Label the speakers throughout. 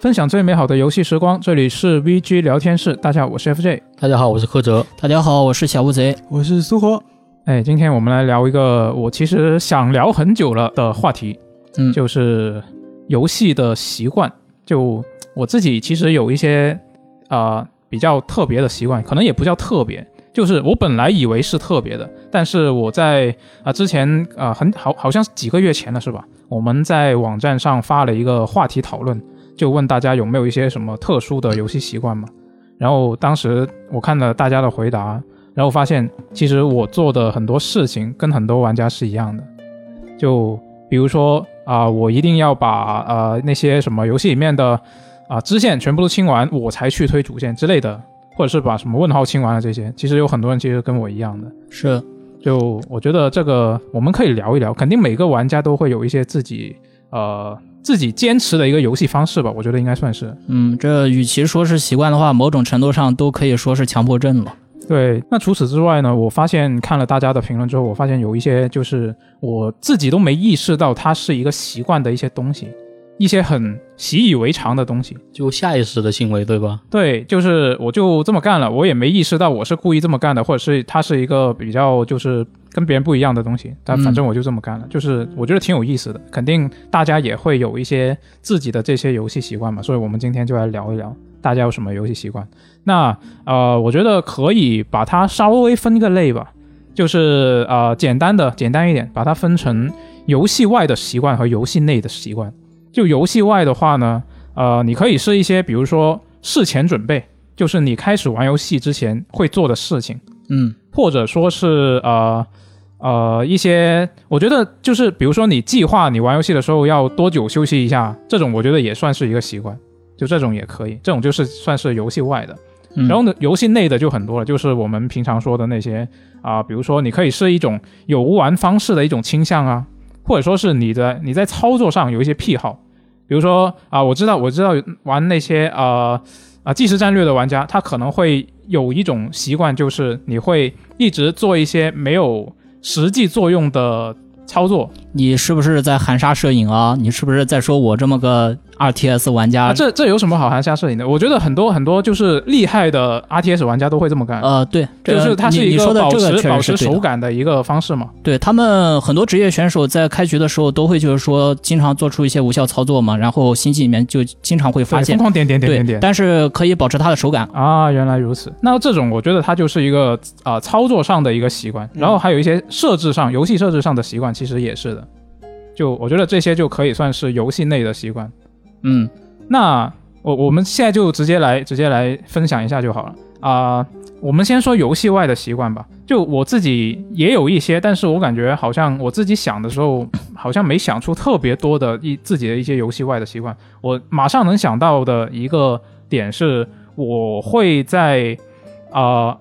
Speaker 1: 分享最美好的游戏时光，这里是 VG 聊天室。大家好，我是 FJ。
Speaker 2: 大家好，我是柯哲。
Speaker 3: 大家好，我是小乌贼。
Speaker 4: 我是苏活，
Speaker 1: 哎，今天我们来聊一个我其实想聊很久了的话题，
Speaker 3: 嗯
Speaker 1: 就是游戏的习惯。就我自己其实有一些啊、呃比较特别的习惯，可能也不叫特别，就是我本来以为是特别的，但是我在啊、之前啊、呃很好好像是几个月前了是吧？我们在网站上发了一个话题讨论，就问大家有没有一些什么特殊的游戏习惯嘛？然后当时我看了大家的回答，然后发现其实我做的很多事情跟很多玩家是一样的，就比如说啊、我一定要把呃那些什么游戏里面的啊、支线全部都清完，我才去推主线之类的，或者是把什么问号清完了这些，其实有很多人其实跟我一样的。
Speaker 3: 是，
Speaker 1: 就我觉得这个我们可以聊一聊，肯定每个玩家都会有一些自己呃自己坚持的一个游戏方式吧，我觉得应该算是。
Speaker 3: 嗯，这与其说是习惯的话，某种程度上都可以说是强迫症了。
Speaker 1: 对，那除此之外呢？我发现看了大家的评论之后，我发现有一些就是我自己都没意识到它是一个习惯的一些东西，一些很习以为常的东西。
Speaker 2: 就下意识的行为，对吧？
Speaker 1: 对，就是我就这么干了，我也没意识到我是故意这么干的，或者是它是一个比较就是跟别人不一样的东西，但反正我就这么干了，就是我觉得挺有意思的，肯定大家也会有一些自己的这些游戏习惯嘛，所以我们今天就来聊一聊大家有什么游戏习惯。那呃，我觉得可以把它稍微分个类吧，就是呃简单的简单一点，把它分成游戏外的习惯和游戏内的习惯。就游戏外的话呢，呃，你可以是一些，比如说事前准备，就是你开始玩游戏之前会做的事情，
Speaker 3: 嗯
Speaker 1: 或者说是呃呃一些，我觉得就是比如说你计划你玩游戏的时候要多久休息一下，这种我觉得也算是一个习惯，就这种也可以，这种就是算是游戏外的。
Speaker 3: 嗯，
Speaker 1: 然后呢，游戏内的就很多了，就是我们平常说的那些啊、比如说你可以是一种有无玩方式的一种倾向啊，或者说是你的你在操作上有一些癖好，比如说啊、我知道我知道玩那些呃啊即时战略的玩家，他可能会有一种习惯，就是你会一直做一些没有实际作用的操作，
Speaker 3: 你是不是在含沙射影啊？你是不是在说我这么个 RTS 玩家？
Speaker 1: 啊，这这有什么好含沙射影的？我觉得很多很多就是厉害的 RTS 玩家都会这么干，
Speaker 3: 呃，对，这
Speaker 1: 就
Speaker 3: 个
Speaker 1: 是它是
Speaker 3: 你
Speaker 1: 一
Speaker 3: 你说的
Speaker 1: 保
Speaker 3: 这
Speaker 1: 持
Speaker 3: 个确
Speaker 1: 保
Speaker 3: 实
Speaker 1: 持
Speaker 3: 是对
Speaker 1: 手
Speaker 3: 的。
Speaker 1: 感的一个方式嘛。
Speaker 3: 对他们很多职业选手在开局的时候都会就是说经常做出一些无效操作嘛，然后心机里面就经常会发
Speaker 1: 对疯
Speaker 3: 现，
Speaker 1: 狂点点点
Speaker 3: 对
Speaker 1: 点，点。
Speaker 3: 但是可以保持他的手感。
Speaker 1: 啊，原来如此。那这种我觉得它就是一个啊、呃操作上的一个习惯，然
Speaker 3: 嗯
Speaker 1: 后还有一些设置上、游戏设置上的习惯，其实也是的。就我觉得这些就可以算是游戏内的习惯。
Speaker 3: 嗯，
Speaker 1: 那我我们现在就直接来直接来分享一下就好了啊、我们先说游戏外的习惯吧。就我自己也有一些，但是我感觉好像我自己想的时候，好像没想出特别多的一自己的一些游戏外的习惯。我马上能想到的一个点是，我会在啊、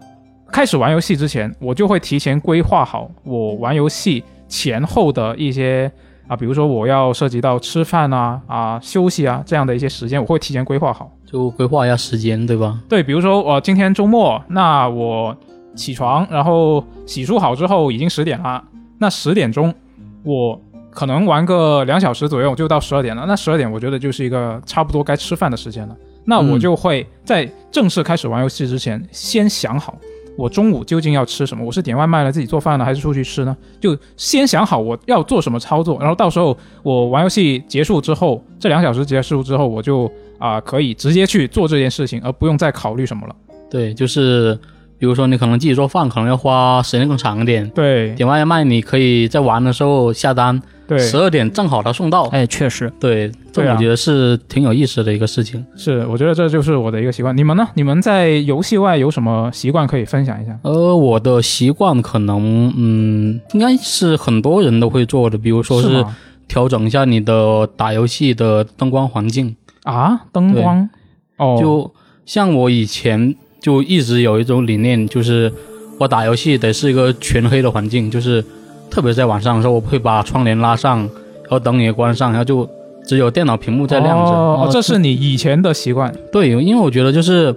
Speaker 1: 开始玩游戏之前，我就会提前规划好我玩游戏前后的一些啊，比如说我要涉及到吃饭啊、啊休息啊这样的一些时间，我会提前规划好。
Speaker 2: 就规划一下时间，对吧？
Speaker 1: 对，比如说我、呃今天周末，那我起床，然后洗漱好之后已经十点了，那十点钟我可能玩个两小时左右就到十二点了，那十二点我觉得就是一个差不多该吃饭的时间了，那我
Speaker 3: 嗯
Speaker 1: 就会在正式开始玩游戏之前先想好。我中午究竟要吃什么？我是点外卖来自己做饭呢，还是出去吃呢？就先想好我要做什么操作，然后到时候我玩游戏结束之后，这两小时结束之后，我就啊、可以直接去做这件事情，而不用再考虑什么了。
Speaker 2: 对，就是比如说你可能自己做饭，可能要花时间更长一点。
Speaker 1: 对
Speaker 2: 点外卖，你可以在玩的时候下单，
Speaker 1: 对，
Speaker 2: 十二点正好它送到。
Speaker 3: 哎，确实，
Speaker 2: 对，这
Speaker 1: 对啊
Speaker 2: 我觉得是挺有意思的一个事情。
Speaker 1: 是，我觉得这就是我的一个习惯。你们呢？你们在游戏外有什么习惯可以分享一下？
Speaker 2: 呃，我的习惯可能，嗯，应该是很多人都会做的，比如说
Speaker 1: 是
Speaker 2: 是
Speaker 1: 吗
Speaker 2: 调整一下你的打游戏的灯光环境。
Speaker 1: 啊，灯
Speaker 2: 对
Speaker 1: 光哦，
Speaker 2: 就像我以前就一直有一种理念，就是我打游戏得是一个全黑的环境，就是特别是在晚上的时候，我会把窗帘拉上，然后灯也关上，然后就只有电脑屏幕在亮着。啊
Speaker 1: 哦，
Speaker 3: 哦
Speaker 1: 这是你以前的习惯。
Speaker 2: 对，因为我觉得就是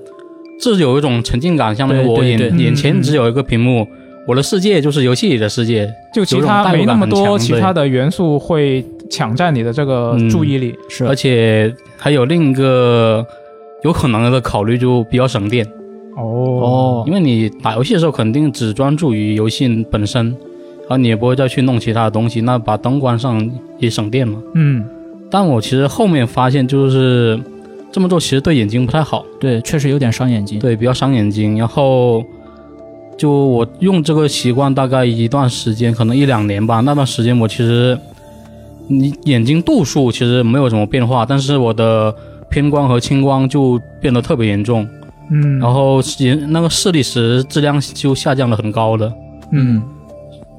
Speaker 2: 这有一种沉浸感，相当于
Speaker 3: 对
Speaker 2: 我
Speaker 3: 对
Speaker 2: 眼
Speaker 3: 对
Speaker 2: 眼
Speaker 1: 嗯嗯
Speaker 2: 前
Speaker 1: 嗯
Speaker 2: 只有一个屏幕，我的世界就是游戏里的世界。
Speaker 1: 就其
Speaker 2: 有种
Speaker 1: 他
Speaker 2: 代入
Speaker 1: 没那
Speaker 2: 感
Speaker 1: 么
Speaker 2: 很
Speaker 1: 多
Speaker 2: 强
Speaker 1: 其
Speaker 2: 对
Speaker 1: 他的元素会抢占你的这个
Speaker 2: 嗯
Speaker 1: 注意力。
Speaker 3: 是
Speaker 2: 而且还有另一个有可能的考虑，就比较省电，
Speaker 1: 哦
Speaker 3: 哦
Speaker 2: 因，为你打游戏的时候肯定只专注于游戏本身，然后你也不会再去弄其他的东西，那把灯关上也省电嘛。
Speaker 1: 嗯，
Speaker 2: 但我其实后面发现，就是这么做其实对眼睛不太好，
Speaker 3: 对，确实有点伤眼睛。
Speaker 2: 对，比较伤眼睛。然后就我用这个习惯大概一段时间，可能一两年吧。那段时间我其实你眼睛度数其实没有什么变化，但是我的偏光和青光就变得特别严重，
Speaker 1: 嗯，
Speaker 2: 然后眼那个视力时质量就下降了很高的。
Speaker 1: 嗯，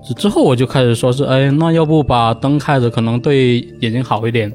Speaker 2: 之之后我就开始说是，哎，那要不把灯开着，可能对眼睛好一点。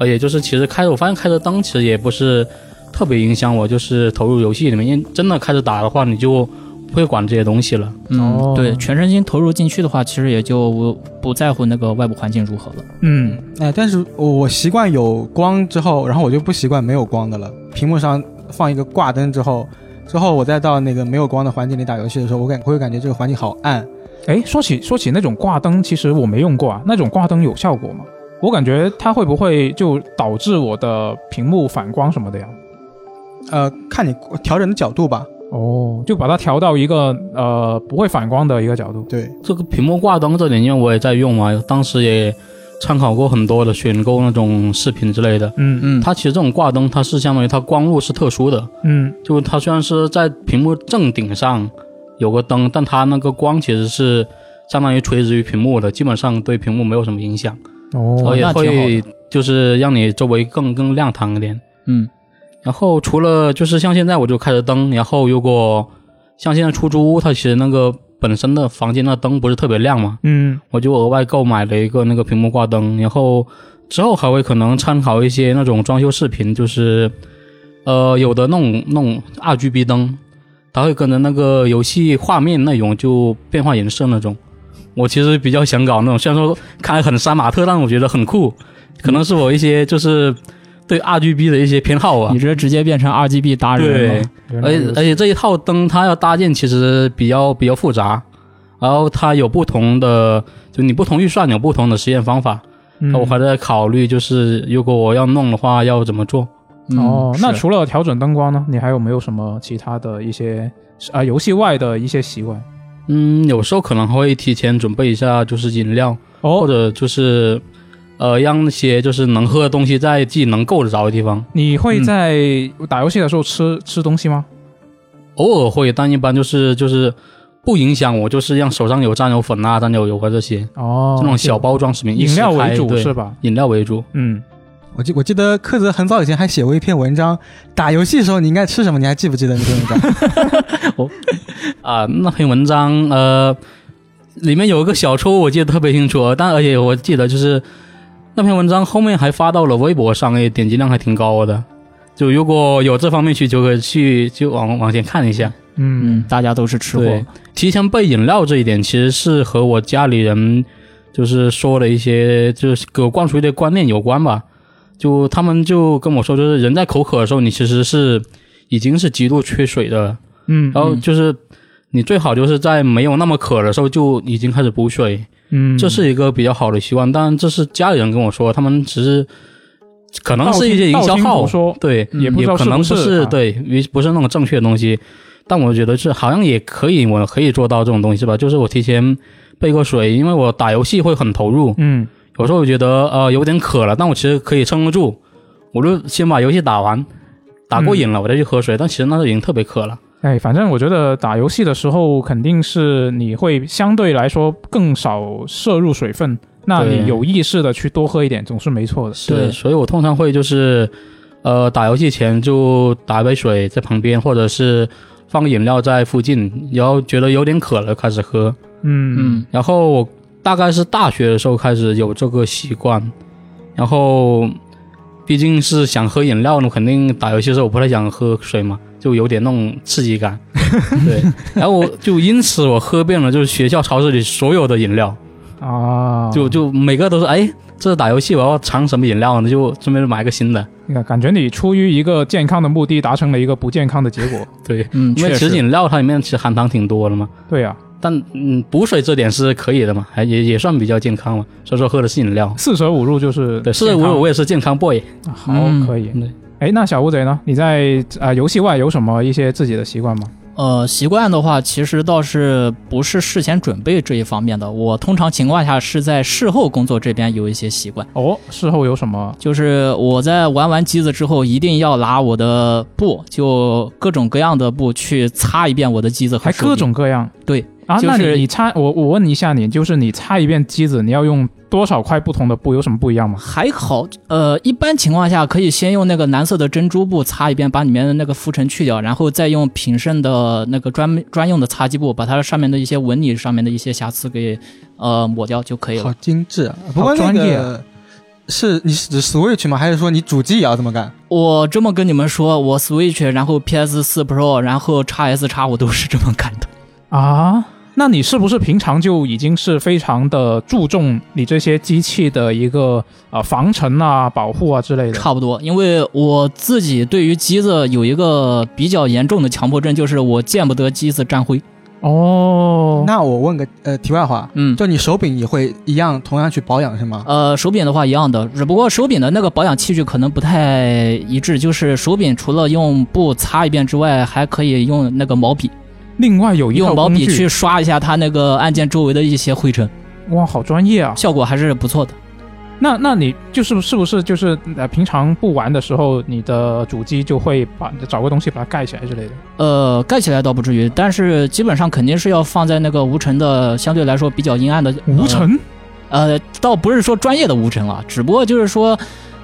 Speaker 2: 而且就是其实开着，我发现开着灯其实也不是特别影响我，就是投入游戏里面，因为真的开始打的话，你就不会管这些东西了。
Speaker 1: 哦
Speaker 3: 嗯，对，全身心投入进去的话，其实也就不不在乎那个外部环境如何了。
Speaker 1: 嗯，
Speaker 4: 哎，但是我我习惯有光之后，然后我就不习惯没有光的了。屏幕上放一个挂灯之后，之后我再到那个没有光的环境里打游戏的时候，我感我会感觉这个环境好暗。
Speaker 1: 哎，说起说起那种挂灯，其实我没用过啊，那种挂灯有效果吗？我感觉它会不会就导致我的屏幕反光什么的呀？
Speaker 4: 呃，看你调整的角度吧。
Speaker 1: 哦，就把它调到一个呃不会反光的一个角度。
Speaker 4: 对，
Speaker 2: 这个屏幕挂灯这点，因为我也在用嘛，当时也参考过很多的选购那种视频之类的。
Speaker 1: 嗯
Speaker 3: 嗯，
Speaker 2: 它其实这种挂灯，它是相当于它光路是特殊的，
Speaker 1: 嗯
Speaker 2: 就它虽然是在屏幕正顶上有个灯，但它那个光其实是相当于垂直于屏幕的，基本上对屏幕没有什么影响，
Speaker 1: 哦
Speaker 2: 而且
Speaker 3: 那挺好的
Speaker 2: 会就是让你周围更更亮堂一点。
Speaker 3: 嗯
Speaker 2: 然后除了就是像现在我就开着灯，然后如果像现在出租屋，它其实那个本身的房间那灯不是特别亮嘛，
Speaker 1: 嗯
Speaker 2: 我就额外购买了一个那个屏幕挂灯，然后之后还会可能参考一些那种装修视频，就是呃有的那种那种 RGB 灯，它会跟着那个游戏画面内容就变化颜色那种。我其实比较想搞那种，虽然说看来很杀马特，但我觉得很酷，可能是我一些就是对 RGB 的一些偏好吧
Speaker 3: 你。这直接变成 RGB 达人
Speaker 2: 对
Speaker 3: 了。，
Speaker 1: 原来
Speaker 2: 而且
Speaker 1: 如
Speaker 2: 而
Speaker 1: 此
Speaker 2: 且这一套灯它要搭建其实比较比较复杂，然后它有不同的，就你不同预算有不同的实验方法。
Speaker 1: 嗯
Speaker 2: 那我还在考虑，就是如果我要弄的话要怎么做。
Speaker 3: 嗯
Speaker 1: 哦，那
Speaker 3: 是
Speaker 1: 除了调整灯光呢，你还有没有什么其他的一些啊、游戏外的一些习惯？
Speaker 2: 嗯，有时候可能会提前准备一下，就是饮料或
Speaker 1: 哦，
Speaker 2: 者就是呃让那些就是能喝的东西在自己能够得着的地方。
Speaker 1: 你会在
Speaker 2: 嗯
Speaker 1: 打游戏的时候吃、吃东西吗？
Speaker 2: 偶尔会，但一般就是就是不影响我，就是让手上有蘸油粉啊、蘸油油啊这些、
Speaker 1: 哦，
Speaker 2: 这种小包装食品，一
Speaker 1: 饮
Speaker 2: 撕
Speaker 1: 料
Speaker 2: 开
Speaker 1: 为主
Speaker 2: 对
Speaker 1: 是吧？
Speaker 2: 饮料为主。
Speaker 1: 嗯，
Speaker 4: 我记我记得柯泽很早以前还写过一篇文章，打游戏的时候你应该吃什么？你还记不记得那篇文 章？
Speaker 2: 啊，那篇文章呃，里面有一个小错误，我记得特别清楚，但而且我记得就是那篇文章后面还发到了微博上，也点击量还挺高的。就如果有这方面需求，可以去就往往前看一下。
Speaker 1: 嗯
Speaker 3: 嗯，大家都是吃
Speaker 2: 对
Speaker 3: 货。
Speaker 2: 提前备饮料这一点，其实是和我家里人就是说的一些，就是给我灌输一些观念有关吧。就他们就跟我说，就是人在口渴的时候，你其实是已经是极度缺水的了。
Speaker 1: 嗯
Speaker 2: 然后就是你最好就是在没有那么渴的时候就已经开始补水，
Speaker 1: 嗯，
Speaker 2: 这是一个比较好的习惯。当然，这是家里人跟我说，他们只是可能是一些营销
Speaker 1: 道听
Speaker 2: 号
Speaker 1: 途，说，
Speaker 2: 对，
Speaker 1: 嗯也不知道
Speaker 2: 可能
Speaker 1: 是
Speaker 2: 不
Speaker 1: 不是啊
Speaker 2: 对，也不是那种正确的东西。但我觉得是好像也可以，我可以做到这种东西吧。就是我提前备个水，因为我打游戏会很投入，
Speaker 1: 嗯
Speaker 2: 有时候我觉得呃有点渴了，但我其实可以撑得住，我就先把游戏打完，打过
Speaker 1: 嗯
Speaker 2: 瘾了我再去喝水。但其实那时候已经特别渴了。
Speaker 1: 哎，反正我觉得打游戏的时候，肯定是你会相对来说更少摄入水分，那
Speaker 2: 对
Speaker 1: 你有意识的去多喝一点，总是没错的。
Speaker 2: 是，所以我通常会就是，呃，打游戏前就打一杯水在旁边，或者是放个饮料在附近，然后觉得有点渴了开始喝。
Speaker 1: 嗯
Speaker 3: 嗯
Speaker 2: 然后我大概是大学的时候开始有这个习惯，然后毕竟是想喝饮料呢，肯定打游戏的时候我不太想喝水嘛，就有点那种刺激感。对，然后我就因此我喝遍了就是学校超市里所有的饮料。
Speaker 1: 啊，
Speaker 2: 嗯就就每个都是哎，这打游戏我要尝什么饮料呢？就顺便买个新的。
Speaker 1: 感觉你出于一个健康的目 的，达成了一个不健康的结果。
Speaker 2: 对，
Speaker 3: 嗯，
Speaker 2: 因为
Speaker 3: 确
Speaker 2: 其实
Speaker 3: 实。
Speaker 2: 饮料它里面其实含糖挺多的嘛，
Speaker 1: 对呀、啊
Speaker 2: 但嗯，补水这点是可以的嘛，还也也算比较健康嘛。所以说喝的是饮料，
Speaker 1: 四舍五入就是
Speaker 2: 对，是
Speaker 1: 健
Speaker 2: 我
Speaker 1: 康
Speaker 2: 我也是健康 boy。
Speaker 1: 啊好
Speaker 3: 嗯
Speaker 1: 可以。
Speaker 2: 对
Speaker 1: 哎，那小乌贼呢？你在啊、呃游戏外有什么一些自己的习惯吗？
Speaker 3: 呃，习惯的话，其实倒是不是事前准备这一方面的。我通常情况下是在事后工作这边有一些习惯，
Speaker 1: 哦，事后有什么？
Speaker 3: 就是我在玩完机子之后，一定要拿我的布，就各种各样的布去擦一遍我的机子和
Speaker 1: 还
Speaker 3: 手柄
Speaker 1: 各种各样
Speaker 3: 对
Speaker 1: 啊？
Speaker 3: 就
Speaker 1: 那
Speaker 3: 是
Speaker 1: 你你擦我我问一下你，就是你擦一遍机子，你要用多少块不同的布？有什么不一样吗？
Speaker 3: 还好，呃，一般情况下可以先用那个蓝色的珍珠布擦一遍，把里面的那个浮尘去掉，然后再用品胜的那个专专用的擦机布，把它上面的一些纹理上面的一些瑕疵给呃抹掉就可以
Speaker 4: 好
Speaker 3: 了。
Speaker 4: 精致啊！不过那
Speaker 1: 专业
Speaker 4: 个
Speaker 1: 啊
Speaker 4: 是你是指 Switch 吗？还是说你主机也要这么干？
Speaker 3: 我这么跟你们说，我 Switch，然后 PS 4 Pro，然后 x S x 我都是这么干的。
Speaker 1: 啊，那你是不是平常就已经是非常的注重你这些机器的一个啊、呃防尘啊、保护啊之类的？
Speaker 3: 差不多，因为我自己对于机子有一个比较严重的强迫症，就是我见不得机子沾灰。
Speaker 1: 哦，
Speaker 4: 那我问个呃题外话，
Speaker 3: 嗯，
Speaker 4: 就你手柄也会一样同样去保养是吗？
Speaker 3: 呃，手柄的话一样的，只不过手柄的那个保养器具可能不太一致，就是手柄除了用布擦一遍之外，还可以用那个毛笔，
Speaker 1: 另外哦有一套
Speaker 3: 用毛
Speaker 1: 工
Speaker 3: 笔
Speaker 1: 具，
Speaker 3: 去刷一下它那个按键周围的一些灰尘，
Speaker 1: 哇，好专业啊！
Speaker 3: 效果还是不错的。
Speaker 1: 那那你就是是不是就是呃平常不玩的时候，你的主机就会把找个东西把它盖起来之类的？
Speaker 3: 呃，盖起来倒不至于，但是基本上肯定是要放在那个无尘的，相对来说比较阴暗的呃
Speaker 1: 无尘
Speaker 3: 呃，倒不是说专业的无尘啊，只不过就是说，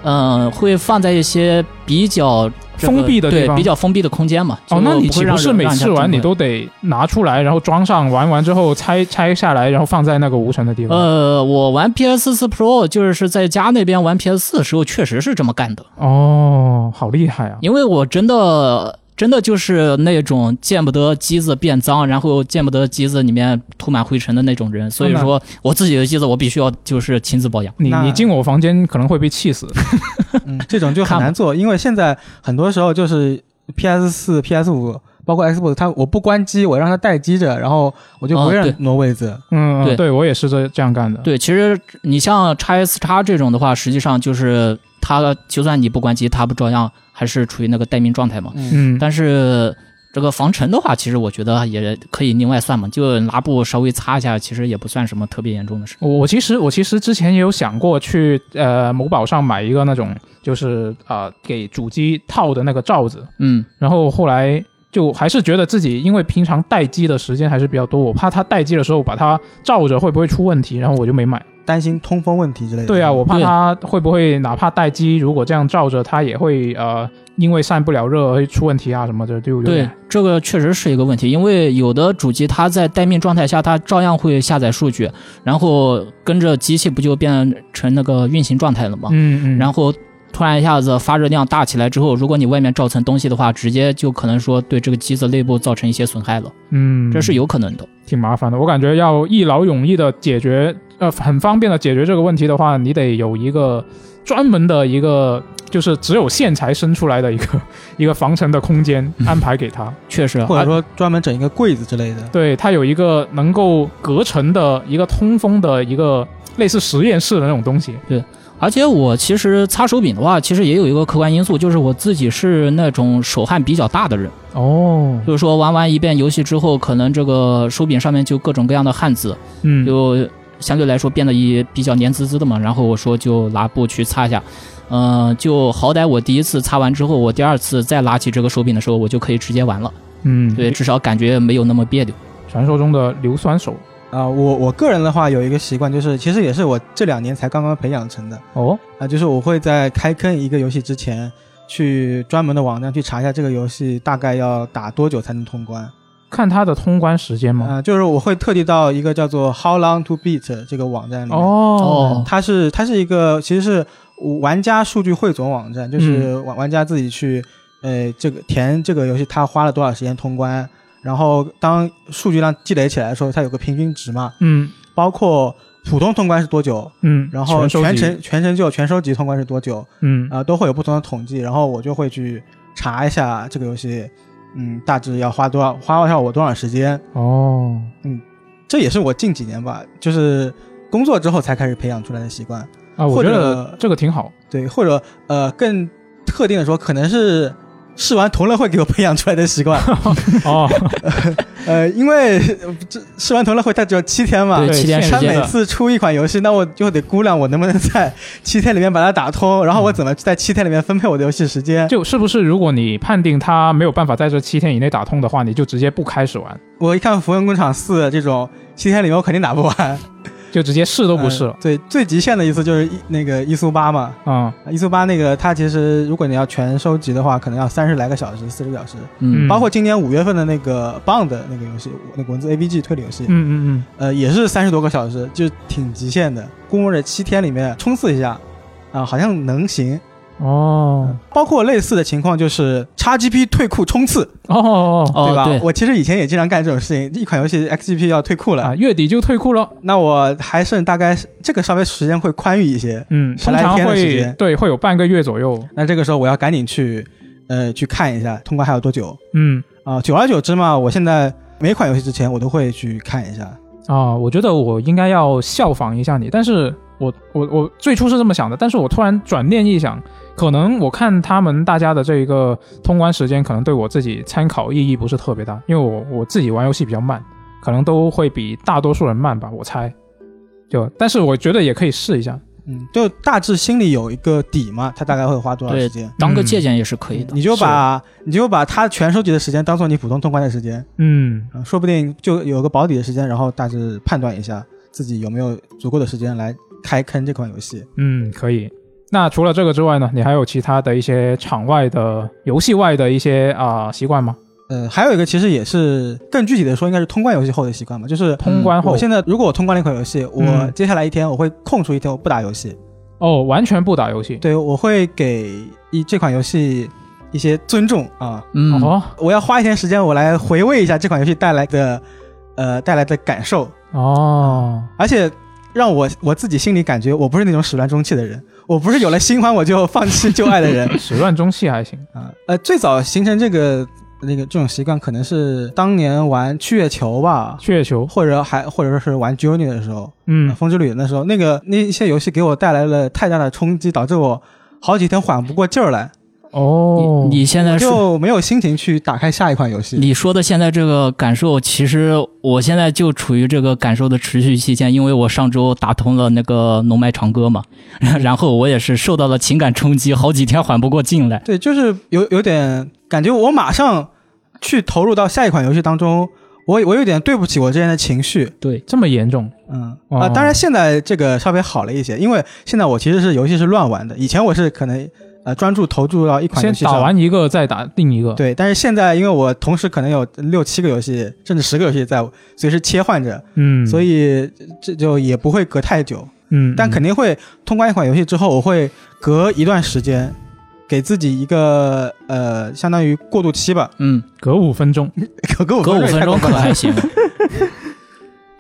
Speaker 3: 嗯、会放在一些比较、这个
Speaker 1: 封闭的地
Speaker 3: 对
Speaker 1: 方
Speaker 3: 比较封闭的空间嘛。
Speaker 1: 哦，那你
Speaker 3: 就
Speaker 1: 岂
Speaker 3: 会让
Speaker 1: 不是
Speaker 3: 人
Speaker 1: 每
Speaker 3: 让人家
Speaker 1: 次玩
Speaker 3: 进
Speaker 1: 你
Speaker 3: 入
Speaker 1: 都得拿出来，然后装上，玩完之后拆拆下来，然后放在那个无尘的地方？
Speaker 3: 呃，我玩 PS 4 Pro 就是在家那边玩 PS 4的时候，确实是这么干的，
Speaker 1: 哦，好厉害啊！
Speaker 3: 因为我真的真的就是那种见不得机子变脏，然后见不得机子里面涂满灰尘的那种人，所以
Speaker 1: 真的
Speaker 3: 说我自己的机子我必须要就是亲自保养。
Speaker 1: 你
Speaker 4: 那
Speaker 1: 你进我房间可能会被气 死。
Speaker 4: 嗯，这种就很
Speaker 3: 看吧
Speaker 4: 难做，因为现在很多时候就是 PS 四、PS 五，包括 Xbox，它我不关机，我让它待机着，然后我就不会
Speaker 3: 哦
Speaker 4: 让
Speaker 3: 对
Speaker 4: 挪位置。
Speaker 1: 嗯，
Speaker 3: 对
Speaker 1: 对我也是这这样干的。
Speaker 3: 对，其实你像 x S x 这种的话，实际上就是它就算你不关机，它不照样还是处于那个待命状态嘛。
Speaker 4: 嗯，
Speaker 1: 嗯，
Speaker 3: 但是这个防尘的话，其实我觉得也可以另外算嘛，就拿布稍微擦一下，其实也不算什么特别严重的事。
Speaker 1: 我我其实我其实之前也有想过去呃某宝上买一个那种就是啊、呃给主机套的那个罩子，
Speaker 3: 嗯，
Speaker 1: 然后后来就还是觉得自己因为平常待机的时间还是比较多，我怕它待机的时候把它罩着会不会出问题，然后我就没买。
Speaker 4: 担心通风问题之类的。
Speaker 1: 对啊，我怕
Speaker 3: 对
Speaker 1: 它会不会哪怕待机，如果这样罩着它也会呃因为散不了热而出问题啊什么的，就有
Speaker 3: 对
Speaker 1: 点，
Speaker 3: 这个确实是一个问题，因为有的主机它在待命状态下，它照样会下载数据，然后跟着机器不就变成那个运行状态了吗？
Speaker 1: 嗯嗯，
Speaker 3: 然后突然一下子发热量大起来之后，如果你外面罩层东西的话，直接就可能说对这个机子内部造成一些损害了，
Speaker 1: 嗯
Speaker 3: 这是有可能的。
Speaker 1: 挺麻烦的。我感觉要一劳永逸的解决，呃，很方便的解决这个问题的话，你得有一个专门的一个，就是只有线材伸出来的一个 一个防尘的空间安排给它。
Speaker 3: 确实，啊
Speaker 4: 或者说专门整一个柜子之类的。
Speaker 1: 对，它有一个能够隔尘的一个通风的一个类似实验室的那种东西。
Speaker 3: 而且我其实擦手柄的话，其实也有一个客观因素，就是我自己是那种手汗比较大的人，
Speaker 1: 哦，
Speaker 3: 就是说玩完一遍游戏之后，可能这个手柄上面就各种各样的汗渍，
Speaker 1: 嗯，
Speaker 3: 就相对来说变得也比较黏滋滋的嘛。然后我说就拿布去擦一下，嗯、就好歹我第一次擦完之后，我第二次再拿起这个手柄的时候，我就可以直接玩了。
Speaker 1: 嗯，
Speaker 3: 对，，至少感觉没有那么别扭。
Speaker 1: 传说中的硫酸手。
Speaker 4: 啊、我我个人的话有一个习惯，就是其实也是我这两年才刚刚培养成的啊、
Speaker 1: 哦，
Speaker 4: 就是我会在开坑一个游戏之前，去专门的网站去查一下这个游戏大概要打多久才能通关。
Speaker 1: 看它的通关时间吗？
Speaker 4: 啊、就是我会特地到一个叫做 How Long to Beat 这个网站里面。
Speaker 1: 哦，
Speaker 3: 哦
Speaker 4: 它是它是一个其实是玩家数据汇总网站，就是
Speaker 1: 嗯
Speaker 4: 玩玩家自己去呃这个填这个游戏他花了多少时间通关，然后当数据量积累起来的时候，它有个平均值嘛，
Speaker 1: 嗯
Speaker 4: 包括普通通关是多久，
Speaker 1: 嗯，
Speaker 4: 然后
Speaker 1: 收
Speaker 4: 全
Speaker 1: 集
Speaker 4: 程全程就全收集通关是多久
Speaker 1: 嗯
Speaker 4: 啊、都会有不同的统计，然后我就会去查一下这个游戏，嗯，大致要花多少花多少我多少时间，
Speaker 1: 哦，
Speaker 4: 这也是我近几年吧，就是工作之后才开始培养出来的习惯。
Speaker 1: 啊，我
Speaker 4: 或
Speaker 1: 觉
Speaker 4: 者
Speaker 1: 得这个挺 好。
Speaker 4: 对，或者呃更特定的说，可能是试完同乐会给我培养出来的习 惯。
Speaker 1: 哦，
Speaker 4: 呃，因为呃这试完同乐会它只有七天嘛
Speaker 3: 对，
Speaker 1: 对
Speaker 3: 七天
Speaker 1: 现
Speaker 3: 时
Speaker 4: 他
Speaker 1: 实
Speaker 3: 间
Speaker 4: 每
Speaker 1: 的
Speaker 4: 次出一款游戏，那我就得估量我能不能在七天里面把它打通，然后我怎么在七天里面分配我的游戏时间。
Speaker 1: 就是不是如果你判定它没有办法在这七天以内打通的话，你就直接不开始玩，
Speaker 4: 我一看《符文工厂四》这种，七天里面我肯定打不完，
Speaker 1: 就直接 试都不试
Speaker 4: 嗯
Speaker 1: 了。
Speaker 4: 对，最极限的一次就是一那个一苏八嘛，
Speaker 1: 嗯
Speaker 4: 一苏八那个它其实如果你要全收集的话，可能要三十来个小时、四十个小时，
Speaker 1: 嗯
Speaker 3: 嗯
Speaker 4: 包括今年五月份的那个 Bond 的那个游戏，那个文字 AVG 推理游戏，
Speaker 1: 嗯嗯
Speaker 4: 呃，也是三十多个小时，就挺极限的。估摸着七天里面冲刺一下，啊、好像能行。
Speaker 1: 嗯，哦
Speaker 4: 包括类似的情况就是 XGP 退库冲刺，
Speaker 1: 哦哦
Speaker 4: 对吧？
Speaker 3: 哦，对，
Speaker 4: 我其实以前也经常干这种事情，一款游戏 XGP 要退库
Speaker 1: 哦
Speaker 4: 了，
Speaker 1: 啊，月底就退库了。
Speaker 4: 那我还剩大概这个稍微时间会宽裕一些，
Speaker 1: 嗯，
Speaker 4: 十
Speaker 1: 通
Speaker 4: 来
Speaker 1: 常
Speaker 4: 天的时
Speaker 1: 会
Speaker 4: 间
Speaker 1: 对会有半个月左右。
Speaker 4: 那这个时候我要赶紧去，呃，去看一下通关还有多久
Speaker 1: 嗯
Speaker 4: 啊？久而久之嘛，我现在每款游戏之前我都会去看一下。
Speaker 1: 啊，我觉得我应该要效仿一下你，但是我我我最初是这么想的，但是我突然转念一想，可能我看他们大家的这个通关时间，可能对我自己参考意义不是特别大，因为我我自己玩游戏比较慢，可能都会比大多数人慢吧，我猜。就，但是我觉得也可以试一下。
Speaker 4: 嗯，就大致心里有一个底嘛，它大概会花多少时间？
Speaker 3: 当个借鉴也是可以的。
Speaker 4: 嗯你就把你就把它全收集的时间当做你普通通关的时间，
Speaker 1: 嗯，
Speaker 4: 啊，说不定就有个保底的时间，然后大致判断一下自己有没有足够的时间来开坑这款游戏。
Speaker 1: 嗯，可以。那除了这个之外呢，你还有其他的一些场外的、游戏外的一些啊、习惯吗？
Speaker 4: 呃，还有一个其实也是更具体的说，应该是通关游戏后的习惯吧，就是
Speaker 1: 通关后
Speaker 4: 嗯我，现在如果我通关了一款游戏，我
Speaker 1: 嗯
Speaker 4: 接下来一天我会空出一天我不打游戏，
Speaker 1: 哦，完全不打游戏。
Speaker 4: 对我会给一这款游戏一些尊重啊，
Speaker 3: 嗯，
Speaker 1: 哦
Speaker 4: 我要花一天时间我来回味一下这款游戏带来的呃带来的感受，
Speaker 1: 哦，
Speaker 4: 而且让我我自己心里感觉我不是那种始乱终弃的人，我不是有了新欢我就放弃旧爱的人
Speaker 1: 始乱终弃还行。
Speaker 4: 啊。呃，最早形成这个那个这种习惯，可能是当年玩七月球吧，
Speaker 1: 雀球，
Speaker 4: 或者还或者说是玩 Journey 的时候，
Speaker 1: 嗯，
Speaker 4: 风之旅那时候，那个那一些游戏给我带来了太大的冲击，导致我。好几天缓不过劲儿来，
Speaker 1: 哦，
Speaker 3: 你你现在说
Speaker 4: 就没有心情去打开下一款游戏。
Speaker 3: 你说的现在这个感受，其实我现在就处于这个感受的持续期间，因为我上周打通了那个浓麦长歌嘛， 然后我也是受到了情感冲击，好几天缓不过劲来。
Speaker 4: 对，就是有有点感觉，我马上去投入到下一款游戏当中，我我有点对不起我之前的情绪，
Speaker 3: 对，
Speaker 1: 这么严重
Speaker 4: 嗯啊、
Speaker 1: 哦
Speaker 4: 当然现在这个稍微好了一些，因为现在我其实是游戏是乱玩的，以前我是可能呃专注投注到一款游
Speaker 1: 先
Speaker 4: 戏上，
Speaker 1: 打完一个再打另一个。，
Speaker 4: 对，但是现在因为我同时可能有六七个游戏，甚至十个游戏在随时切换着，
Speaker 1: 嗯，
Speaker 4: 所以这就也不会隔太久，
Speaker 1: 嗯，
Speaker 4: 但
Speaker 1: 嗯
Speaker 4: 肯定会通关一款游戏之后，我会隔一段时间。给自己一个呃，相当于过渡期吧，
Speaker 3: 嗯，
Speaker 1: 隔五分钟。
Speaker 4: 隔隔五
Speaker 3: 隔五分钟
Speaker 4: 太过
Speaker 3: 可
Speaker 4: 分了
Speaker 3: 还行。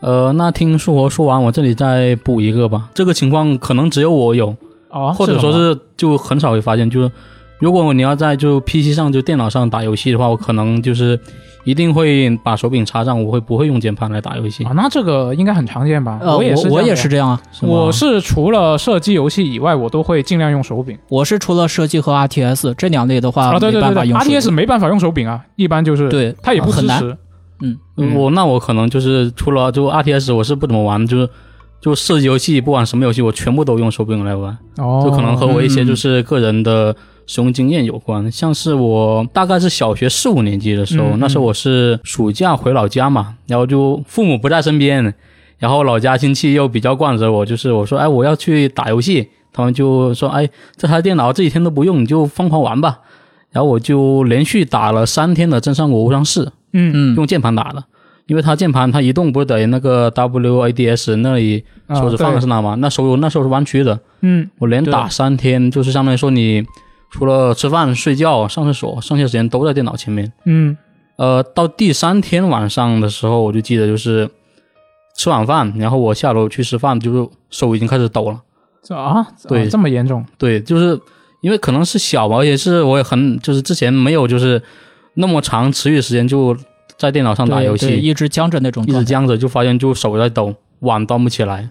Speaker 2: 呃，那听树活说完，我这里再补一个吧。这个情况可能只有我有，
Speaker 1: 哦，
Speaker 2: 或者
Speaker 1: 什
Speaker 2: 说
Speaker 1: 么
Speaker 2: 是就很少会发现，就是如果你要在就 PC 上就电脑上打游戏的话，我可能就是一定会把手柄插上，我会不会用键盘来打游戏
Speaker 1: 啊，？那这个应该很常见吧？
Speaker 3: 呃，我
Speaker 1: 也是，
Speaker 3: 我
Speaker 1: 我
Speaker 3: 也是。这样啊，
Speaker 2: 吗
Speaker 1: 我是除了射击游戏以外，我都会尽量用手柄
Speaker 3: 我是除了射击和 RTS 这两类的话，
Speaker 1: 啊，对对对
Speaker 3: 没办法
Speaker 1: 对
Speaker 3: 用手机
Speaker 1: ，RTS 没办法用手柄啊，一般就是，
Speaker 3: 对
Speaker 1: 它也不
Speaker 3: 啊很
Speaker 1: 支
Speaker 3: 难
Speaker 1: 持。嗯
Speaker 2: 我那我可能就是除了就 RTS 我是不怎么玩，就是就射击游戏不管什么游戏，我全部都用手柄来玩。
Speaker 1: 哦，
Speaker 2: 这可能和我一些
Speaker 3: 嗯
Speaker 2: 就是个人的使用经验有关。像是我大概是小学四五年级的时候，
Speaker 1: 嗯嗯
Speaker 2: 那时候我是暑假回老家嘛，然后就父母不在身边，然后老家亲戚又比较惯着我，就是我说哎我要去打游戏，他们就说哎这台电脑这几天都不用，你就疯狂玩吧。然后我就连续打了三天的《真三国无双四》，
Speaker 1: 嗯，
Speaker 3: 嗯，
Speaker 2: 用键盘打的，因为它键盘它移动不是得那个 WADS 那里
Speaker 1: 啊
Speaker 2: 手指放
Speaker 1: 对
Speaker 2: 的是哪嘛？那手那时候是弯曲的，
Speaker 1: 嗯，
Speaker 2: 我连
Speaker 3: 对
Speaker 2: 打三天，就是相当于说你除了吃饭、睡觉、上厕所、上学时间都在电脑前面。
Speaker 1: 嗯
Speaker 2: 呃，到第三天晚上的时候，我就记得就是吃晚饭，然后我下楼去吃饭，就是手已经开始抖了。
Speaker 1: 这啊，
Speaker 2: 对
Speaker 1: 啊这么严重，
Speaker 2: 对，就是因为可能是小嘛，而且是我也很就是之前没有就是那么长持续时间就在电脑上打
Speaker 3: 对
Speaker 2: 游
Speaker 3: 对
Speaker 2: 戏，
Speaker 3: 一直僵着那种
Speaker 2: 一
Speaker 3: 状
Speaker 2: 直
Speaker 3: 态。
Speaker 2: 这样子就发现就手在抖，碗端不起来。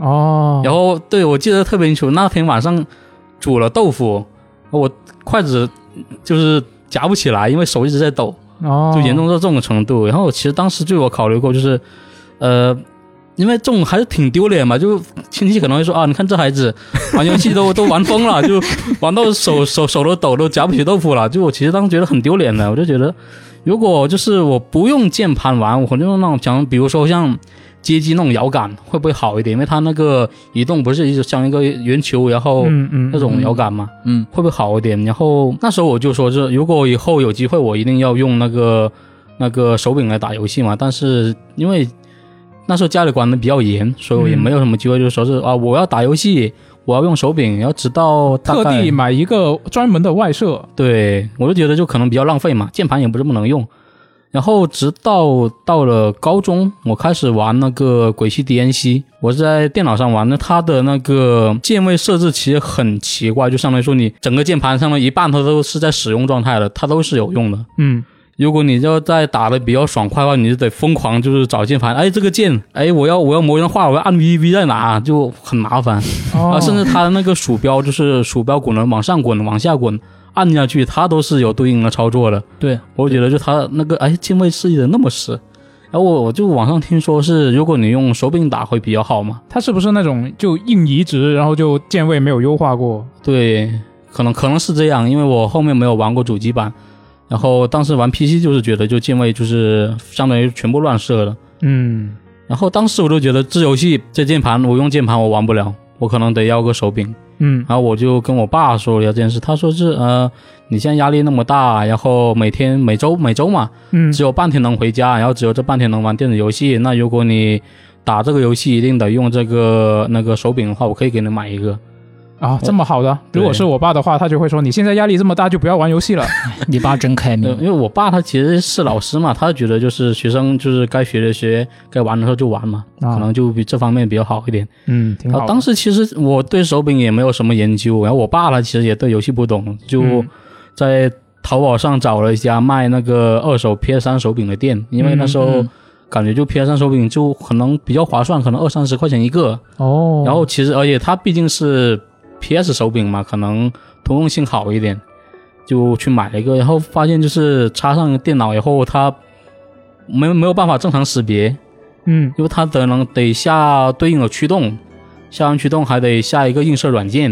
Speaker 1: 哦，
Speaker 2: 然后对我记得特别清楚，那天晚上煮了豆腐，我筷子就是夹不起来，因为手一直在抖，
Speaker 1: 哦，
Speaker 2: 就严重到这种程度。然后其实当时就有考虑过，就是呃。因为这种还是挺丢脸嘛，就亲戚可能会说啊，你看这孩子玩游戏都 都玩疯了，就玩到手手手都抖，都夹不起豆腐了。就我其实当时觉得很丢脸的，我就觉得如果就是我不用键盘玩，我就用那种像比如说像街机那种摇杆会不会好一点？因为它那个移动不是一直像一个圆球，然后
Speaker 1: 嗯嗯
Speaker 2: 那种摇杆嘛，
Speaker 3: 嗯，
Speaker 2: 会不会好一点？然后那时候我就说，是如果以后有机会，我一定要用那个那个手柄来打游戏嘛。但是因为那时候家里管的比较严，所以我也
Speaker 1: 嗯
Speaker 2: 没有什么机会，就是说是啊，我要打游戏，我要用手柄，然后直到大
Speaker 1: 特
Speaker 2: 概
Speaker 1: 地买一个专门的外设，
Speaker 2: 对，我就觉得就可能比较浪费嘛，键盘也不是不能用。然后直到到了高中，我开始玩那个《鬼泣 DNC》，我是在电脑上玩的。它的那个键位设置其实很奇怪，就相当于说你整个键盘上面一半它都是在使用状态的，它都是有用的。
Speaker 1: 嗯，
Speaker 2: 如果你要在打的比较爽快的话，你就得疯狂就是找键盘，哎，这个键，哎，我要我要魔人化，我要按 V V 在哪，就很麻烦。
Speaker 1: 哦，
Speaker 2: 啊，甚至它的那个鼠标就是鼠标滚轮往上滚、往下滚，按下去它都是有对应的操作的。
Speaker 3: 对，
Speaker 2: 我觉得就它那个哎键位设计的那么死，然后我我就网上听说是如果你用手柄打会比较好嘛，
Speaker 1: 它是不是那种就硬移植，然后就键位没有优化过？
Speaker 2: 对，可能可能是这样，因为我后面没有玩过主机版，然后当时玩 PC 就是觉得就键位就是相当于全部乱设的，
Speaker 1: 嗯，
Speaker 2: 然后当时我就觉得这游戏这键盘我用键盘我玩不了，我可能得要个手柄。
Speaker 1: 嗯，
Speaker 2: 然后我就跟我爸说了这件事，他说是呃，你现在压力那么大，然后每天每周每周嘛，
Speaker 1: 嗯，
Speaker 2: 只有半天能回家，然后只有这半天能玩电子游戏。那如果你打这个游戏一定得用这个那个手柄的话，我可以给你买一个。
Speaker 1: 啊，这么好的，
Speaker 2: 对
Speaker 1: 如果是我爸的话，他就会说你现在压力这么大，就不要玩游戏 了。
Speaker 3: 你爸真开
Speaker 2: 对，因
Speaker 3: 明。
Speaker 2: 为我爸他其实是老师嘛，他觉得就是学生就是该学的学，该玩的时候就玩嘛，
Speaker 1: 啊
Speaker 2: 可能就比这方面比较好一点。
Speaker 1: 嗯，挺好
Speaker 2: 啊，
Speaker 1: 的。
Speaker 2: 当时其实我对手柄也没有什么研究，然后我爸他其实也对游戏不懂，就
Speaker 1: 嗯
Speaker 2: 在淘宝上找了一家卖那个二手 PS 三手柄的店，因为那时候
Speaker 3: 嗯
Speaker 2: 感觉就 PS 三手柄就可能比较划算，可能二三十块钱一个。
Speaker 1: 哦，
Speaker 2: 然后其实而且它毕竟是 PS 手柄嘛，可能通用性好一点，就去买了一个，然后发现就是插上电脑以后它没有没有办法正常识别，
Speaker 1: 嗯
Speaker 2: 因为它得能得下对应的驱动，下完驱动还得下一个映射软件，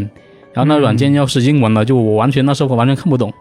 Speaker 2: 然后那
Speaker 1: 嗯
Speaker 2: 软件要是英文的，就我完全那时候完全看不懂，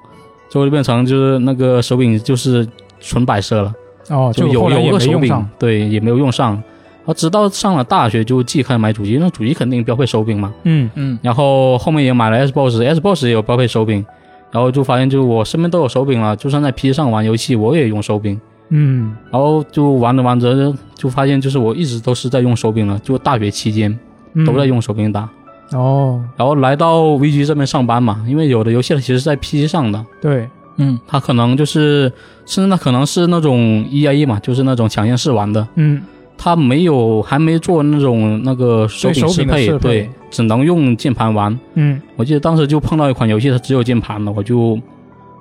Speaker 2: 最后就变成就是那个手柄就是纯摆设了，
Speaker 1: 哦，就后
Speaker 2: 有
Speaker 1: 来
Speaker 2: 有
Speaker 1: 也
Speaker 2: 个
Speaker 1: 没
Speaker 2: 手
Speaker 1: 用
Speaker 2: 柄
Speaker 1: 上。，
Speaker 2: 对，也没有用上。然后直到上了大学就自己开始买主机，那主机肯定标配手柄嘛，
Speaker 1: 嗯
Speaker 3: 嗯，
Speaker 2: 然后后面也买了 Xbox，Xbox 也有标配手柄，然后就发现就我身边都有手柄了，就算在 PC 上玩游戏我也用手柄。
Speaker 1: 嗯，
Speaker 2: 然后就玩着玩着就发现，就是我一直都是在用手柄了，就大学期间
Speaker 1: 嗯
Speaker 2: 都在用手柄打。
Speaker 1: 哦，
Speaker 2: 然后来到 VG 这边上班嘛，因为有的游戏它其实是在 PC 上的，
Speaker 1: 对，
Speaker 3: 嗯，
Speaker 2: 它可能就是甚至它可能是那种 EA 嘛，就是那种抢先试玩的，
Speaker 1: 嗯
Speaker 2: 它没有还没做那种那个手柄
Speaker 1: 对手
Speaker 2: 适
Speaker 1: 柄的
Speaker 2: 配，
Speaker 1: 适配
Speaker 2: 对，只能用键盘玩。
Speaker 1: 嗯
Speaker 2: 我记得当时就碰到一款游戏，它只有键盘了，我就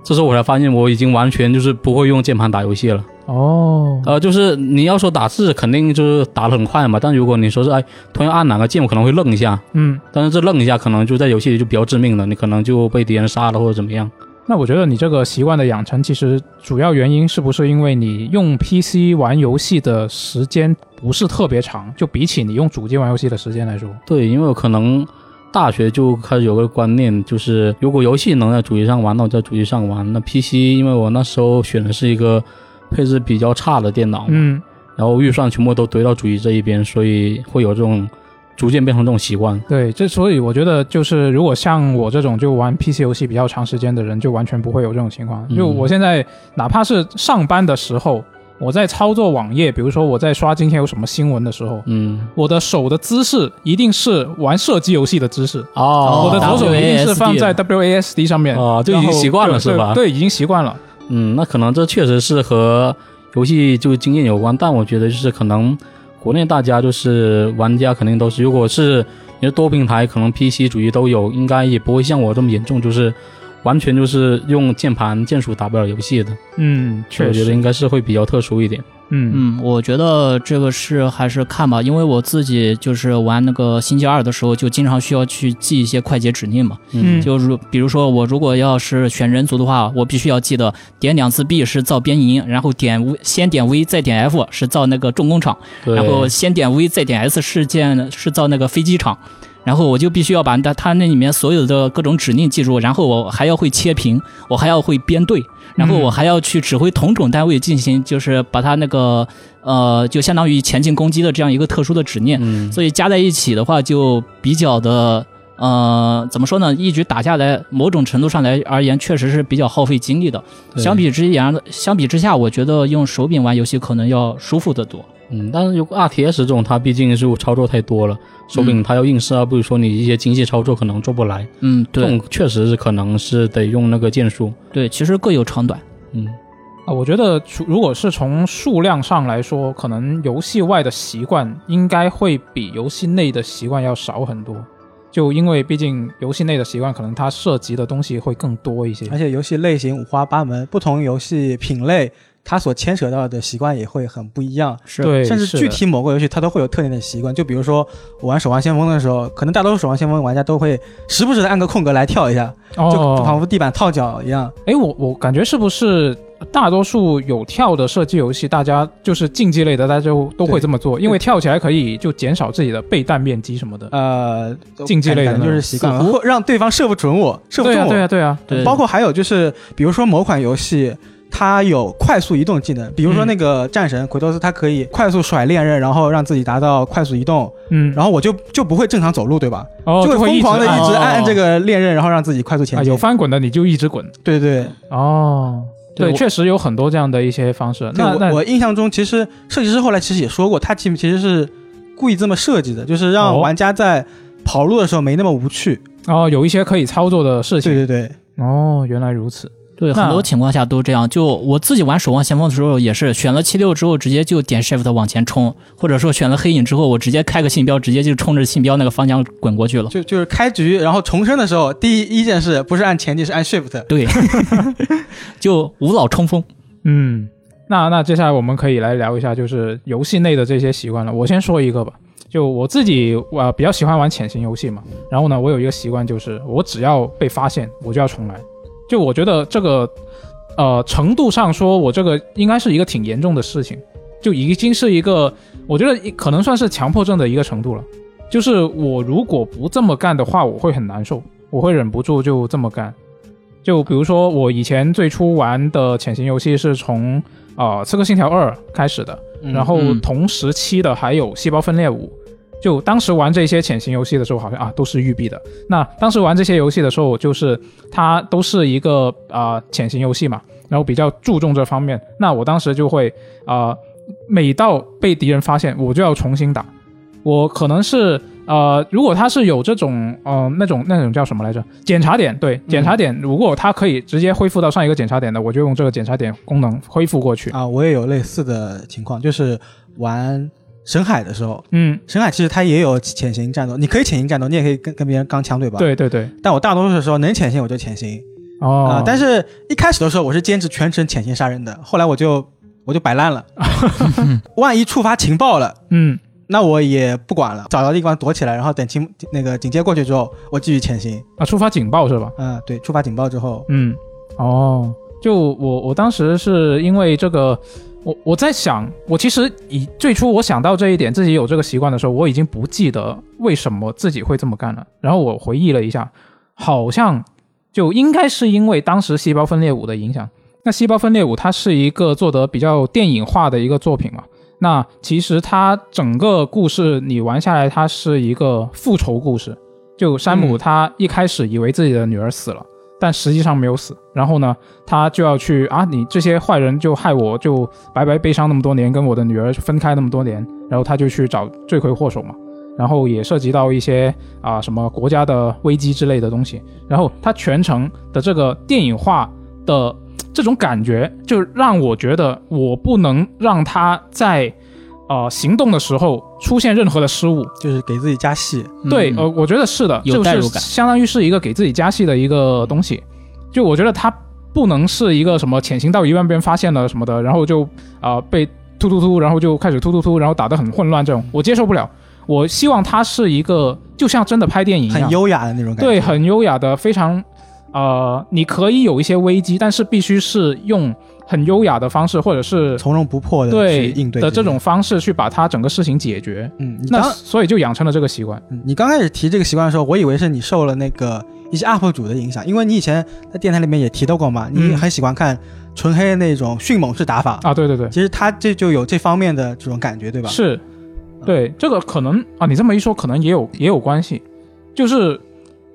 Speaker 2: 这时候我才发现我已经完全就是不会用键盘打游戏了。
Speaker 1: 哦，
Speaker 2: 呃，就是你要说打字，肯定就是打得很快嘛。但如果你说是哎，同样按哪个键，我可能会愣一下，
Speaker 1: 嗯，
Speaker 2: 但是这愣一下可能就在游戏里就比较致命了，你可能就被敌人杀了或者怎么样。
Speaker 1: 那我觉得你这个习惯的养成，其实主要原因是不是因为你用 PC 玩游戏的时间不是特别长，就比起你用主机玩游戏的时间来说，
Speaker 2: 对，因为我可能大学就开始有个观念，就是如果游戏能在主机上玩，那我在主机上玩。那 PC，因为我那时候选的是一个配置比较差的电脑，
Speaker 1: 嗯
Speaker 2: 然后预算全部都堆到主机这一边，所以会有这种逐渐变成这种习惯。
Speaker 1: 对，这所以我觉得就是，如果像我这种就玩 PC 游戏比较长时间的人，就完全不会有这种情况。
Speaker 2: 嗯
Speaker 1: 就我现在哪怕是上班的时候，我在操作网页，比如说我在刷今天有什么新闻的时候，
Speaker 2: 嗯，
Speaker 1: 我的手的姿势一定是玩射击游戏的姿势，
Speaker 2: 哦
Speaker 1: 我的左手一定是放在 WASD 上面，
Speaker 2: 哦就已经
Speaker 1: 然后
Speaker 2: 习惯
Speaker 1: 对
Speaker 2: 了是吧
Speaker 1: 对，对已经习惯了。
Speaker 2: 嗯，那可能这确实是和游戏就经验有关，但我觉得就是可能国内大家就是玩家肯定都是，如果是你是多平台，可能 PC 主机都有，应该也不会像我这么严重，就是完全就是用键盘键鼠打不了游戏的，
Speaker 1: 嗯，确
Speaker 2: 我觉得
Speaker 1: 实，
Speaker 2: 应该是会比较特殊一点。
Speaker 1: 嗯
Speaker 3: 嗯，我觉得这个是还是看吧，因为我自己就是玩那个星期二的时候，就经常需要去记一些快捷指令嘛。
Speaker 1: 嗯
Speaker 3: 就如比如说我如果要是选人族的话，我必须要记得点两次 B 是造边营，然后点 V 先点 V 再点 F 是造那个重工厂，
Speaker 2: 对，
Speaker 3: 然后先点 V 再点 S 是建是造那个飞机场，然后我就必须要把它它那里面所有的各种指令记住，然后我还要会切屏，我还要会编队，然后我还要去指挥同种单位进行，就是把它那个呃，就相当于前进攻击的这样一个特殊的指令，
Speaker 2: 嗯，
Speaker 3: 所以加在一起的话，就比较的呃，怎么说呢？一局打下来，某种程度上来而言，确实是比较耗费精力的。
Speaker 2: 对
Speaker 3: 相比之言，相比之下，我觉得用手柄玩游戏可能要舒服得多。
Speaker 2: 嗯，但是如果 RTS 这种，它毕竟是操作太多了，手柄它要硬适啊，不如说你一些精细操作可能做不来。
Speaker 3: 嗯，
Speaker 2: 这
Speaker 3: 对
Speaker 2: 种确实是可能是得用那个键鼠。
Speaker 3: 对，其实各有长短。
Speaker 2: 嗯，
Speaker 1: 啊，我觉得除如果是从数量上来说，可能游戏外的习惯应该会比游戏内的习惯要少很多，就因为毕竟游戏内的习惯可能它涉及的东西会更多一些。
Speaker 4: 而且游戏类型五花八门，不同游戏品类它所牵扯到的习惯也会很不一样。
Speaker 3: 是
Speaker 1: 对，
Speaker 4: 甚至
Speaker 1: 是的
Speaker 4: 具体某个游戏，它都会有特定的习惯。就比如说，我玩《守望先锋》的时候，可能大多数《守望先锋》玩家都会时不时的按个空格来跳一下，就仿
Speaker 1: 哦，
Speaker 4: 佛地板套脚一样。
Speaker 1: 哎，我我感觉是不是大多数有跳的射击游戏，大家就是竞技类的，大家就都会
Speaker 4: 对
Speaker 1: 这么做，因为跳起来可以就减少自己的备弹面积什么的。
Speaker 4: 呃，
Speaker 1: 竞技类的
Speaker 4: 感
Speaker 1: 呢
Speaker 4: 觉就是习惯了，
Speaker 1: 似乎
Speaker 4: 或让对方射不准我，射不
Speaker 1: 对
Speaker 4: 中
Speaker 1: 啊，
Speaker 4: 我。
Speaker 1: 对啊，对啊，
Speaker 3: 对
Speaker 4: 包括还有就是，比如说某款游戏。它有快速移动技能，比如说那个战神奎托斯，它可以快速甩链刃，然后让自己达到快速移动，
Speaker 1: 嗯，
Speaker 4: 然后我就就不会正常走路，对吧？
Speaker 1: 哦
Speaker 4: 就
Speaker 1: 就
Speaker 4: 会疯狂的
Speaker 1: 一
Speaker 4: 一直
Speaker 1: 直
Speaker 4: 按这个链刃，然后让自己快速前
Speaker 1: 啊，
Speaker 4: 进。
Speaker 1: 有翻滚的你就一直滚。
Speaker 4: 对对对，
Speaker 1: 哦，
Speaker 3: 对
Speaker 1: 对，
Speaker 3: 我
Speaker 1: 确实有很多这样的一些方式。那
Speaker 4: 对
Speaker 1: 那
Speaker 4: 我我印象中，其实设计师后来其实也说过，他其其实是故意这么设计的，就是让
Speaker 1: 哦
Speaker 4: 玩家在跑路的时候没那么无趣。
Speaker 1: 哦，有一些可以操作的事
Speaker 4: 对
Speaker 1: 情。
Speaker 4: 对对，
Speaker 1: 哦，原来如此。
Speaker 3: 对，
Speaker 1: 那
Speaker 3: 很多情况下都这样。就我自己玩《守望先锋》的时候，也是选了七六之后，直接就点 shift 往前冲，或者说选了黑影之后，我直接开个信标，直接就冲着信标那个方向滚过去了。
Speaker 4: 就就是开局，然后重生的时候，第一件事不是按前进，是按 shift。
Speaker 3: 对， 就无脑冲锋。
Speaker 1: 嗯，那那接下来我们可以来聊一下，就是游戏内的这些习惯了。我先说一个吧，就我自己呃比较喜欢玩潜行游戏嘛。然后呢，我有一个习惯就是，我只要被发现，我就要重来。就我觉得这个呃程度上说，我这个应该是一个挺严重的事情，就已经是一个我觉得可能算是强迫症的一个程度了。就是我如果不这么干的话，我会很难受，我会忍不住就这么干。就比如说我以前最初玩的潜行游戏是从啊、呃《刺客信条二》开始的，然后
Speaker 3: 嗯
Speaker 1: 同时期的还有《细胞分裂五》。就当时玩这些潜行游戏的时候，好像啊都是育碧的。那当时玩这些游戏的时候，就是它都是一个啊、呃潜行游戏嘛，然后比较注重这方面。那我当时就会啊、呃每到被敌人发现，我就要重新打。我可能是呃，如果他是有这种呃那种那种叫什么来着？检查点，对，检查点。如果它可以直接恢复到上一个检查点的，我就用这个检查点功能恢复过去。
Speaker 4: 啊，我也有类似的情况，就是玩神海的时候，
Speaker 1: 嗯，
Speaker 4: 神海其实它也有潜行战斗，你可以潜行战斗，你也可以跟跟别人刚枪，对吧？。
Speaker 1: 对对对，
Speaker 4: 但我大多数的时候能潜行我就潜行啊、
Speaker 1: 哦，
Speaker 4: 但是一开始的时候我是坚持全程潜行杀人的，后来我就我就摆 烂了，万一触发情报了。
Speaker 1: 嗯，
Speaker 4: 那我也不管了，找到地方躲起来，然后等警那个警戒过去之后，我继续潜行。
Speaker 1: 啊，触发警报是吧？
Speaker 4: 嗯，对，触发警报之后，
Speaker 1: 嗯，哦，就我我当时是因为这个，我我在想，我其实以最初我想到这一点，自己有这个习惯的时候，我已经不记得为什么自己会这么干了。然后我回忆了一下，好像就应该是因为当时《细胞分裂五》的影响。那《细胞分裂五》它是一个做得比较电影化的一个作品嘛。那其实它整个故事你玩下来，它是一个复仇故事。就山姆他一开始以为自己的女儿死了，但实际上没有死。然后呢，他就要去啊，你这些坏人就害我，就白白悲伤那么多年，跟我的女儿分开那么多年。然后他就去找罪魁祸首嘛。然后也涉及到一些啊、什么国家的危机之类的东西。然后他全程的这个电影化的这种感觉，就让我觉得我不能让他在呃行动的时候出现任何的失误。
Speaker 4: 就是给自己加戏。
Speaker 3: 嗯
Speaker 1: 对，呃，我觉得是的，
Speaker 3: 有代入
Speaker 1: 就是
Speaker 3: 感
Speaker 1: 相当于是一个给自己加戏的一个东西。就我觉得它不能是一个什么潜行到一半被人发现了什么的，然后就啊、呃被突突突，然后就开始突突突，然后打得很混乱这种，我接受不了。我希望它是一个就像真的拍电影一
Speaker 4: 很
Speaker 1: 样，
Speaker 4: 优雅的那种感觉。
Speaker 1: 对，很优雅的，非常呃，你可以有一些危机，但是必须是用很优雅的方式，或者是
Speaker 4: 从容不迫的
Speaker 1: 对
Speaker 4: 去应对
Speaker 1: 的
Speaker 4: 些
Speaker 1: 这种。方式去把它整个事情解决。
Speaker 4: 嗯，你
Speaker 1: 那
Speaker 4: 刚
Speaker 1: 所以就养成了这个习惯。
Speaker 4: 嗯你刚开始提这个习惯的时候，我以为是你受了那个一些 UP 主的影响，因为你以前在电台里面也提到过嘛，你
Speaker 1: 嗯
Speaker 4: 很喜欢看纯黑的那种迅猛式打法。
Speaker 1: 啊，对对对，
Speaker 4: 其实他这就有这方面的这种感觉，对吧？嗯
Speaker 1: 是，对这个可能啊，你这么一说，可能也有也有关系，就是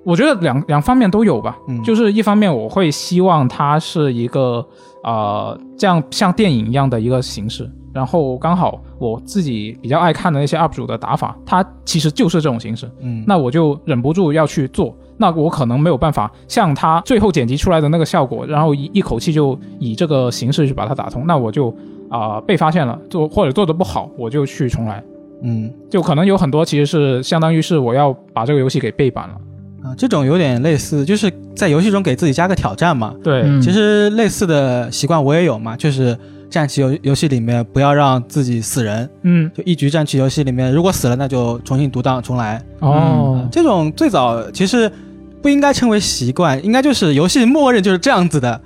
Speaker 1: 我觉得两两方面都有吧。
Speaker 4: 嗯
Speaker 1: 就是一方面我会希望它是一个呃这样像电影一样的一个形式，然后刚好我自己比较爱看的那些 UP 主的打法，它其实就是这种形式，
Speaker 4: 嗯，
Speaker 1: 那我就忍不住要去做。那我可能没有办法像他最后剪辑出来的那个效果，然后一一口气就以这个形式去把它打通，那我就啊、被发现了，做或者做的不好，我就去重来。
Speaker 4: 嗯
Speaker 1: 就可能有很多其实是相当于是我要把这个游戏给背板了。
Speaker 4: 啊，这种有点类似，就是在游戏中给自己加个挑战嘛。
Speaker 1: 对，
Speaker 3: 嗯
Speaker 4: 其实类似的习惯我也有嘛，就是战棋游游戏里面不要让自己死人，
Speaker 1: 嗯，
Speaker 4: 就一局战棋游戏里面如果死了，那就重新读档重来。
Speaker 1: 哦，
Speaker 4: 这种最早其实不应该称为习惯，应该就是游戏默认就是这样子的。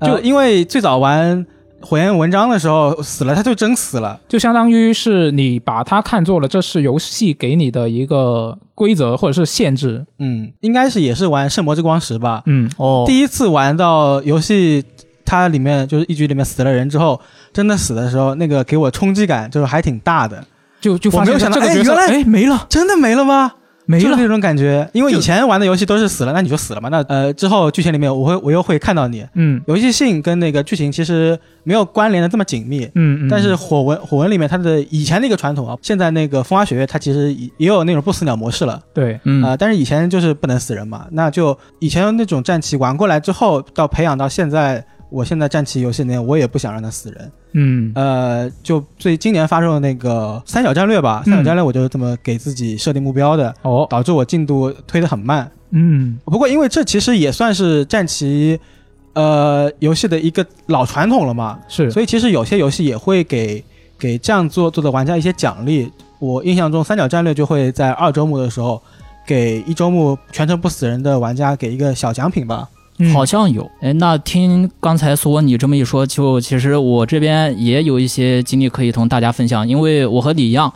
Speaker 4: 呃
Speaker 1: 就
Speaker 4: 因为最早玩火焰文章的时候死了，他就真死了。
Speaker 1: 就相当于是你把它看作了这是游戏给你的一个规则或者是限制。
Speaker 4: 嗯，应该是也是玩圣魔之光十吧。
Speaker 1: 嗯，
Speaker 3: 哦，
Speaker 4: 第一次玩到游戏它里面就是一局里面死了人之后，真的死的时候，那个给我冲击感就是还挺大的。
Speaker 1: 就就
Speaker 4: 我
Speaker 1: 发
Speaker 4: 没有
Speaker 1: 现
Speaker 4: 想到
Speaker 1: 这个角
Speaker 4: 哎
Speaker 1: 色
Speaker 4: 原来
Speaker 1: 哎没了
Speaker 4: 真的没了吗？
Speaker 1: 没
Speaker 4: 就是
Speaker 1: 了，
Speaker 4: 那种感觉，因为
Speaker 1: 就
Speaker 4: 以前玩的游戏都是死了，那你就死了嘛。那呃之后剧情里面我会我又会看到你。
Speaker 1: 嗯
Speaker 4: 游戏性跟那个剧情其实没有关联的这么紧密，
Speaker 1: 嗯嗯，
Speaker 4: 但是火纹火纹里面它的以前的一个传统啊，现在那个风花雪月它其实也也有那种不死鸟模式了
Speaker 1: 对，
Speaker 3: 嗯
Speaker 4: 啊、呃但是以前就是不能死人嘛，那就以前那种战棋玩过来之后，到培养到现在，我现在战棋游戏里面我也不想让它死人，
Speaker 1: 嗯
Speaker 4: 呃，就最今年发售的那个三角战略吧，
Speaker 1: 嗯
Speaker 4: 三角战略我就是这么给自己设定目标的，
Speaker 1: 哦
Speaker 4: 导致我进度推得很慢，
Speaker 1: 嗯
Speaker 4: 不过因为这其实也算是战棋。呃，游戏的一个老传统了嘛，
Speaker 1: 是
Speaker 4: 所以其实有些游戏也会给给这样做做的玩家一些奖励。我印象中，三角战略就会在二周目的时候，给一周目全程不死人的玩家给一个小奖品吧。
Speaker 1: 嗯
Speaker 3: 好像有。哎，那听刚才索你这么一说，就其实我这边也有一些经历可以同大家分享，因为我和你一样，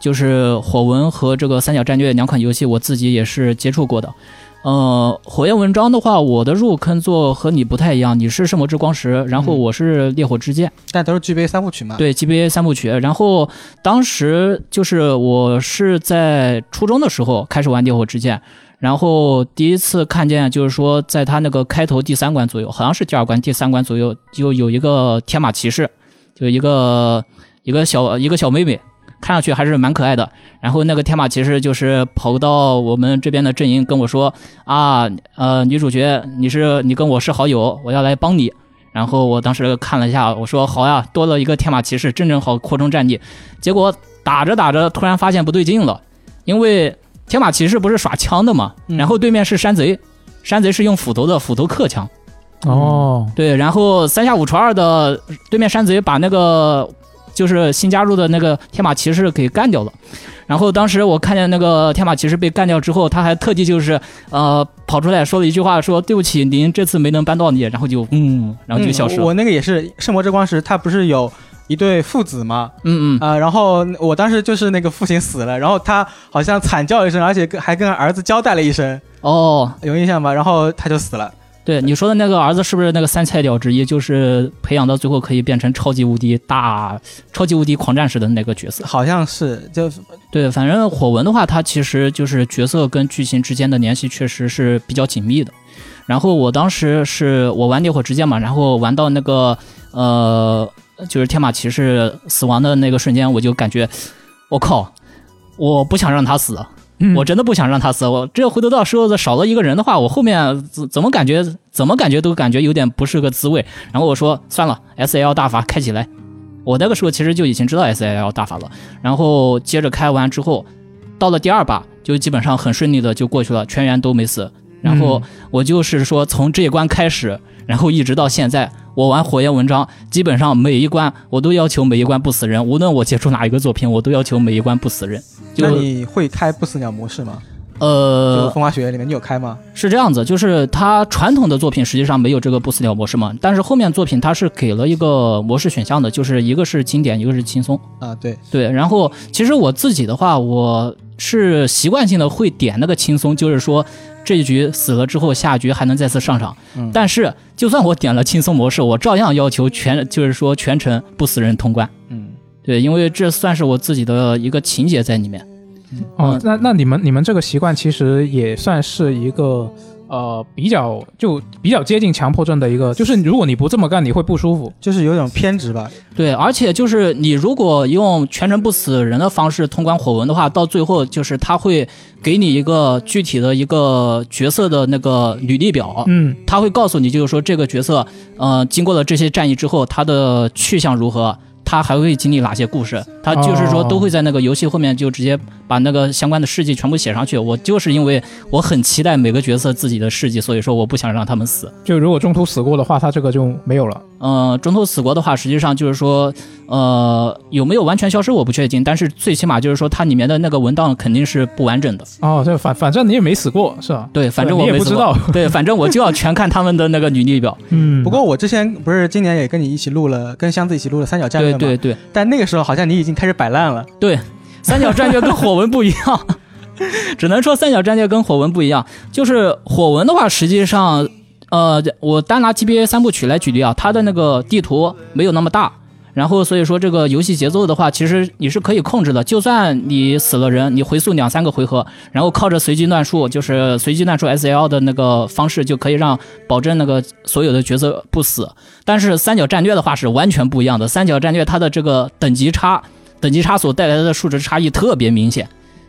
Speaker 3: 就是火纹和这个三角战略两款游戏，我自己也是接触过的。呃，火焰文章的话，我的入坑作和你不太一样，你是圣魔之光石，然后
Speaker 4: 嗯
Speaker 3: 我是烈火之剑。
Speaker 4: 但都是 GB 三部曲嘛。，
Speaker 3: 对 GBA 三部曲。然后当时就是我是在初中的时候开始玩《烈火之剑》，然后第一次看见就是说，在它那个开头第三关左右，好像是第二关、第三关左右，就有一个天马骑士，就一个 一个小一个小妹妹。看上去还是蛮可爱的，然后那个天马骑士就是跑到我们这边的阵营跟我说啊，呃，女主角你是你跟我是好友，我要来帮你。然后我当时看了一下，我说好呀，多了一个天马骑士，正正好扩充战力。结果打着打着，突然发现不对劲了，因为天马骑士不是耍枪的嘛，
Speaker 4: 嗯
Speaker 3: 然后对面是山贼，山贼是用斧头的，斧头克枪。
Speaker 1: 哦
Speaker 3: 对，然后三下五除二的对面山贼把那个就是新加入的那个天马骑士给干掉了。然后当时我看见那个天马骑士被干掉之后，他还特地就是呃跑出来说了一句话，说对不起，您这次没能搬到你，然后就嗯，然后就消失
Speaker 4: 嗯我。
Speaker 3: 了。
Speaker 4: 我那个也是《圣魔之光石》，它不是有一对父子嘛？
Speaker 3: 嗯嗯，
Speaker 4: 啊、然后我当时就是那个父亲死了，然后他好像惨叫一声，而且跟还跟儿子交代了一声，
Speaker 3: 哦，
Speaker 4: 有印象吧？然后他就死了。
Speaker 3: 对你说的那个儿子是不是那个三菜鸟之一？就是培养到最后可以变成超级无敌大、超级无敌狂战士的那个角色。
Speaker 4: 好像是，就
Speaker 3: 对，反正火纹的话，它其实就是角色跟剧情之间的联系确实是比较紧密的。然后我当时是我玩烈火之剑嘛，然后玩到那个呃，就是天马骑士死亡的那个瞬间，我就感觉我靠，我不想让他死，
Speaker 1: 嗯
Speaker 3: 我真的不想让他死。我这回头到时候少了一个人的话，我后面怎怎么感觉怎么感觉都感觉有点不是个滋味。然后我说算了，S L 大法开起来。我那个时候其实就已经知道 S L 大法了，然后接着开完之后，到了第二把就基本上很顺利的就过去了，全员都没死。然后
Speaker 4: 嗯
Speaker 3: 我就是说从这一关开始，然后一直到现在，我玩火焰文章，基本上每一关我都要求每一关不死人，无论我接触哪一个作品，我都要求每一关不死人。
Speaker 4: 那
Speaker 3: 就
Speaker 4: 你会开不死鸟模式吗？就是
Speaker 3: 呃，
Speaker 4: 风花雪月里面你有开吗？
Speaker 3: 是这样子，就是它传统的作品实际上没有这个不死鸟模式嘛，但是后面作品它是给了一个模式选项的，就是一个是经典，一个是轻松。
Speaker 4: 啊，对，
Speaker 3: 对，然后其实我自己的话，我是习惯性的会点那个轻松，就是说这一局死了之后，下一局还能再次上场。
Speaker 4: 嗯
Speaker 3: 但是就算我点了轻松模式，我照样要求全，就是说全程不死人通关。
Speaker 4: 嗯，
Speaker 3: 对，因为这算是我自己的一个情节在里面。
Speaker 1: 哦
Speaker 3: 嗯，
Speaker 1: 那那你们你们这个习惯其实也算是一个呃比较就比较接近强迫症的一个，就是如果你不这么干，你会不舒服。
Speaker 4: 就是有一种偏执吧。
Speaker 3: 对，而且就是你如果用全程不死人的方式通关火纹的话，到最后就是他会给你一个具体的一个角色的那个履历表，
Speaker 1: 嗯
Speaker 3: 他会告诉你，就是说这个角色，呃，经过了这些战役之后，他的去向如何，他还会经历哪些故事，他就是说
Speaker 1: 哦
Speaker 3: 都会在那个游戏后面就直接把那个相关的事迹全部写上去。我就是因为我很期待每个角色自己的事迹，所以说我不想让他们死。
Speaker 1: 就如果中途死过的话，他这个就没有了。
Speaker 3: 呃，中途死国的话，实际上就是说，呃，有没有完全消失我不确定，但是最起码就是说它里面的那个文档肯定是不完整的。
Speaker 1: 哦，这反反正你也没死过，是吧？
Speaker 3: 对，反正
Speaker 1: 对
Speaker 3: 我
Speaker 1: 你也
Speaker 3: 没
Speaker 1: 不
Speaker 3: 死
Speaker 1: 知
Speaker 3: 过
Speaker 1: 道。
Speaker 3: 对，反正我就要全看他们的那个履历 表。
Speaker 1: 嗯
Speaker 4: 不过我之前不是今年也跟你一起录了，跟箱子一起录了三角战略
Speaker 3: 对
Speaker 4: 嘛，
Speaker 3: 对对。
Speaker 4: 但那个时候好像你已经开始摆烂了，
Speaker 3: 对，三角战略跟火纹不一样，只能说三角战略跟火纹不一样。就是火纹的话，实际上，呃，我单拿 GBA 三部曲来举例啊，它的那个地图没有那么大。然后，所以说这个游戏节奏的话，其实你是可以控制的。就算你死了人，你回溯两三个回合，然后靠着随机乱数，就是随机乱数 SL 的那个方式，就可以让保证那个所有的角色不死。但是三角战略的话是完全不一样的。三角战略它的这个等级差，等级差所带来的数值差异特别明显。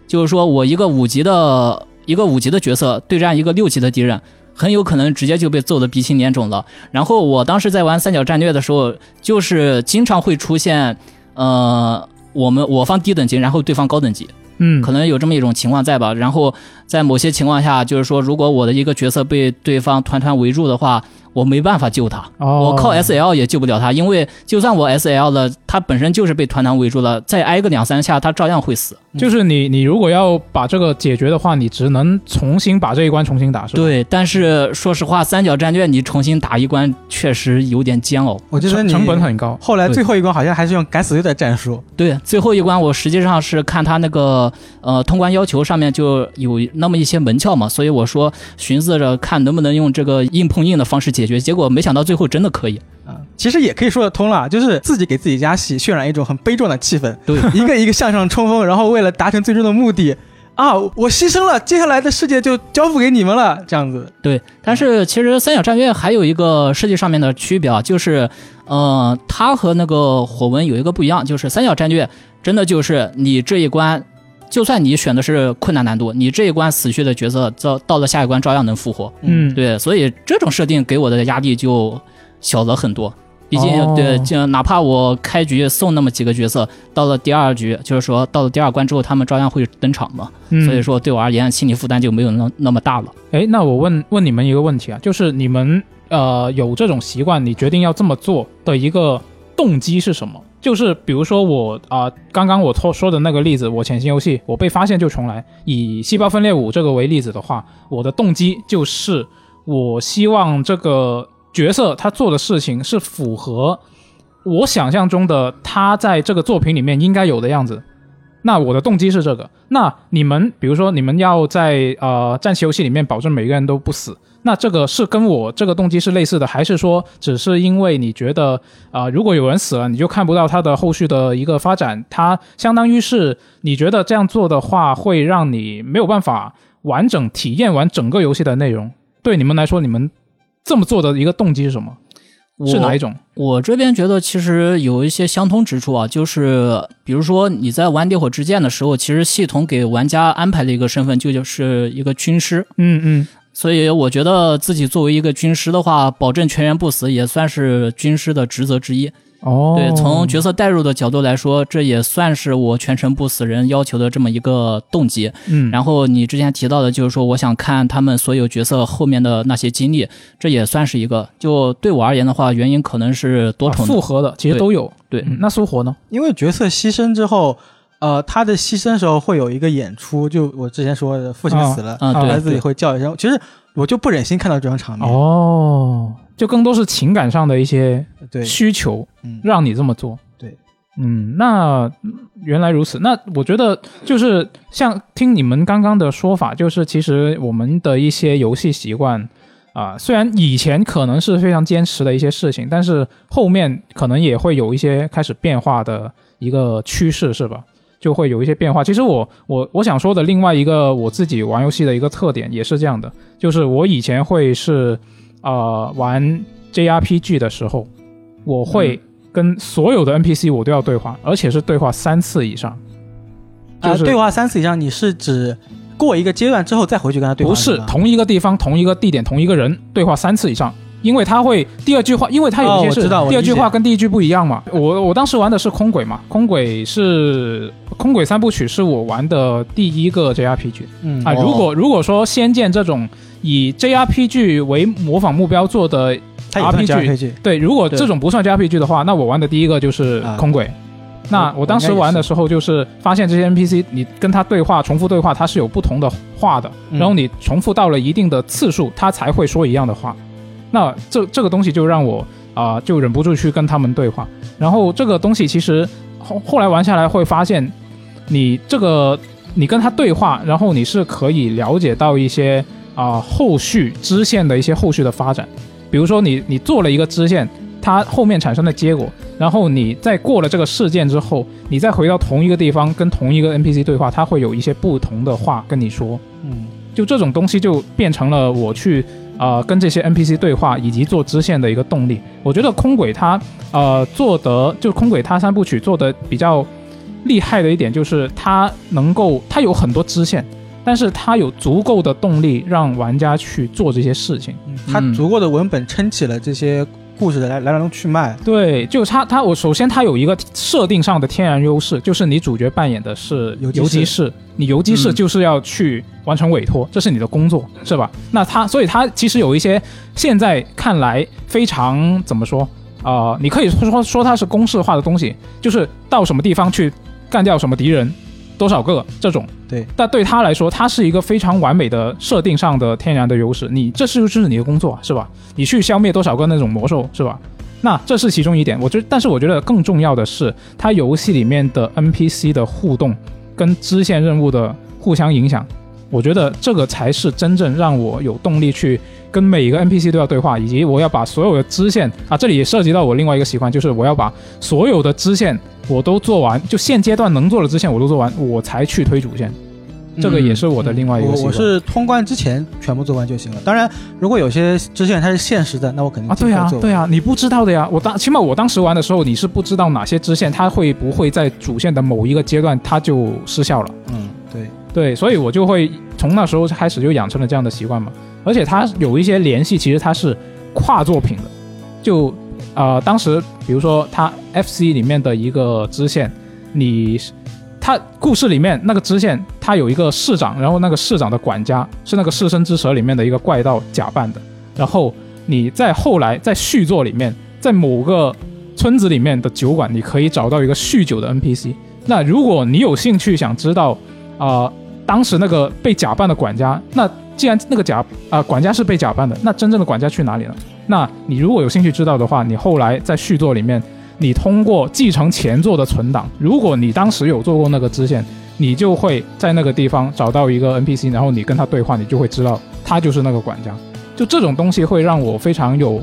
Speaker 3: 就是说我一个五级的一个五级的角色对战一个六级的敌人，很有可能直接就被揍得鼻青脸肿了。然后我当时在玩三角战略的时候，就是经常会出现，呃，我们我方低等级，然后对方高等级，
Speaker 1: 嗯
Speaker 3: 可能有这么一种情况在吧。然后在某些情况下，就是说如果我的一个角色被对方团团围住的话，我没办法救他。
Speaker 1: 哦，
Speaker 3: 我靠 SL 也救不了他，因为就算我 SL 了，他本身就是被团团围住了，再挨个两三下，他照样会死。
Speaker 1: 就是你你如果要把这个解决的话，你只能重新把这一关重新打，是吧？，
Speaker 3: 对，但是说实话，三角战略你重新打一关确实有点煎熬。
Speaker 4: 我记得
Speaker 1: 成
Speaker 4: 你
Speaker 1: 成本很高。
Speaker 4: 后来最后一关好像还是用敢死队的战术，
Speaker 3: 对，最后一关我实际上是看他那个呃通关要求上面就有那么一些门窍嘛，所以我说寻思着看能不能用这个硬碰硬的方式解决，结果没想到最后真的可以。
Speaker 4: 啊，其实也可以说得通了，就是自己给自己加戏，渲染一种很悲壮的气氛。
Speaker 3: 对，
Speaker 4: 一个一个向上冲锋，然后为了达成最终的目的，啊，我牺牲了，接下来的世界就交付给你们了，这样子。
Speaker 3: 对，
Speaker 1: 嗯
Speaker 3: 但是其实三角战略还有一个设计上面的区别啊，就是，呃，它和那个火纹有一个不一样，就是三角战略真的就是你这一关，就算你选的是困难难度，你这一关死去的角色到到了下一关照样能复活。
Speaker 1: 嗯，
Speaker 3: 对，所以这种设定给我的压力就小了很多。毕竟，
Speaker 1: 哦
Speaker 3: 对，就哪怕我开局送那么几个角色，到了第二局，就是说到了第二关之后，他们照样会登场嘛。
Speaker 1: 嗯
Speaker 3: 所以说，对我而言，心理负担就没有那那么大了。
Speaker 1: 哎，那我问问你们一个问题啊，就是你们呃有这种习惯，你决定要这么做的一个动机是什么？就是比如说我啊、刚刚我说说的那个例子，我潜行游戏，我被发现就重来。以细胞分裂五这个为例子的话，我的动机就是我希望这个角色他做的事情是符合我想象中的他在这个作品里面应该有的样子。那我的动机是这个。那你们，比如说你们要在呃战棋游戏里面保证每个人都不死，那这个是跟我这个动机是类似的，还是说只是因为你觉得啊、呃如果有人死了，你就看不到他的后续的一个发展，它相当于是你觉得这样做的话，会让你没有办法完整体验完整个游戏的内容。对你们来说，你们这么做的一个动机是什么？是
Speaker 3: 我
Speaker 1: 哪一种？
Speaker 3: 我这边觉得其实有一些相通之处啊，就是比如说你在玩《烈火之剑》的时候，其实系统给玩家安排了一个身份，就就是一个军师。
Speaker 1: 嗯嗯，
Speaker 3: 所以我觉得自己作为一个军师的话，保证全员不死也算是军师的职责之一。
Speaker 1: 哦，
Speaker 3: 对，从角色代入的角度来说，这也算是我全程不死人要求的这么一个动机。
Speaker 1: 嗯，
Speaker 3: 然后你之前提到的，就是说我想看他们所有角色后面的那些经历，这也算是一个。就对我而言的话，原因可能是多
Speaker 1: 啊
Speaker 3: 重的。
Speaker 1: 复合的其实
Speaker 3: 对
Speaker 1: 都有。
Speaker 3: 对
Speaker 1: 嗯那苏活呢？
Speaker 4: 因为角色牺牲之后，呃，他的牺牲时候会有一个演出，就我之前说的父亲死了，
Speaker 3: 啊对
Speaker 4: 孩子也会叫一声。其实我就不忍心看到这种场面。
Speaker 1: 哦，就更多是情感上的一些
Speaker 4: 对，
Speaker 1: 需求，
Speaker 4: 嗯，
Speaker 1: 让你这么做。
Speaker 4: 对，
Speaker 1: 嗯，那嗯原来如此。那我觉得就是像听你们刚刚的说法，就是其实我们的一些游戏习惯啊、虽然以前可能是非常坚持的一些事情，但是后面可能也会有一些开始变化的一个趋势，是吧？就会有一些变化。其实我我我想说的另外一个我自己玩游戏的一个特点也是这样的，就是我以前会是呃玩 JRPG 的时候，我
Speaker 4: 嗯
Speaker 1: 会跟所有的 NPC 我都要对话，而且是对话三次以上。
Speaker 4: 啊、
Speaker 1: 就是
Speaker 4: 对话三次以上，你是指过一个阶段之后再回去跟他对话？
Speaker 1: 不是
Speaker 4: 吗
Speaker 1: 同一个地方、同一个地点、同一个人对话三次以上，因为他会第二句话，因为他有
Speaker 4: 哦
Speaker 1: 一些
Speaker 4: 我
Speaker 1: 是、
Speaker 4: 知道我
Speaker 1: 第二
Speaker 4: 理
Speaker 1: 句
Speaker 4: 解
Speaker 1: 话跟第一句不一样嘛。我我当时玩的是空轨嘛，空轨是空轨三部曲是我玩的第一个 JRPG
Speaker 4: 嗯
Speaker 1: 啊。
Speaker 3: 哦
Speaker 1: 如果如果说《仙剑》这种以 JRPG 为模仿目标做的，
Speaker 4: 他也
Speaker 1: RPG
Speaker 4: 算 RPG，
Speaker 1: 对，如果
Speaker 3: 对
Speaker 1: 这种不算 JRPG 的话，那我玩的第一个就是
Speaker 4: 啊
Speaker 1: 空轨。那
Speaker 4: 我
Speaker 1: 我当时
Speaker 4: 我应该也
Speaker 1: 玩的
Speaker 4: 是
Speaker 1: 时候，就是发现这些 NPC，你跟他对话、重复对话，它是有不同的话的。
Speaker 4: 嗯
Speaker 1: 然后你重复到了一定的次数，他才会说一样的话。那这这个东西就让我啊、就忍不住去跟他们对话。然后这个东西其实后后来玩下来会发现，你这个你跟他对话，然后你是可以了解到一些啊、后续支线的一些后续的发展。比如说你你做了一个支线，它后面产生的结果，然后你在过了这个事件之后，你再回到同一个地方跟同一个 NPC 对话，它会有一些不同的话跟你说。
Speaker 4: 嗯，
Speaker 1: 就这种东西就变成了我去呃跟这些 NPC 对话以及做支线的一个动力。我觉得空轨它呃做得就空轨它三部曲做得比较厉害的一点就是它能够它有很多支线，但是它有足够的动力让玩家去做这些事情。
Speaker 4: 嗯他足够的文本撑起了这些故事的来来龙去脉。
Speaker 1: 对，就它它我首先它有一个设定上的天然优势，就是你主角扮演的是
Speaker 4: 游击
Speaker 1: 游击
Speaker 4: 士
Speaker 1: 士，你游击士
Speaker 2: 嗯
Speaker 1: 就是要去完成委托，这是你的工作，是吧？那它所以它其实有一些现在看来非常怎么说啊、呃你可以说说它是公式化的东西，就是到什么地方去干掉什么敌人。多少个这种？
Speaker 4: 对，
Speaker 1: 但对他来说，它是一个非常完美的设定上的天然的优势。你这是就是你的工作啊，是吧？你去消灭多少个那种魔兽，是吧？那这是其中一点，我觉得，但是我觉得更重要的是，它游戏里面的 NPC 的互动跟支线任务的互相影响，我觉得这个才是真正让我有动力去跟每一个 NPC 都要对话，以及我要把所有的支线啊，这里也涉及到我另外一个习惯，就是我要把所有的支线我都做完，就现阶段能做的支线我都做完，我才去推主线，这个也是我的另外一个习
Speaker 4: 嗯
Speaker 1: 惯。
Speaker 4: 我我是通关之前全部做完就行了。当然，如果有些支线它是限时的，那我肯定
Speaker 1: 啊，对
Speaker 4: 呀、
Speaker 1: 啊
Speaker 4: 做，完。
Speaker 1: 对啊，你不知道的呀。我当起码我当时玩的时候，你是不知道哪些支线它会不会在主线的某一个阶段它就失效了。
Speaker 4: 嗯，对，
Speaker 1: 对，所以我就会从那时候开始就养成了这样的习惯嘛。而且它有一些联系，其实它是跨作品的。就呃，当时比如说它 FC 里面的一个支线，你它故事里面那个支线，它有一个市长，然后那个市长的管家是那个《弑身之蛇》里面的一个怪盗假扮的。然后你在后来在续作里面，在某个村子里面的酒馆，你可以找到一个酗酒的 NPC。那如果你有兴趣想知道啊、当时那个被假扮的管家，那既然那个假啊、管家是被假扮的，那真正的管家去哪里了？那你如果有兴趣知道的话，你后来在续作里面，你通过继承前作的存档，如果你当时有做过那个支线，你就会在那个地方找到一个 NPC，然后你跟他对话，你就会知道他就是那个管家。就这种东西会让我非常有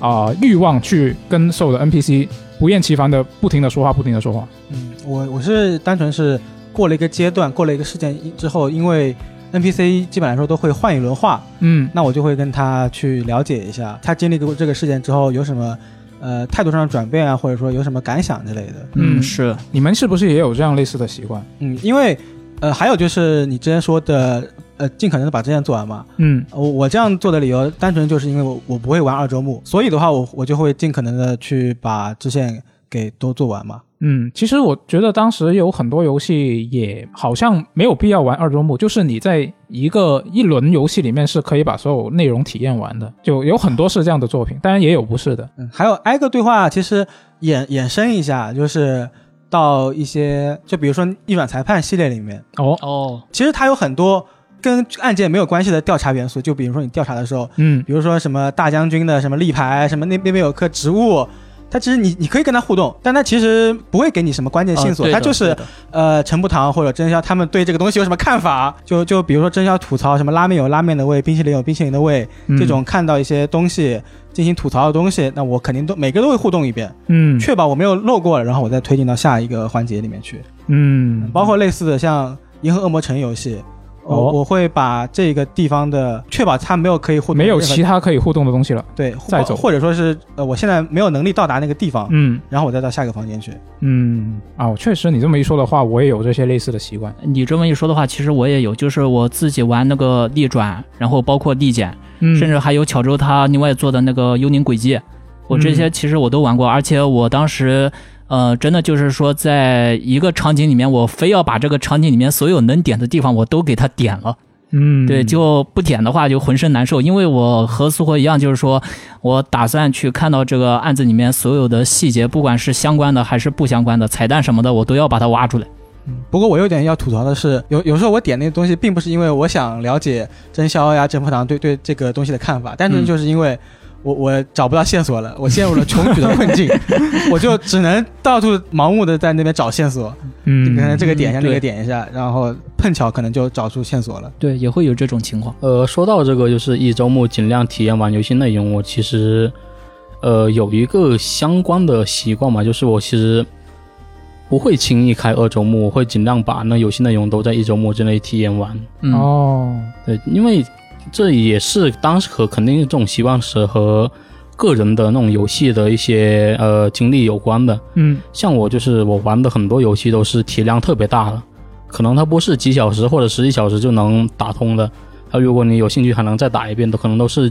Speaker 1: 啊、欲望去跟所有的 NPC 不厌其烦的不停的说话，不停的说话。
Speaker 4: 嗯，我我是单纯是过了一个阶段，过了一个事件之后，因为 NPC 基本来说都会换一轮话，
Speaker 1: 嗯，
Speaker 4: 那我就会跟他去了解一下，他经历过这个事件之后有什么呃态度上的转变啊，或者说有什么感想之类的。
Speaker 1: 嗯
Speaker 3: 嗯，是，
Speaker 1: 你们是不是也有这样类似的习惯？
Speaker 4: 嗯，因为呃还有就是你之前说的呃尽可能的把这件做完嘛，
Speaker 1: 嗯，
Speaker 4: 我我这样做的理由单纯就是因为我我不会玩二周目，所以的话我我就会尽可能的去把支线给都做完嘛。
Speaker 1: 嗯，其实我觉得当时有很多游戏也好像没有必要玩二周目，就是你在一个一轮游戏里面是可以把所有内容体验完的，就有很多是这样的作品，当然也有不是的。
Speaker 4: 嗯，还有挨个对话，其实衍衍生一下，就是到一些，就比如说逆转裁判系列里面，
Speaker 1: 哦，
Speaker 3: 哦，
Speaker 4: 其实它有很多跟案件没有关系的调查元素，就比如说你调查的时候，
Speaker 1: 嗯，
Speaker 4: 比如说什么大将军的什么立牌，什么那那边有棵植物，它其实你你可以跟他互动，但它其实不会给你什么关键线呃索，
Speaker 3: 啊对的
Speaker 4: 它就是
Speaker 3: 对的
Speaker 4: 呃陈步堂或者真宵他们对这个东西有什么看法，就就比如说真宵吐槽什么拉面有拉面的味，冰淇淋有冰淇淋的味，
Speaker 1: 嗯
Speaker 4: 这种看到一些东西进行吐槽的东西，那我肯定都每个都会互动一遍，
Speaker 1: 嗯
Speaker 4: 确保我没有漏过，然后我再推进到下一个环节里面去。
Speaker 1: 嗯，
Speaker 4: 包括类似的像《银河恶魔城》游戏，我、
Speaker 1: 哦
Speaker 4: 我会把这个地方的确保它没有可以互动的
Speaker 1: 没有
Speaker 4: 任何
Speaker 1: 其他可以互动的东西了。
Speaker 4: 对，
Speaker 1: 再
Speaker 4: 或
Speaker 1: 走
Speaker 4: 或者说是呃，我现在没有能力到达那个地方，
Speaker 1: 嗯
Speaker 4: 然后我再到下一个房间去。
Speaker 1: 嗯啊，确实你这么一说的话，我也有这些类似的习惯。
Speaker 3: 你这么一说的话，其实我也有，就是我自己玩那个逆转，然后包括立减，
Speaker 1: 嗯，
Speaker 3: 甚至还有巧周他另外做的那个幽灵轨迹，我这些其实我都玩过，而且我当时。呃，真的就是说，在一个场景里面，我非要把这个场景里面所有能点的地方，我都给它点了。
Speaker 1: 嗯，
Speaker 3: 对，就不点的话就浑身难受，因为我和苏活一样，就是说我打算去看到这个案子里面所有的细节，不管是相关的还是不相关的彩蛋什么的，我都要把它挖出来。
Speaker 4: 不过我有点要吐槽的是，有有时候我点那个东西，并不是因为我想了解真宵呀、真福堂对对这个东西的看法，单纯就是因为我、我找不到线索了，我陷入了穷举的困 境，我就只能到处盲目的在那边找线索，
Speaker 1: 嗯，
Speaker 4: 可能这个点一下、
Speaker 3: 嗯
Speaker 4: 那个
Speaker 3: 对
Speaker 4: 点一下，然后碰巧可能就找出线索了。
Speaker 3: 对，也会有这种情况。
Speaker 2: 呃，说到这个，就是一周目尽量体验完游戏内容，我其实呃有一个相关的习惯嘛，就是我其实不会轻易开二周目，我会尽量把那游戏内容都在一周目之内体验完。
Speaker 3: 嗯，
Speaker 1: 哦，
Speaker 2: 对，因为这也是当时和肯定这种习惯是和个人的那种游戏的一些呃经历有关的。
Speaker 1: 嗯
Speaker 2: 像我就是我玩的很多游戏都是体量特别大的，可能它不是几小时或者十几小时就能打通的。那如果你有兴趣还能再打一遍，都可能都是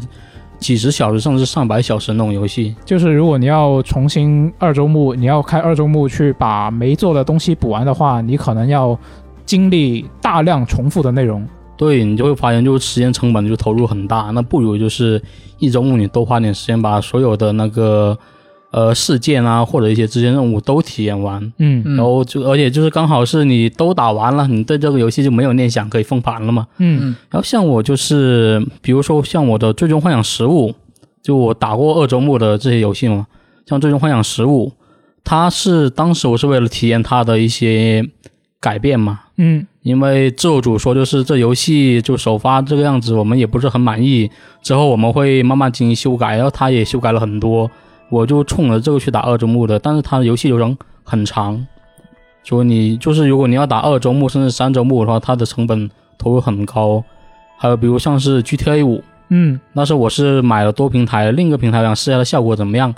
Speaker 2: 几十小时甚至上百小时那种游戏。
Speaker 1: 就是如果你要重新二周目，你要开二周目去把没做的东西补完的话，你可能要经历大量重复的内容。
Speaker 2: 对你就会发现，就是时间成本就投入很大，那不如就是一周目你多花点时间把所有的那个呃事件啊或者一些支线任务都体验完，
Speaker 1: 嗯
Speaker 3: 嗯
Speaker 2: 然后就而且就是刚好是你都打完了，你对这个游戏就没有念想可以封盘了嘛。
Speaker 1: 嗯
Speaker 2: 然后像我就是，比如说像我的《最终幻想十五》，就我打过二周目的这些游戏嘛，像《最终幻想十五》，它是当时我是为了体验它的一些改变嘛，
Speaker 1: 嗯
Speaker 2: 因为制作组说就是这游戏就首发这个样子，我们也不是很满意，之后我们会慢慢进行修改，然后他也修改了很多，我就冲着这个去打二周目的，但是它的游戏流程很长，所以你就是如果你要打二周目甚至三周目的话，它的成本投入很高，还有比如像是 GTA 五，
Speaker 1: 嗯
Speaker 2: 那时候我是买了多平台，另一个平台我想试一下它效果怎么样，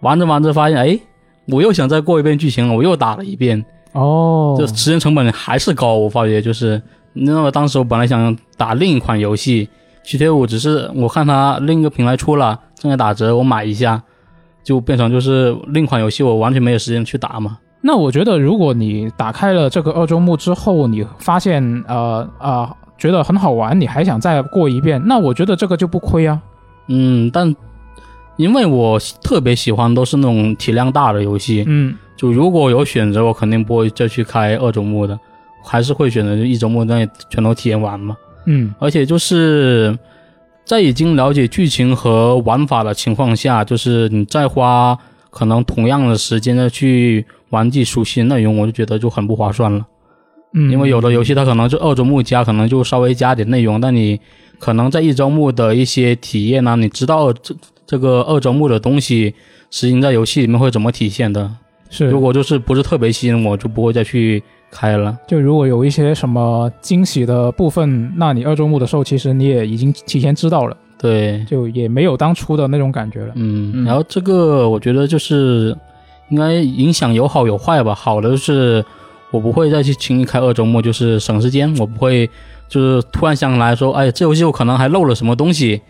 Speaker 2: 玩着玩着发现，哎，我又想再过一遍剧情了，我又打了一遍，
Speaker 1: 哦，
Speaker 2: 这时间成本还是高，我发觉就是，那么当时我本来想打另一款游戏，GTA 五只是我看它另一个平台出了，正在打折，我买一下，就变成就是另一款游戏我完全没有时间去打嘛。
Speaker 1: 那我觉得，如果你打开了这个二周目之后，你发现呃啊、觉得很好玩，你还想再过一遍，那我觉得这个就不亏啊。
Speaker 2: 嗯，但因为我特别喜欢都是那种体量大的游戏，
Speaker 1: 嗯
Speaker 2: 就如果有选择，我肯定不会再去开二周目的，还是会选择就一周目内全都体验完嘛。
Speaker 1: 嗯
Speaker 2: 而且就是在已经了解剧情和玩法的情况下，就是你再花可能同样的时间的去玩自己熟悉的内容，我就觉得就很不划算了。
Speaker 1: 嗯，
Speaker 2: 因为有的游戏它可能就二周目加，可能就稍微加点内容，但你可能在一周目的一些体验呢、你知道这这个二周目的东西，实际在游戏里面会怎么体现的。
Speaker 1: 是
Speaker 2: 如果就是不是特别吸引我，就不会再去开了。
Speaker 1: 就如果有一些什么惊喜的部分，那你二周目的时候，其实你也已经提前知道了，
Speaker 2: 对，
Speaker 1: 就也没有当初的那种感觉了。
Speaker 2: 嗯，
Speaker 3: 嗯
Speaker 2: 然后这个我觉得就是应该影响有好有坏吧。好的就是我不会再去轻易开二周目，就是省时间，我不会就是突然想来说，哎，这游戏我可能还漏了什么东西，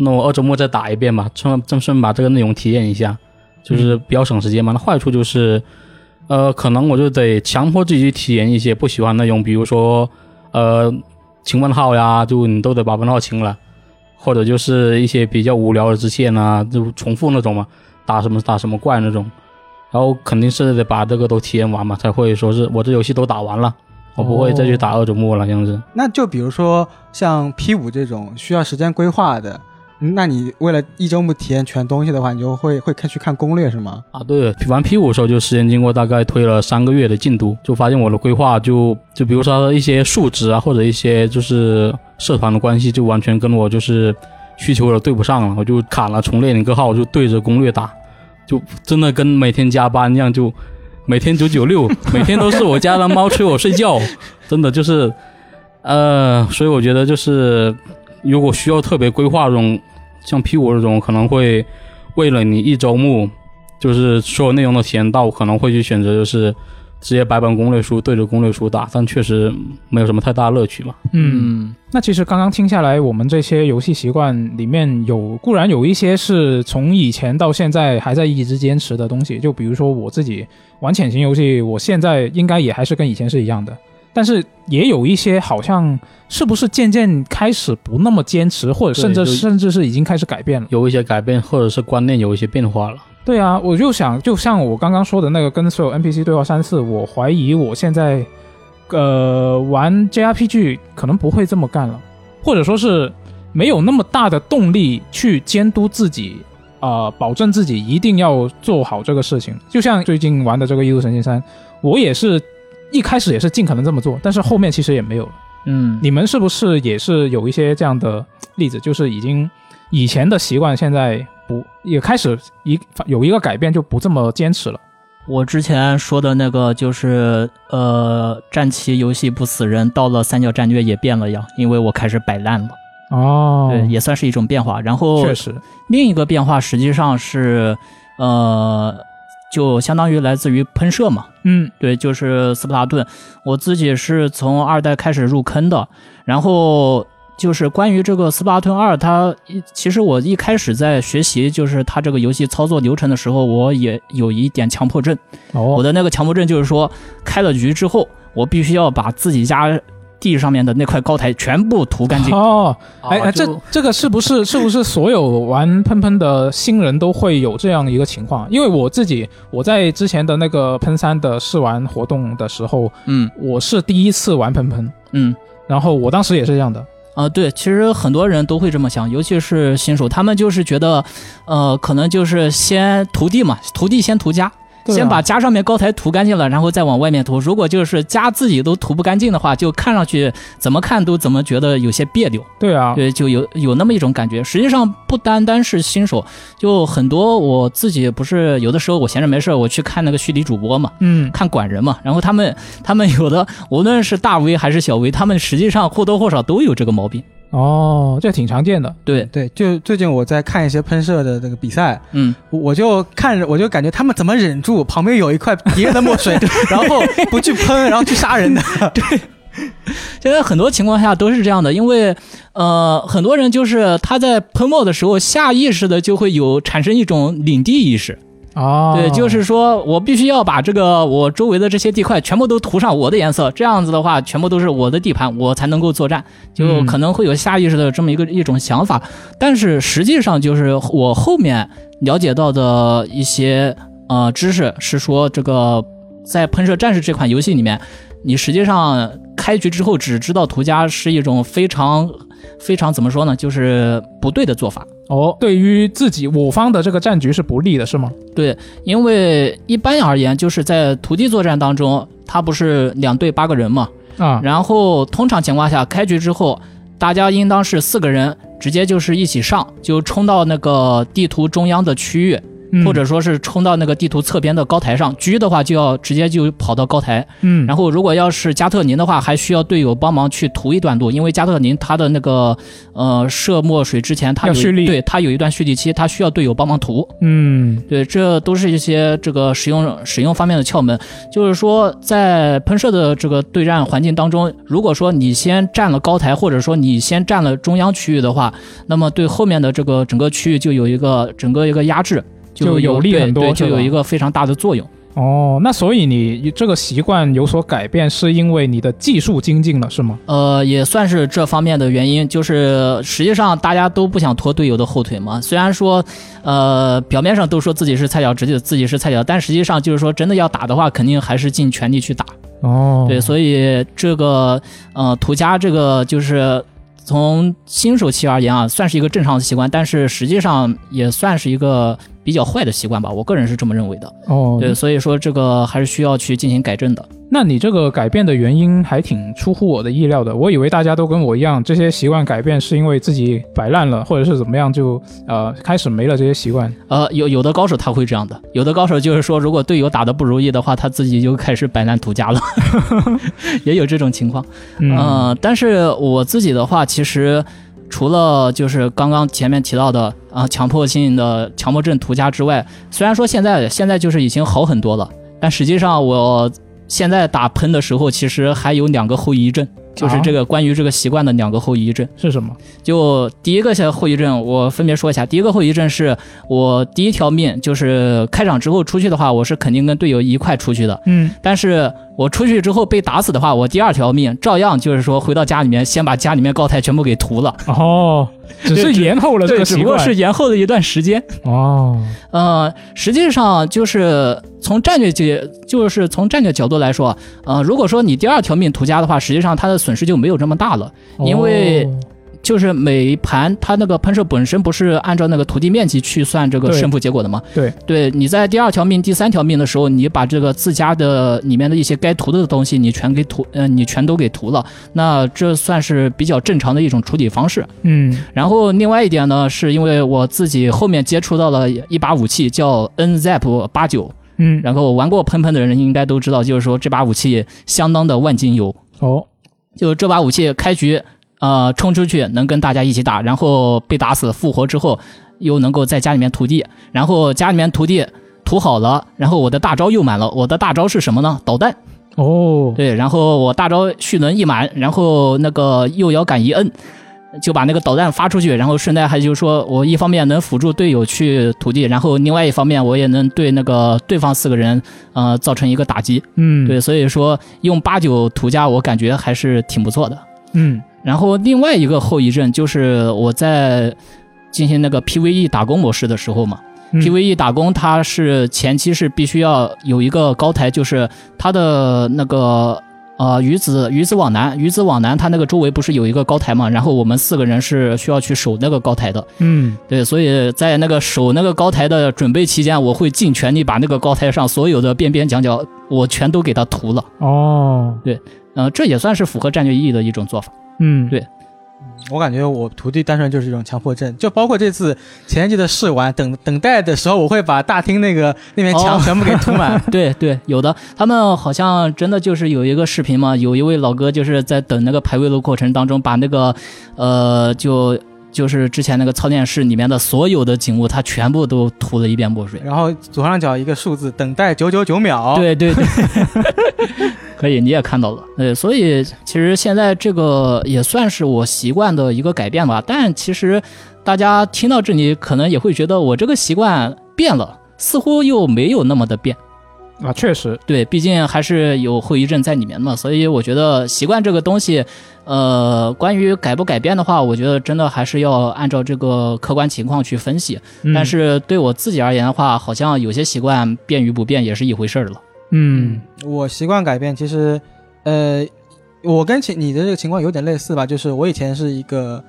Speaker 2: 那我二周末再打一遍吧，顺顺顺把这个内容体验一下。就是比较省时间嘛。那坏处就是，呃，可能我就得强迫自己去体验一些不喜欢的内容，比如说呃清问号呀，就你都得把问号清了，或者就是一些比较无聊的支线啊，就重复那种嘛，打什么打什么怪那种。然后肯定是得把这个都体验完嘛，才会说是我这游戏都打完了，我不会再去打二周目了，这样子。
Speaker 4: 那就比如说像 P 五这种需要时间规划的，那你为了一周目体验全东西的话，你就会会看去看攻略是吗？
Speaker 2: 啊，对，玩 P 五的时候，就时间经过大概推了三个月的进度，就发现我的规划就就比如说一些数值啊，或者一些就是社团的关系，就完全跟我就是需求有点对不上了，我就砍了重练一个号，就对着攻略打，就真的跟每天加班一样，就每天九九六，每天都是我家的猫催我睡觉，真的就是，呃，所以我觉得就是如果需要特别规划这种，像 P 五这种可能会为了你一周目。就是所有内容都体验到，我可能会去选择就是直接白本攻略书对着攻略书打，但确实没有什么太大乐趣嘛。
Speaker 1: 嗯，那其实刚刚听下来，我们这些游戏习惯里面有固然有一些是从以前到现在还在一直坚持的东西，就比如说我自己玩潜行游戏，我现在应该也还是跟以前是一样的，但是也有一些好像是不是渐渐开始不那么坚持，或者
Speaker 2: 对
Speaker 1: 甚至
Speaker 2: 就
Speaker 1: 甚至是已经开始改变了。
Speaker 2: 有一些改变，或者是观念有一些变化了。
Speaker 1: 对啊，我就想，就像我刚刚说的那个跟所有 NPC 对话三次，我怀疑我现在，呃，玩 JRPG 可能不会这么干了，或者说是没有那么大的动力去监督自己，啊、保证自己一定要做好这个事情。就像最近玩的这个《异度神剑三》，我也是一开始也是尽可能这么做，但是后面其实也没有了。
Speaker 3: 嗯，
Speaker 1: 你们是不是也是有一些这样的例子，就是已经以前的习惯，现在不也开始一有一个改变，就不这么坚持了？
Speaker 3: 我之前说的那个就是，呃，战棋游戏不死人，到了三角战略也变了样，因为我开始摆烂了，
Speaker 1: 哦
Speaker 3: 对，也算是一种变化。然后
Speaker 1: 确实，
Speaker 3: 另一个变化实际上是，呃，就相当于来自于喷射嘛，
Speaker 1: 嗯
Speaker 3: 对，就是斯普拉顿，我自己是从二代开始入坑的，然后就是关于这个斯普拉顿二，它一其实我一开始在学习就是它这个游戏操作流程的时候，我也有一点强迫症，我
Speaker 1: 哦，
Speaker 3: 的那个强迫症就是说，开了局之后，我必须要把自己家地上面的那块高台全部涂干净。
Speaker 1: 哦， 哎
Speaker 2: 啊
Speaker 1: 哎，这
Speaker 2: 就
Speaker 1: 这个是不是是不是所有玩喷喷的新人都会有这样一个情况？因为我自己我在之前的那个喷三的试玩活动的时候，
Speaker 3: 嗯
Speaker 1: 我是第一次玩喷喷，
Speaker 3: 嗯，
Speaker 1: 然后我当时也是这样的，
Speaker 3: 啊、对，其实很多人都会这么想，尤其是新手，他们就是觉得，呃，可能就是先涂地嘛，涂地先涂家，
Speaker 1: 对啊
Speaker 3: 先把家上面高台涂干净了，然后再往外面涂。如果就是家自己都涂不干净的话，就看上去怎么看都怎么觉得有些别扭，
Speaker 1: 对啊，
Speaker 3: 对，就有有那么一种感觉。实际上不单单是新手，就很多我自己不是有的时候我闲着没事儿我去看那个虚拟主播嘛，
Speaker 1: 嗯，
Speaker 3: 看管人嘛，然后他们 他们有的无论是大 V 还是小 V，他们实际上或多或少都有这个毛病。
Speaker 1: 哦，这挺常见的，
Speaker 3: 对，
Speaker 4: 对，就最近我在看一些喷射的这个比赛，
Speaker 3: 嗯，
Speaker 4: 我我就看着我就感觉他们怎么忍住旁边有一块别人的墨 水，然后不去喷，然后去杀人的。
Speaker 3: 现在很多情况下都是这样的，因为呃，很多人就是他在喷墨的时候，下意识的就会有产生一种领地意识，
Speaker 1: 哦，
Speaker 3: 对，就是说我必须要把这个我周围的这些地块全部都涂上我的颜色，这样子的话，全部都是我的地盘，我才能够作战，就
Speaker 1: 嗯
Speaker 3: 可能会有下意识的这么一个一种想法，但是实际上就是我后面了解到的一些呃知识是说这个在《喷射战士》这款游戏里面，你实际上开局之后只知道涂鸦是一种非常非常怎么说呢，就是不对的做法。
Speaker 1: 哦，对于自己我方的这个战局是不利的，是吗？
Speaker 3: 对，因为一般而言，就是在土地作战当中，它不是两队八个人嘛，
Speaker 1: 啊，
Speaker 3: 然后通常情况下，开局之后，大家应当是四个人直接就是一起上，就冲到那个地图中央的区域，
Speaker 1: 嗯
Speaker 3: 或者说是冲到那个地图侧边的高台上。狙的话就要直接就跑到高台，
Speaker 1: 嗯，
Speaker 3: 然
Speaker 1: 后
Speaker 3: 后如果要是加特林的话，还需要队友帮忙去涂一段路，因为加特林他的那个呃射墨水之前他有
Speaker 1: 要蓄力
Speaker 3: 对他有一段蓄力期，他需要队友帮忙涂。
Speaker 1: 嗯
Speaker 3: 对，这都是一些这个使用使用方面的窍门。就是说，在喷射的这个对战环境当中，如果说你先占了高台，或者说你先占了中央区域的话，那么对后面的这个整个区域就有一个整个一个压制。
Speaker 1: 就有利很多
Speaker 3: 对对
Speaker 1: 是吧
Speaker 3: 就有一个非常大的作用。
Speaker 1: 哦，那所以你这个习惯有所改变，是因为你的技术精进了，是吗？
Speaker 3: 呃，也算是这方面的原因，就是实际上大家都不想拖队友的后腿嘛。虽然说，呃，表面上都说自己是菜鸟，自己自己是菜鸟，但实际上就是说，真的要打的话，肯定还是尽全力去打。
Speaker 1: 哦，
Speaker 3: 对，所以这个呃，涂家这个就是从新手期而言啊，算是一个正常的习惯，但是实际上也算是一个比较坏的习惯吧，我个人是这么认为的。
Speaker 1: 哦，
Speaker 3: 对，所以说这个还是需要去进行改正的。
Speaker 1: 那你这个改变的原因还挺出乎我的意料的，我以为大家都跟我一样，这些习惯改变是因为自己摆烂了，或者是怎么样就呃开始没了这些习惯。
Speaker 3: 呃，有有的高手他会这样的，有的高手就是说，如果队友打得不如意的话，他自己就开始摆烂涂家了， 也有这种情况。
Speaker 1: 嗯，
Speaker 3: 呃，但是我自己的话，其实除了就是刚刚前面提到的啊、强迫性的强迫症涂家之外，虽然说现在现在就是已经好很多了，但实际上我现在打喷的时候，其实还有两个后遗症，就是
Speaker 1: 啊
Speaker 3: 这个关于这个习惯的两个后遗症。
Speaker 1: 是什么？
Speaker 3: 就第一个小后遗症，我分别说一下。第一个后遗症是我第一条命，就是开场之后出去的话，我是肯定跟队友一块出去的。
Speaker 1: 嗯，
Speaker 3: 但是我出去之后被打死的话，我第二条命照样就是说回到家里面，先把家里面告台全部给屠了。
Speaker 1: 哦，只是延后了这
Speaker 3: 对，
Speaker 1: 个
Speaker 3: 只
Speaker 1: 习
Speaker 3: 不过
Speaker 1: 惯。
Speaker 3: 是延后了一段时间。
Speaker 1: 哦，
Speaker 3: 呃，实际上就是从战略角，就是从战略角度来说，呃，如果说你第二条命屠家的话，实际上它的损失就没有这么大了。因为
Speaker 1: 哦
Speaker 3: 就是每一盘它那个喷射本身不是按照那个土地面积去算这个
Speaker 1: 对
Speaker 3: 胜负结果的吗？
Speaker 1: 对，
Speaker 3: 对，你在第二条命、第三条命的时候，你把这个自家的里面的一些该涂的东西，你全给涂，呃，你全都给涂了，那这算是比较正常的一种处理方式。
Speaker 1: 嗯，
Speaker 3: 然后另外一点呢，是因为我自己后面接触到了一把武器叫 NZAP 八九，
Speaker 1: 嗯，
Speaker 3: 然后玩过喷喷的人应该都知道，就是说这把武器相当的万金油。
Speaker 1: 哦，
Speaker 3: 就这把武器开局，呃，冲出去能跟大家一起打，然后被打死复活之后，又能够在家里面涂地，然后家里面涂地涂好了，然后我的大招又满了，我的大招是什么呢？导弹。
Speaker 1: 哦，
Speaker 3: 对，然后我大招蓄能一满，然后那个右摇杆一摁。就把那个导弹发出去，然后顺带还就是说我一方面能辅助队友去涂地，然后另外一方面我也能对那个对方四个人呃造成一个打击。
Speaker 1: 嗯，
Speaker 3: 对，，所以说用八九涂家我感觉还是挺不错的。
Speaker 1: 嗯，
Speaker 3: 然后另外一个后遗症就是我在进行那个 PVE 打工模式的时候嘛、
Speaker 1: 嗯
Speaker 3: p v e 打工它是前期是必须要有一个高台，就是它的那个呃鱼子鱼子往南，鱼子往南它那个周围不是有一个高台嘛，然后我们四个人是需要去守那个高台的，
Speaker 1: 嗯，
Speaker 3: 对，所以在那个守那个高台的准备期间，我会尽全力把那个高台上所有的边边角角我全都给它涂了，
Speaker 1: 哦，
Speaker 3: 嗯、这也算是符合战略意义的一种做法。
Speaker 1: 嗯，
Speaker 3: 对
Speaker 4: 我感觉我徒弟单纯就是一种强迫症，就包括这次前一季的试玩，等等待的时候，我会把大厅那个那面墙
Speaker 3: 哦
Speaker 4: 全部给涂满。
Speaker 3: 对对，有的，他们好像真的就是有一个视频嘛，有一位老哥就是在等那个排位的过程当中，把那个，呃，就就是之前那个操练室里面的所有的景物，他全部都涂了一遍墨水。
Speaker 4: 然后左上角一个数字，等待九九九秒。，
Speaker 3: 对嗯对对，可以，你也看到了，对，所以其实现在这个也算是我习惯的一个改变吧。但其实大家听到这里，可能也会觉得我这个习惯变了，似乎又没有那么的变。
Speaker 1: 啊，确实，
Speaker 3: 对，毕竟还是有后遗症在里面嘛，所以我觉得习惯这个东西，呃，关于改不改变的话，我觉得真的还是要按照这个客观情况去分析。
Speaker 1: 嗯
Speaker 3: 但，是对我自己而言的话，好像有些习惯变与不变也是一回事儿了。
Speaker 1: 嗯，
Speaker 4: 我习惯改变，其实，呃，我跟其你的这个情况有点类似吧，就是我以前是一个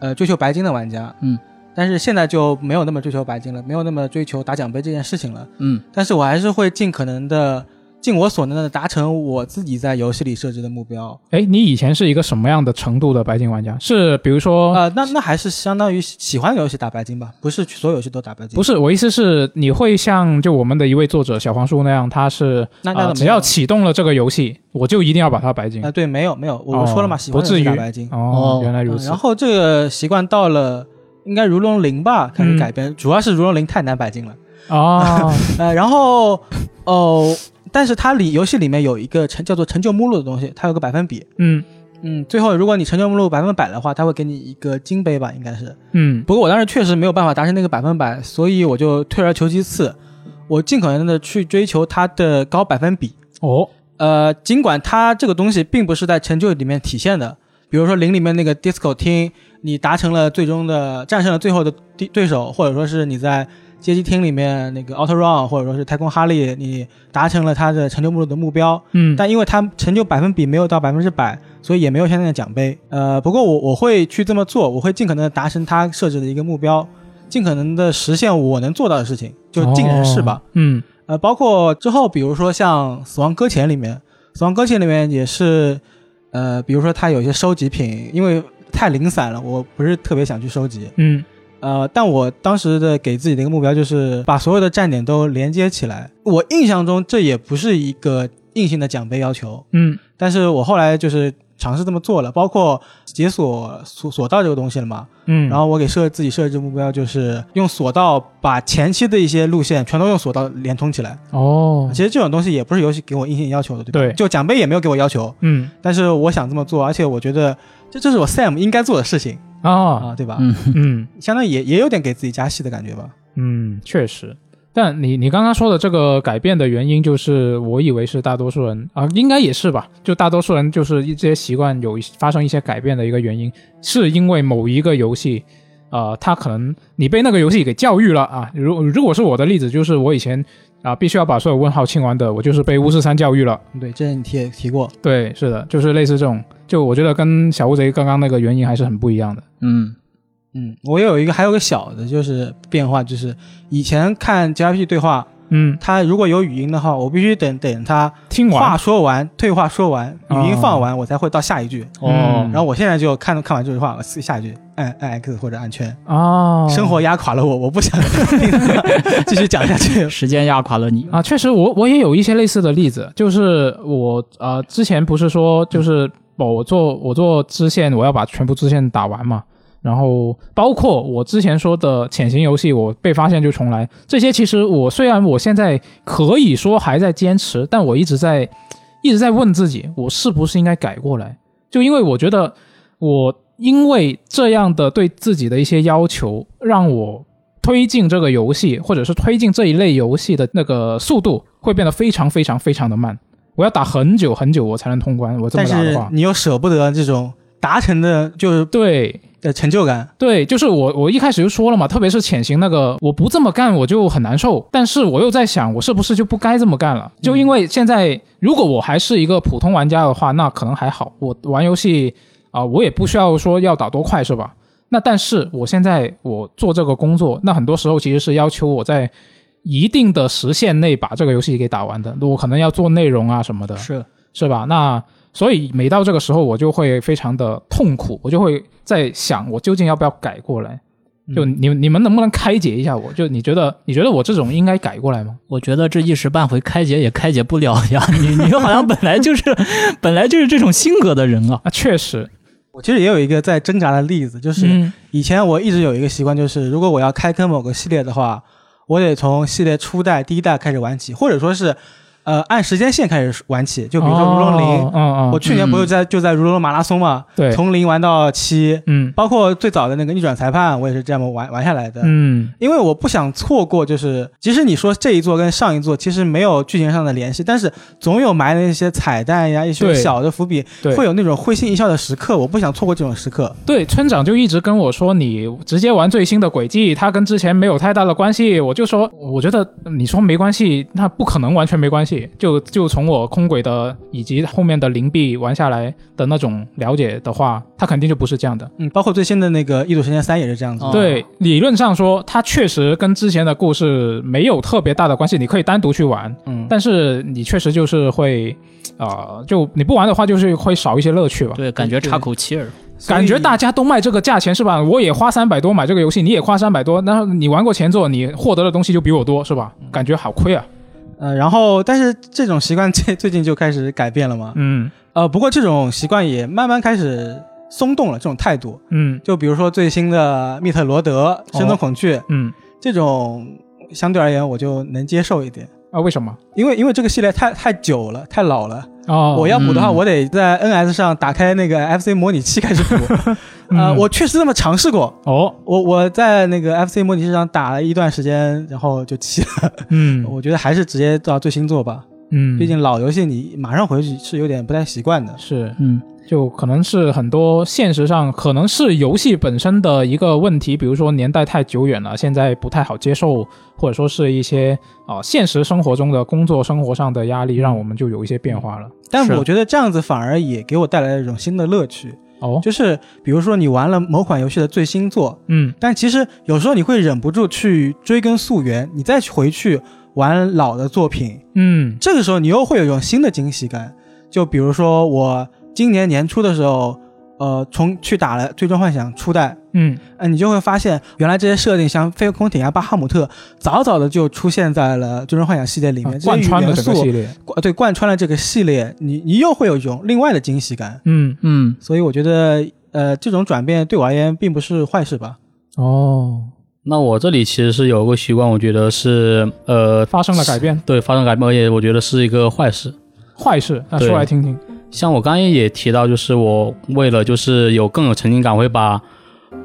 Speaker 4: 呃追求白金的玩家，
Speaker 3: 嗯，
Speaker 4: 但是现在就没有那么追求白金了，没有那么追求打奖杯这件事情了，
Speaker 3: 嗯
Speaker 4: 但是我还是会尽可能的。尽我所能的达成我自己在游戏里设置的目标，
Speaker 1: 哎，你以前是一个什么样的程度的白金玩家？是比如说，
Speaker 4: 呃，那那还是相当于喜欢的游戏打白金吧，不是所有游戏都打白金。
Speaker 1: 不是，我意思是，你会像就我们的一位作者小黄书那样，他是
Speaker 4: 那那
Speaker 1: 啊、
Speaker 4: 倒没有
Speaker 1: 只要启动了这个游戏，我就一定要把它白金。
Speaker 4: 啊、对，没有没有，我我说了嘛，
Speaker 1: 哦
Speaker 4: 喜欢的游戏打白金。
Speaker 1: 哦
Speaker 3: 哦，
Speaker 1: 原来如
Speaker 4: 嗯
Speaker 1: 此
Speaker 4: 然。后这个习惯到了应该如龙零吧开
Speaker 1: 嗯
Speaker 4: 始改变，主要是如龙零太难摆进了。
Speaker 1: 哦，
Speaker 4: 呃，然后哦、但是它里游戏里面有一个成叫做成就目录的东西，它有个百分比。
Speaker 1: 嗯，
Speaker 4: 嗯，最后如果你成就目录百分百的话，他会给你一个金杯吧，应该是。
Speaker 1: 嗯
Speaker 4: 不过我当时确实没有办法达成那个百分百，所以我就退而求其次，我尽可能的去追求它的高百分比。
Speaker 1: 哦，
Speaker 4: 呃，尽管它这个东西并不是在成就里面体现的，比如说零里面那个 disco 厅，你达成了最终的战胜了最后的敌对手，或者说是你在街机厅里面那个 auto run，或者说是太空哈利，你达成了它的成就目录的目标，
Speaker 1: 嗯，
Speaker 4: 但因为它成就百分比没有到百分之百，所以也没有相应的奖杯。呃，不过我我会去这么做，我会尽可能的达成它设置的一个目标，尽可能的实现我能做到的事情，就尽人事吧。
Speaker 1: 哦，嗯
Speaker 4: 呃，包括之后，比如说像《死亡搁浅》里面，《死亡搁浅》里面也是，呃，比如说它有一些收集品，因为太零散了，我不是特别想去收集。
Speaker 1: 嗯
Speaker 4: 呃，但我当时的给自己的一个目标就是把所有的站点都连接起来。我印象中这也不是一个硬性的奖杯要求，
Speaker 1: 嗯
Speaker 4: 但是我后来就是尝试这么做了，包括解锁索索道这个东西了嘛，
Speaker 1: 嗯，
Speaker 4: 然后我给设自己设置目标就是用索道把前期的一些路线全都用索道连通起来。
Speaker 1: 哦，
Speaker 4: 其实这种东西也不是游戏给我硬性要求的，对吧？
Speaker 1: 对
Speaker 4: 就奖杯也没有给我要求，
Speaker 1: 嗯
Speaker 4: 但是我想这么做，而且我觉得这这是我 Sam 应该做的事情
Speaker 1: 啊，
Speaker 4: 啊，对吧？
Speaker 3: 嗯，
Speaker 1: 嗯
Speaker 4: 相当于也也有点给自己加戏的感觉吧。
Speaker 1: 嗯，确实。但你你刚刚说的这个改变的原因，就是我以为是大多数人啊、应该也是吧？就大多数人就是一些习惯有一发生一些改变的一个原因，是因为某一个游戏，呃，它可能你被那个游戏给教育了啊。如如果是我的例子，就是我以前啊、必须要把所有问号清完的，我就是被巫师三教育了。
Speaker 4: 嗯对，之前你提也提过，
Speaker 1: 对，是的，就是类似这种，就我觉得跟小乌贼刚刚那个原因还是很不一样的。
Speaker 3: 嗯，
Speaker 4: 嗯，我也有一个还有个小的就是变化，就是以前看 JRPG 对话，
Speaker 1: 嗯，
Speaker 4: 它如果有语音的话，我必须等等它
Speaker 1: 听
Speaker 4: 话
Speaker 1: 完
Speaker 4: 说完、对话说完、语音放完，我才会到下一句。
Speaker 2: 哦
Speaker 1: 啊嗯
Speaker 4: 然后我现在就看看完这句话，我撕下一句按按 X 或者按圈，
Speaker 1: 哦，
Speaker 4: 生活压垮了我，我不想 继续讲下去。
Speaker 3: 时间压垮了你。
Speaker 1: 啊，确实我，我也有一些类似的例子，就是我呃之前不是说就是哦我做我做支线，我要把全部支线打完嘛，然后包括我之前说的潜行游戏，我被发现就重来，这些其实我虽然我现在可以说还在坚持，但我一直在一直在问自己，我是不是应该改过来？就因为我觉得我因为这样的对自己的一些要求，让我推进这个游戏或者是推进这一类游戏的那个速度会变得非常非常非常的慢。我要打很久很久我才能通关，我这
Speaker 4: 但
Speaker 1: 么打
Speaker 4: 是
Speaker 1: 的话，
Speaker 4: 你又舍不得这种达成的，就是
Speaker 1: 对
Speaker 4: 的成就感。
Speaker 1: 对，就是我我一开始就说了嘛，特别是潜行那个，我不这么干我就很难受，但是我又在想，我是不是就不该这么干了？就因为现在如果我还是一个普通玩家的话，那可能还好，我玩游戏啊、我也不需要说要打多快是吧？那但是我现在我做这个工作，那很多时候其实是要求啊我在一定的时限内把这个游戏给打完的，我可能要做内容啊什么的，
Speaker 3: 是，
Speaker 1: 是吧？那所以每到这个时候，我就会非常的痛苦，我就会在想，我究竟要不要改过来？就你你们能不能开解一下我？就你觉得你觉得我这种应该改过来吗？
Speaker 3: 我觉得这一时半会开解也开解不了呀。你你好像本来就是本来就是这种性格的人啊。
Speaker 1: 啊，确实，
Speaker 4: 我其实也有一个在挣扎的例子，就是、
Speaker 1: 嗯
Speaker 4: 以前我一直有一个习惯，就是如果我要开坑某个系列的话，我得从系列初代第一代开始玩起，或者说是，呃，按时间线开始玩起。就比如说《如龙零》
Speaker 1: 哦嗯嗯，
Speaker 4: 我去年不是在、就在《如龙马拉松》嘛，
Speaker 1: 对，
Speaker 4: 从零玩到七，
Speaker 1: 嗯
Speaker 4: 包括最早的那个《逆转裁判》，我也是这样玩玩下来的。
Speaker 1: 嗯
Speaker 4: 因为我不想错过，就是即使你说这一座跟上一座其实没有剧情上的联系，但是总有埋的一些彩蛋呀，一些
Speaker 1: 对
Speaker 4: 小的伏笔，
Speaker 1: 对
Speaker 4: 会有那种会心一笑的时刻。我不想错过这种时刻。
Speaker 1: 对，村长就一直跟我说，你直接玩最新的轨迹，它跟之前没有太大的关系。我就说，我觉得你说没关系，那不可能完全没关系。就就从我空轨的以及后面的灵币玩下来的那种了解的话，它肯定就不是这样的。
Speaker 4: 嗯，包括最新的那个《异度神剑三》也是这样子。
Speaker 3: 哦
Speaker 1: 对，理论上说，它确实跟之前的故事没有特别大的关系，你可以单独去玩。
Speaker 4: 嗯，
Speaker 1: 但是你确实就是会，呃，就你不玩的话，就是会少一些乐趣吧。
Speaker 3: 对，感觉差口气儿。
Speaker 4: 所以
Speaker 1: 感觉大家都卖这个价钱是吧？我也花三百多买这个游戏，你也花三百多，那你玩过前作，你获得的东西就比我多是吧？感觉好亏啊。
Speaker 4: 呃，然后但是这种习惯 最最近就开始改变了嘛。
Speaker 1: 嗯
Speaker 4: 呃，不过这种习惯也慢慢开始松动了，这种态度。
Speaker 1: 嗯
Speaker 4: 就比如说最新的《密
Speaker 1: 哦
Speaker 4: 特罗德：生存恐惧》
Speaker 1: 嗯，
Speaker 4: 这种，相对而言我就能接受一点。
Speaker 1: 啊？为什么？
Speaker 4: 因为因为这个系列太太久了，太老了。
Speaker 1: 哦，
Speaker 4: 我要补的话，
Speaker 2: 嗯
Speaker 4: 我得在 NS 上打开那个 FC 模拟器开始 补。呃，
Speaker 1: 嗯
Speaker 4: 我确实这么尝试过。
Speaker 1: 哦，
Speaker 4: 我我在那个 FC 模拟器上打了一段时间，然后就弃了。
Speaker 1: 嗯，
Speaker 4: 我觉得还是直接到最新作吧，
Speaker 1: 嗯，
Speaker 4: 毕竟老游戏你马上回去是有点不太习惯的。
Speaker 1: 是呃
Speaker 3: 嗯，
Speaker 1: 就可能是很多现实上可能是游戏本身的一个问题，比如说年代太久远了，现在不太好接受，或者说是一些啊、呃现实生活中的工作生活上的压力，让我们就有一些变化了。
Speaker 4: 但
Speaker 2: 是
Speaker 4: 我觉得这样子反而也给我带来了一种新的乐趣，
Speaker 1: 哦，
Speaker 4: 就是比如说你玩了某款游戏的最新作，
Speaker 1: 嗯
Speaker 4: 但其实有时候你会忍不住去追根溯源，你再去回去玩老的作品，
Speaker 1: 嗯
Speaker 4: 这个时候你又会有一种新的惊喜感。就比如说我今年年初的时候，呃，从去打了《最终幻想》初代，
Speaker 1: 嗯
Speaker 4: 呃，你就会发现原来这些设定，像飞空艇啊、巴哈姆特，早早的就出现在了《最终幻想》系列里面，
Speaker 1: 啊贯穿了
Speaker 4: 这
Speaker 1: 整
Speaker 4: 些
Speaker 1: 个
Speaker 4: 元素
Speaker 1: 系列。
Speaker 4: 贯对贯穿了这个系列，你你又会有一种另外的惊喜感。
Speaker 1: 嗯，
Speaker 3: 嗯，
Speaker 4: 所以我觉得，呃，这种转变对我而言并不是坏事吧。
Speaker 1: 哦，
Speaker 2: 那我这里其实是有个习惯，我觉得是呃，
Speaker 1: 发生了改变，
Speaker 2: 对发生改变，而且我觉得是一个坏事。
Speaker 1: 坏事，那
Speaker 2: 对
Speaker 1: 说来听听。
Speaker 2: 像我刚才也提到，就是我为了就是有更有沉浸感，我会把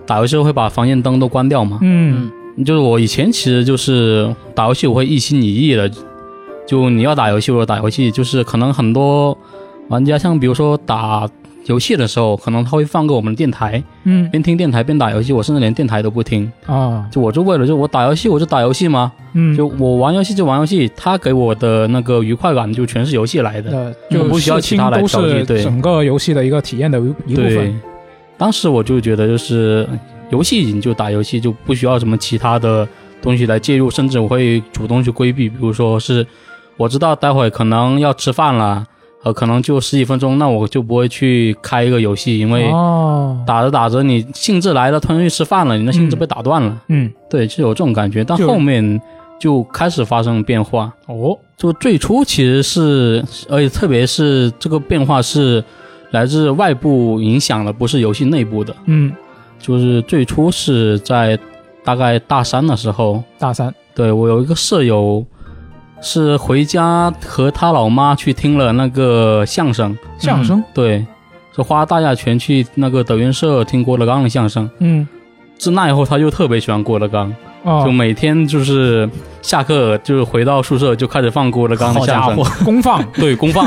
Speaker 2: 打游戏会把防焰灯都关掉嘛。
Speaker 1: 嗯
Speaker 2: 就是我以前其实就是打游戏，我会一心一意的，就你要打游戏我就打游戏，就是可能很多玩家像比如说打游戏的时候，可能他会放个我们的电台，
Speaker 1: 嗯
Speaker 2: 边听电台边打游戏，我甚至连电台都不听，
Speaker 1: 啊，
Speaker 2: 就我就为了就我打游戏我就打游戏嘛，
Speaker 1: 嗯，
Speaker 2: 就我玩游戏就玩游戏，他给我的那个愉快感就全是游戏来的。
Speaker 1: 呃，就
Speaker 2: 不需要其他来
Speaker 1: 都
Speaker 2: 调剂
Speaker 1: 是
Speaker 2: 对
Speaker 1: 整个游戏的一个体验的一一部
Speaker 2: 对
Speaker 1: 分。，
Speaker 2: 当时我就觉得就是游戏你就打游戏，就不需要什么其他的东西来介入，甚至我会主动去规避，比如说是我知道待会可能要吃饭了，呃，可能就十几分钟，那我就不会去开一个游戏，因为
Speaker 1: 哦，
Speaker 2: 打着打着你兴致来了，突然去吃饭了，你的兴致
Speaker 1: 嗯
Speaker 2: 被打断了，
Speaker 1: 嗯，
Speaker 2: 对，是有这种感觉，但
Speaker 1: 就
Speaker 2: 后面就开始发生变化。
Speaker 1: 哦，
Speaker 2: 就最初其实是，而且特别是这个变化是来自外部影响的，不是游戏内部的。
Speaker 1: 嗯，
Speaker 2: 就是最初是在大概大三的时候，
Speaker 1: 大三，
Speaker 2: 对我有一个舍友是回家和他老妈去听了那个相声，
Speaker 1: 相声，
Speaker 2: 对，是花大价钱去那个德云社听郭德纲的相
Speaker 3: 哦
Speaker 2: 声。
Speaker 1: 嗯，
Speaker 2: 自那以后，他就特别喜欢郭德纲，就
Speaker 1: 哦，
Speaker 2: 每天就是下课就是回到宿舍就开始放郭德纲的
Speaker 3: 好
Speaker 2: 相
Speaker 3: 家
Speaker 2: 声
Speaker 3: 伙。，
Speaker 1: 公 放
Speaker 2: 对，公放。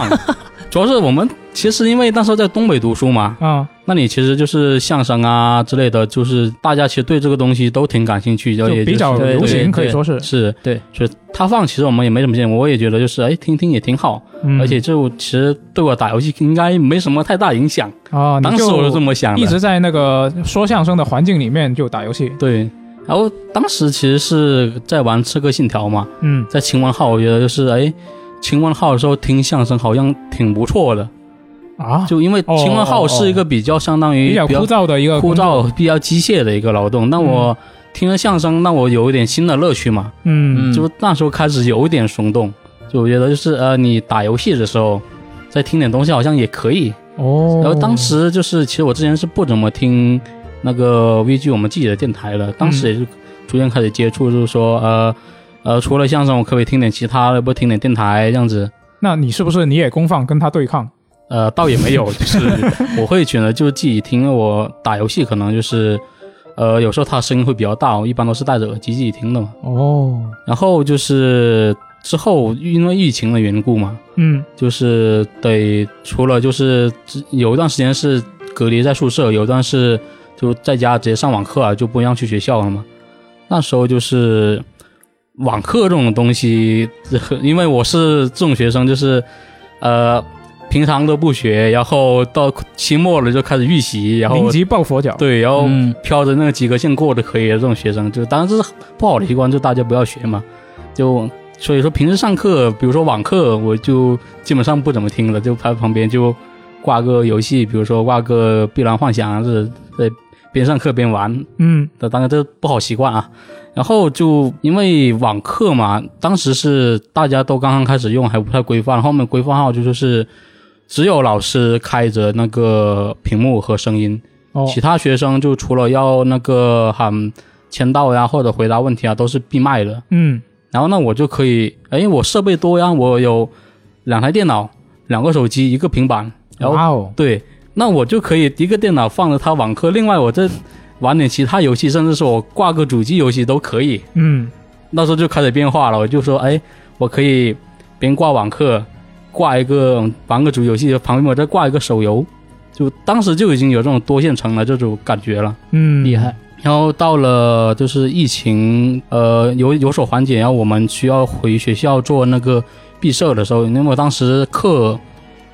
Speaker 2: 主要是我们其实因为那时候在东北读书嘛，
Speaker 1: 啊，
Speaker 2: 那你其实就是相声啊之类的，就是大家其实对这个东西都挺感兴趣，
Speaker 1: 就
Speaker 2: 而且
Speaker 1: 比
Speaker 2: 是
Speaker 1: 较
Speaker 2: 对
Speaker 1: 流
Speaker 2: 对
Speaker 1: 行，可以
Speaker 2: 对
Speaker 1: 说是，
Speaker 2: 是
Speaker 3: 对，
Speaker 2: 所以他放其实我们也没什么见，我也觉得就是哎听听也挺好，
Speaker 1: 嗯
Speaker 2: 而且就其实对我打游戏应该没什么太大影响，
Speaker 1: 啊，你
Speaker 2: 当时我是这
Speaker 1: 就
Speaker 2: 么想的，
Speaker 1: 一直在那个说相声的环境里面就打游戏，
Speaker 2: 对。然后当时其实是在玩《刺客信条》嘛，
Speaker 1: 嗯，
Speaker 2: 在秦王号，我觉得就是哎，秦王号的时候听相声好像挺不错的，
Speaker 1: 啊，
Speaker 2: 就因为
Speaker 1: 哦
Speaker 2: 秦王
Speaker 1: 哦
Speaker 2: 号
Speaker 1: 哦
Speaker 2: 是一个比较相当于
Speaker 1: 比较枯燥的一个
Speaker 2: 枯
Speaker 1: 工作，
Speaker 2: 燥、比较机械的一个劳动。那我听了相声，那我有一点新的乐趣嘛，
Speaker 1: 嗯
Speaker 3: 嗯
Speaker 2: 就那时候开始有一点松动，就我觉得就是呃，你打游戏的时候再听点东西好像也可以。
Speaker 1: 哦，
Speaker 2: 然后当时就是，其实我之前是不怎么听那个 VG 我们自己的电台的，当
Speaker 1: 嗯
Speaker 2: 时也是逐渐开始接触，就是说呃呃，除了相声，我可不可以听点其他的，不听点电台这样子。
Speaker 1: 那你是不是你也公放跟他对抗？
Speaker 2: 呃，倒也没有，就是 我会觉得就是自己听，因为我打游戏可能就是，呃，有时候它声音会比较大，我一般都是戴着耳机自己听的嘛。
Speaker 1: 哦，
Speaker 2: 然后就是之后因为疫情的缘故嘛，
Speaker 1: 嗯
Speaker 2: 就是得除了就是有一段时间是隔离在宿舍，有一段是就在家直接上网课啊，就不一样去学校了嘛。那时候就是网课这种东西，因为我是这种学生，就是呃平常都不学，然后到期末了就开始预习，然
Speaker 1: 临
Speaker 2: 后
Speaker 1: 级抱佛脚，
Speaker 2: 对，然后
Speaker 3: 嗯
Speaker 2: 飘着那个及格线过就可以的这种学生，就当然这是不好的习惯，就大家不要学嘛。就所以说平时上课，比如说网课，我就基本上不怎么听了，就在旁边就挂个游戏，比如说挂个《碧蓝幻想》，是在边上课边玩。
Speaker 1: 嗯
Speaker 2: 那当然这不好习惯啊。然后就因为网课嘛，当时是大家都刚刚开始用，还不太规范。后面规范号就就是只有老师开着那个屏幕和声音。
Speaker 1: 哦，
Speaker 2: 其他学生就除了要那个喊签到呀或者回答问题啊，都是闭麦的。
Speaker 1: 嗯
Speaker 2: 然后那我就可以，哎，我设备多呀，我有两台电脑、两个手机、一个平板，然后
Speaker 1: 哇哦，
Speaker 2: 对，那我就可以一个电脑放着它网课，另外我再玩点其他游戏，甚至是我挂个主机游戏都可以。
Speaker 1: 嗯，
Speaker 2: 那时候就开始变化了，我就说，哎，我可以边挂网课，挂一个玩个主游戏，旁边我再挂一个手游，就当时就已经有这种多线程的这种感觉了。
Speaker 1: 嗯，
Speaker 3: 厉害，
Speaker 2: 然后到了就是疫情，呃，有有所缓解，然后我们需要回学校做那个毕设的时候，因为我当时课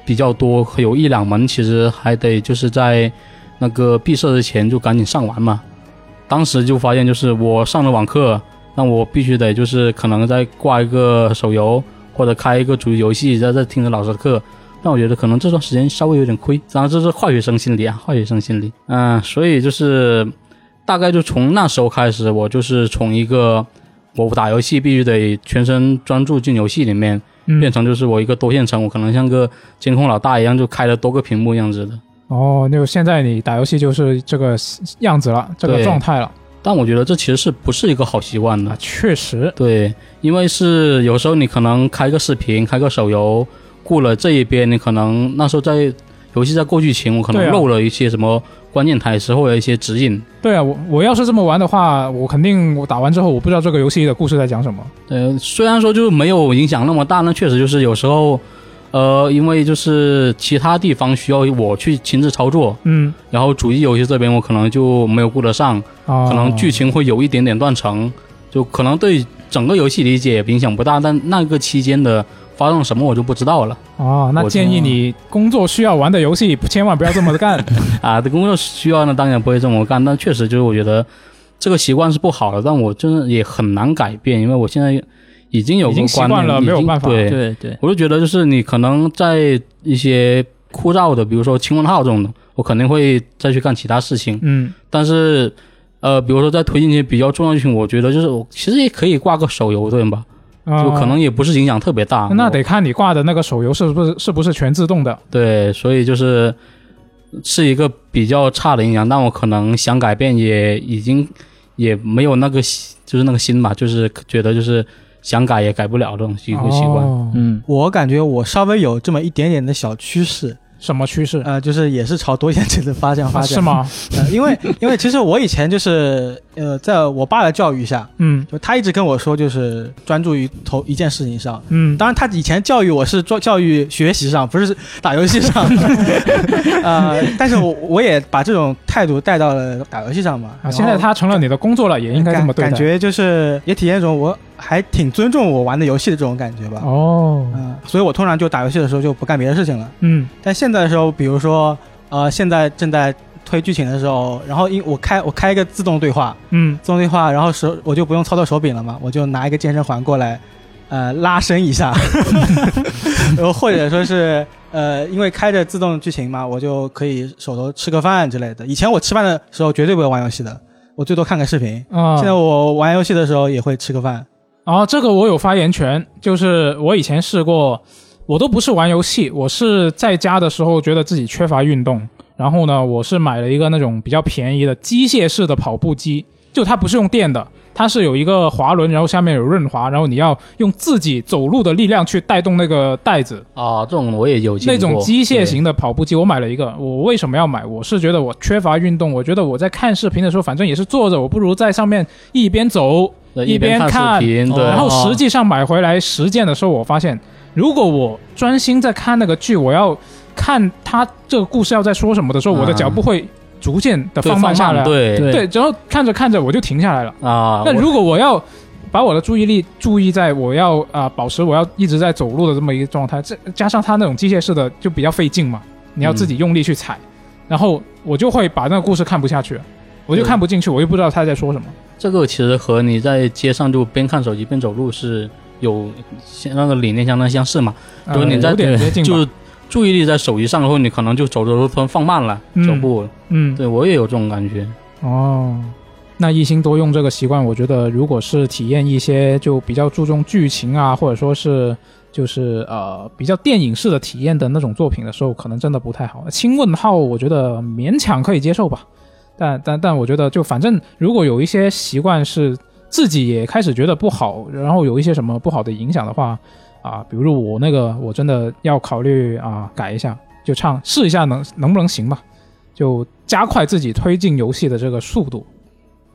Speaker 2: 比较多，有一两门其实还得就是在那个毕设之前就赶紧上完嘛。当时就发现，就是我上了网课，那我必须得就是可能再挂一个手游或者开一个主机游戏，在这听着老师的课。那我觉得可能这段时间稍微有点亏，当然这是坏学生心理啊，坏学生心理。嗯，所以就是大概就从那时候开始，我就是从一个我打游戏必须得全身专注进游戏里面，
Speaker 1: 嗯
Speaker 2: 变成就是我一个多线程，我可能像个监控老大一样，就开了多个屏幕样子的。
Speaker 1: 哦，就现在你打游戏就是这个样子了，这个
Speaker 2: 对
Speaker 1: 状态了
Speaker 2: 但我觉得这其实是不是一个好习惯的
Speaker 1: 啊，？确实，
Speaker 2: 对，因为是有时候你可能开个视频，开个手游，过了这一边，你可能那时候在游戏在过剧情，我可
Speaker 1: 对
Speaker 2: 能
Speaker 1: 啊
Speaker 2: 漏了一些什么关键台词或者一些指引。
Speaker 1: 对啊，我我要是这么玩的话，我肯定我打完之后我不知道这个游戏的故事在讲什么。
Speaker 2: 呃，虽然说就是没有影响那么大，那确实就是有时候，呃，因为就是其他地方需要我去亲自操作，
Speaker 1: 嗯，
Speaker 2: 然后主机游戏这边我可能就没有顾得上，
Speaker 1: 啊，
Speaker 2: 可能剧情会有一点点断层，就可能对整个游戏理解影响不大，但那个期间的发生什么我就不知道了。
Speaker 1: 哦，那
Speaker 2: 我
Speaker 1: 建议
Speaker 2: 就
Speaker 1: 你工作需要玩的游戏千万不要这么 干。
Speaker 2: 啊，这工作需要呢，当然不会这么干，但确实就是我觉得这个习惯是不好的，但我真的也很难改变，因为我现在已经有
Speaker 1: 已
Speaker 2: 个
Speaker 1: 经习
Speaker 2: 观念，
Speaker 1: 惯了
Speaker 2: 已
Speaker 1: 没有
Speaker 2: 经
Speaker 1: 办法
Speaker 2: 对
Speaker 3: 对对，
Speaker 2: 我就觉得就是你可能在一些枯燥的，比如说清文号这种的，我肯定会再去干其他事情。
Speaker 1: 嗯，
Speaker 2: 但是，呃，比如说在推进一些比较重要的事情，我觉得就是我其实也可以挂个手游，对吧？
Speaker 1: 啊
Speaker 2: 就可能也不是影响特别大。
Speaker 1: 那得看你挂的那个手游是不是是不是全自动的。
Speaker 2: 对，所以就是是一个比较差的影响，但我可能想改变也已经也没有那个心就是那个心吧，就是觉得就是想改也改不了这种习习惯。
Speaker 1: 哦
Speaker 3: 嗯，
Speaker 4: 我感觉我稍微有这么一点点的小趋势，
Speaker 1: 什么趋
Speaker 2: 嗯
Speaker 1: 势？
Speaker 4: 呃，就是也是朝多线程的发展发
Speaker 1: 啊
Speaker 4: 展，
Speaker 1: 是？吗？
Speaker 4: 呃，因为因为其实我以前就是呃，在我爸的教育下，
Speaker 1: 嗯
Speaker 4: 就他一直跟我说，就是专注于头一件事情上。
Speaker 1: 嗯，
Speaker 4: 当然，他以前教育我是做教育学习上，不是打游戏上。 呃，但是我我也把这种态度带到了打游戏上嘛。
Speaker 1: 啊，现在他成了你的工作了，也应该这么对待。
Speaker 4: 感感觉就是也体现一种我还挺尊重我玩的游戏的这种感觉吧。
Speaker 1: 哦，
Speaker 4: 嗯、所以我通常就打游戏的时候就不干别的事情了。
Speaker 1: 嗯
Speaker 4: 但现在的时候，比如说呃，现在正在推剧情的时候，然后因我开我开一个自动对话，
Speaker 1: 嗯，
Speaker 4: 自动对话，然后手我就不用操作手柄了嘛， 我就拿一个健身环过来，呃，拉伸一下， 然后或者说是呃，因为开着自动剧情嘛，我就可以手头吃个饭之类的。以前我吃饭的时候绝对不会玩游戏的，我最多看个视频。
Speaker 1: 啊，
Speaker 4: 现在我玩游戏的时候也会吃个饭，
Speaker 1: 啊，这个我有发言权，就是我以前试过，我都不是玩游戏，我是在家的时候觉得自己缺乏运动，然后呢，我是买了一个那种比较便宜的机械式的跑步机，就它不是用电的，它是有一个滑轮，然后下面有润滑，然后你要用自己走路的力量去带动那个带子，
Speaker 2: 啊，这种我也有经
Speaker 1: 那种
Speaker 2: 过
Speaker 1: 机械
Speaker 2: 对
Speaker 1: 型的跑步机，我买了一个。我为什么要买？我是觉得我缺乏运动，我觉得我在看视频的时候，反正也是坐着，我不如在上面一边走
Speaker 2: 对
Speaker 1: 一
Speaker 2: 一
Speaker 1: 边看哦
Speaker 2: 看视频，对，啊
Speaker 1: 然后实际上买回来实践的时候，我发现，如果我专心在看那个剧，我要看他这个故事要在说什么的时候，
Speaker 2: 嗯
Speaker 1: 我的脚步会逐渐的
Speaker 2: 对
Speaker 1: 放慢下来。
Speaker 2: 对
Speaker 3: 对
Speaker 1: 对，然后看着看着我就停下来了。
Speaker 2: 啊，
Speaker 1: 那
Speaker 2: 我
Speaker 1: 如果我要把我的注意力注意在我要啊、保持我要一直在走路的这么一个状态，这加上它那种机械式的就比较费劲嘛，
Speaker 2: 嗯
Speaker 1: 你要自己用力去踩，然后我就会把那个故事看不下去，我就
Speaker 2: 对
Speaker 1: 看不进去，我就不知道他在说什么。
Speaker 2: 这个其实和你在街上就边看手机边走路是有像那个理念相当相似嘛，
Speaker 1: 呃
Speaker 2: 就是你在
Speaker 1: 有点接近吧，
Speaker 2: 就是注意力在手机上，然后你可能就走着走着突然放慢了
Speaker 1: 嗯
Speaker 2: 脚步，
Speaker 1: 嗯，
Speaker 2: 对我也有这种感觉。
Speaker 1: 哦。那一心多用这个习惯，我觉得如果是体验一些就比较注重剧情啊，或者说是就是呃比较电影式的体验的那种作品的时候，可能真的不太好。轻问号我觉得勉强可以接受吧，但但但我觉得就反正如果有一些习惯是自己也开始觉得不好，然后有一些什么不好的影响的话，啊，比如我那个，我真的要考虑啊改一下，就唱试一下能能不能行吧，就加快自己推进游戏的这个速度。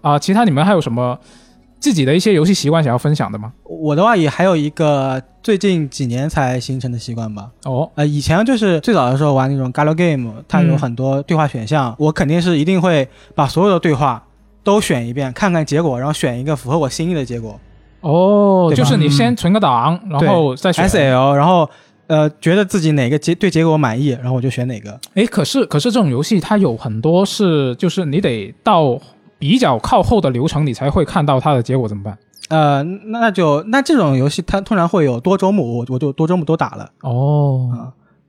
Speaker 1: 啊，其他你们还有什么自己的一些游戏习惯想要分享的吗？
Speaker 4: 我的话也还有一个最近几年才形成的习惯吧。
Speaker 1: 哦，
Speaker 4: 呃，以前就是最早的时候玩那种 Galo Game，它
Speaker 1: 嗯
Speaker 4: 有很多对话选项，我肯定是一定会把所有的对话都选一遍，看看结果，然后选一个符合我心意的结果
Speaker 1: 哦，
Speaker 4: 对吧嗯
Speaker 1: 就是你先存个档，然后再选。
Speaker 4: S L，然后呃觉得自己哪个结对结果满意，然后我就选哪个。
Speaker 1: 哎，可是可是这种游戏它有很多是，就是你得到比较靠后的流程，你才会看到它的结果，怎么办？
Speaker 4: 呃，那那就那这种游戏它通常会有多周目，我我就多周目都打了
Speaker 1: 哦，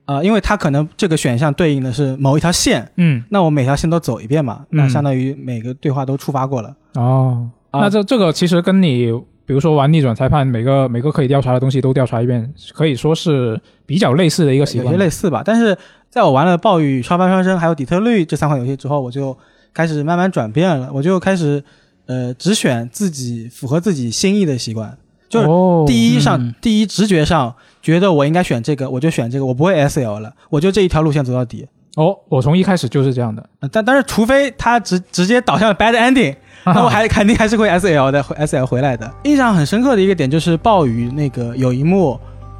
Speaker 4: 啊、呃，因为它可能这个选项对应的是某一条线，
Speaker 1: 嗯，
Speaker 4: 那我每条线都走一遍嘛，那
Speaker 1: 嗯
Speaker 4: 相当于每个对话都触发过了。
Speaker 1: 哦，
Speaker 4: 啊
Speaker 1: 那这这个其实跟你比如说玩逆转裁判，每个每个可以调查的东西都调查一遍，可以说是比较类似的一个习
Speaker 4: 有
Speaker 1: 惯
Speaker 4: 些。类似吧。但是在我玩了《暴雨》《超凡双生》还有《底特律》这三款游戏之后，我就开始慢慢转变了，我就开始呃只选自己符合自己心意的习惯。就是
Speaker 1: 哦
Speaker 4: 第一上、
Speaker 3: 嗯
Speaker 4: 第一直觉上觉得我应该选这个，我就选这个，我不会 S L 了，我就这一条路线走到底。
Speaker 1: 哦，我从一开始就是这样的。
Speaker 4: 呃但但是除非他直直接导向了 bad ending，那我还肯定还是会 S L 的会 S L 回来的。印象很深刻的一个点就是暴雨那个有一幕，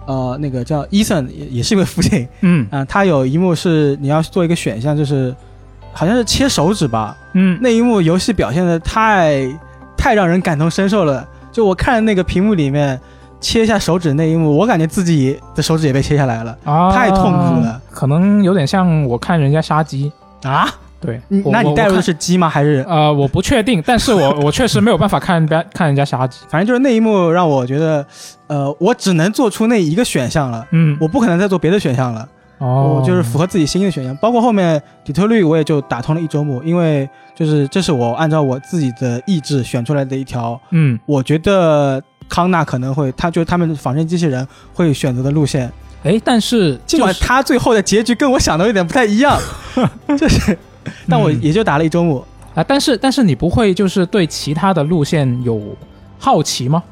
Speaker 4: 呃，那个叫 Ethan 也也是一位父亲，
Speaker 1: 嗯
Speaker 4: 啊、它有一幕是你要做一个选项，就是好像是切手指吧。
Speaker 1: 嗯，
Speaker 4: 那一幕游戏表现的太太让人感同身受了。就我看那个屏幕里面切一下手指那一幕，我感觉自己的手指也被切下来了
Speaker 1: 啊，
Speaker 4: 太痛苦了，
Speaker 1: 可能有点像我看人家杀鸡。
Speaker 4: 啊！
Speaker 1: 对，
Speaker 4: 你
Speaker 1: 我
Speaker 4: 那
Speaker 1: 我
Speaker 4: 你
Speaker 1: 我
Speaker 4: 带入的
Speaker 1: 看
Speaker 4: 是鸡吗？还是
Speaker 1: 呃，我不确定， 但是我我确实没有办法看人家看人家杀鸡。
Speaker 4: 反正就是那一幕让我觉得，呃，我只能做出那一个选项了，
Speaker 1: 嗯，
Speaker 4: 我不可能再做别的选项了。
Speaker 1: 哦，
Speaker 4: 我就是符合自己心意的选项。包括后面底特律，我也就打通了一周目，因为就是这是我按照我自己的意志选出来的一条，
Speaker 1: 嗯，
Speaker 4: 我觉得康纳可能会，他就是他们仿生机器人会选择的路线。
Speaker 1: 哎，但是
Speaker 4: 尽
Speaker 1: 就
Speaker 4: 管
Speaker 1: 是
Speaker 4: 他最后的结局跟我想的有点不太 一样，就是，但我也就打了一周目。
Speaker 1: 啊，但是但是你不会就是对其他的路线有好奇吗？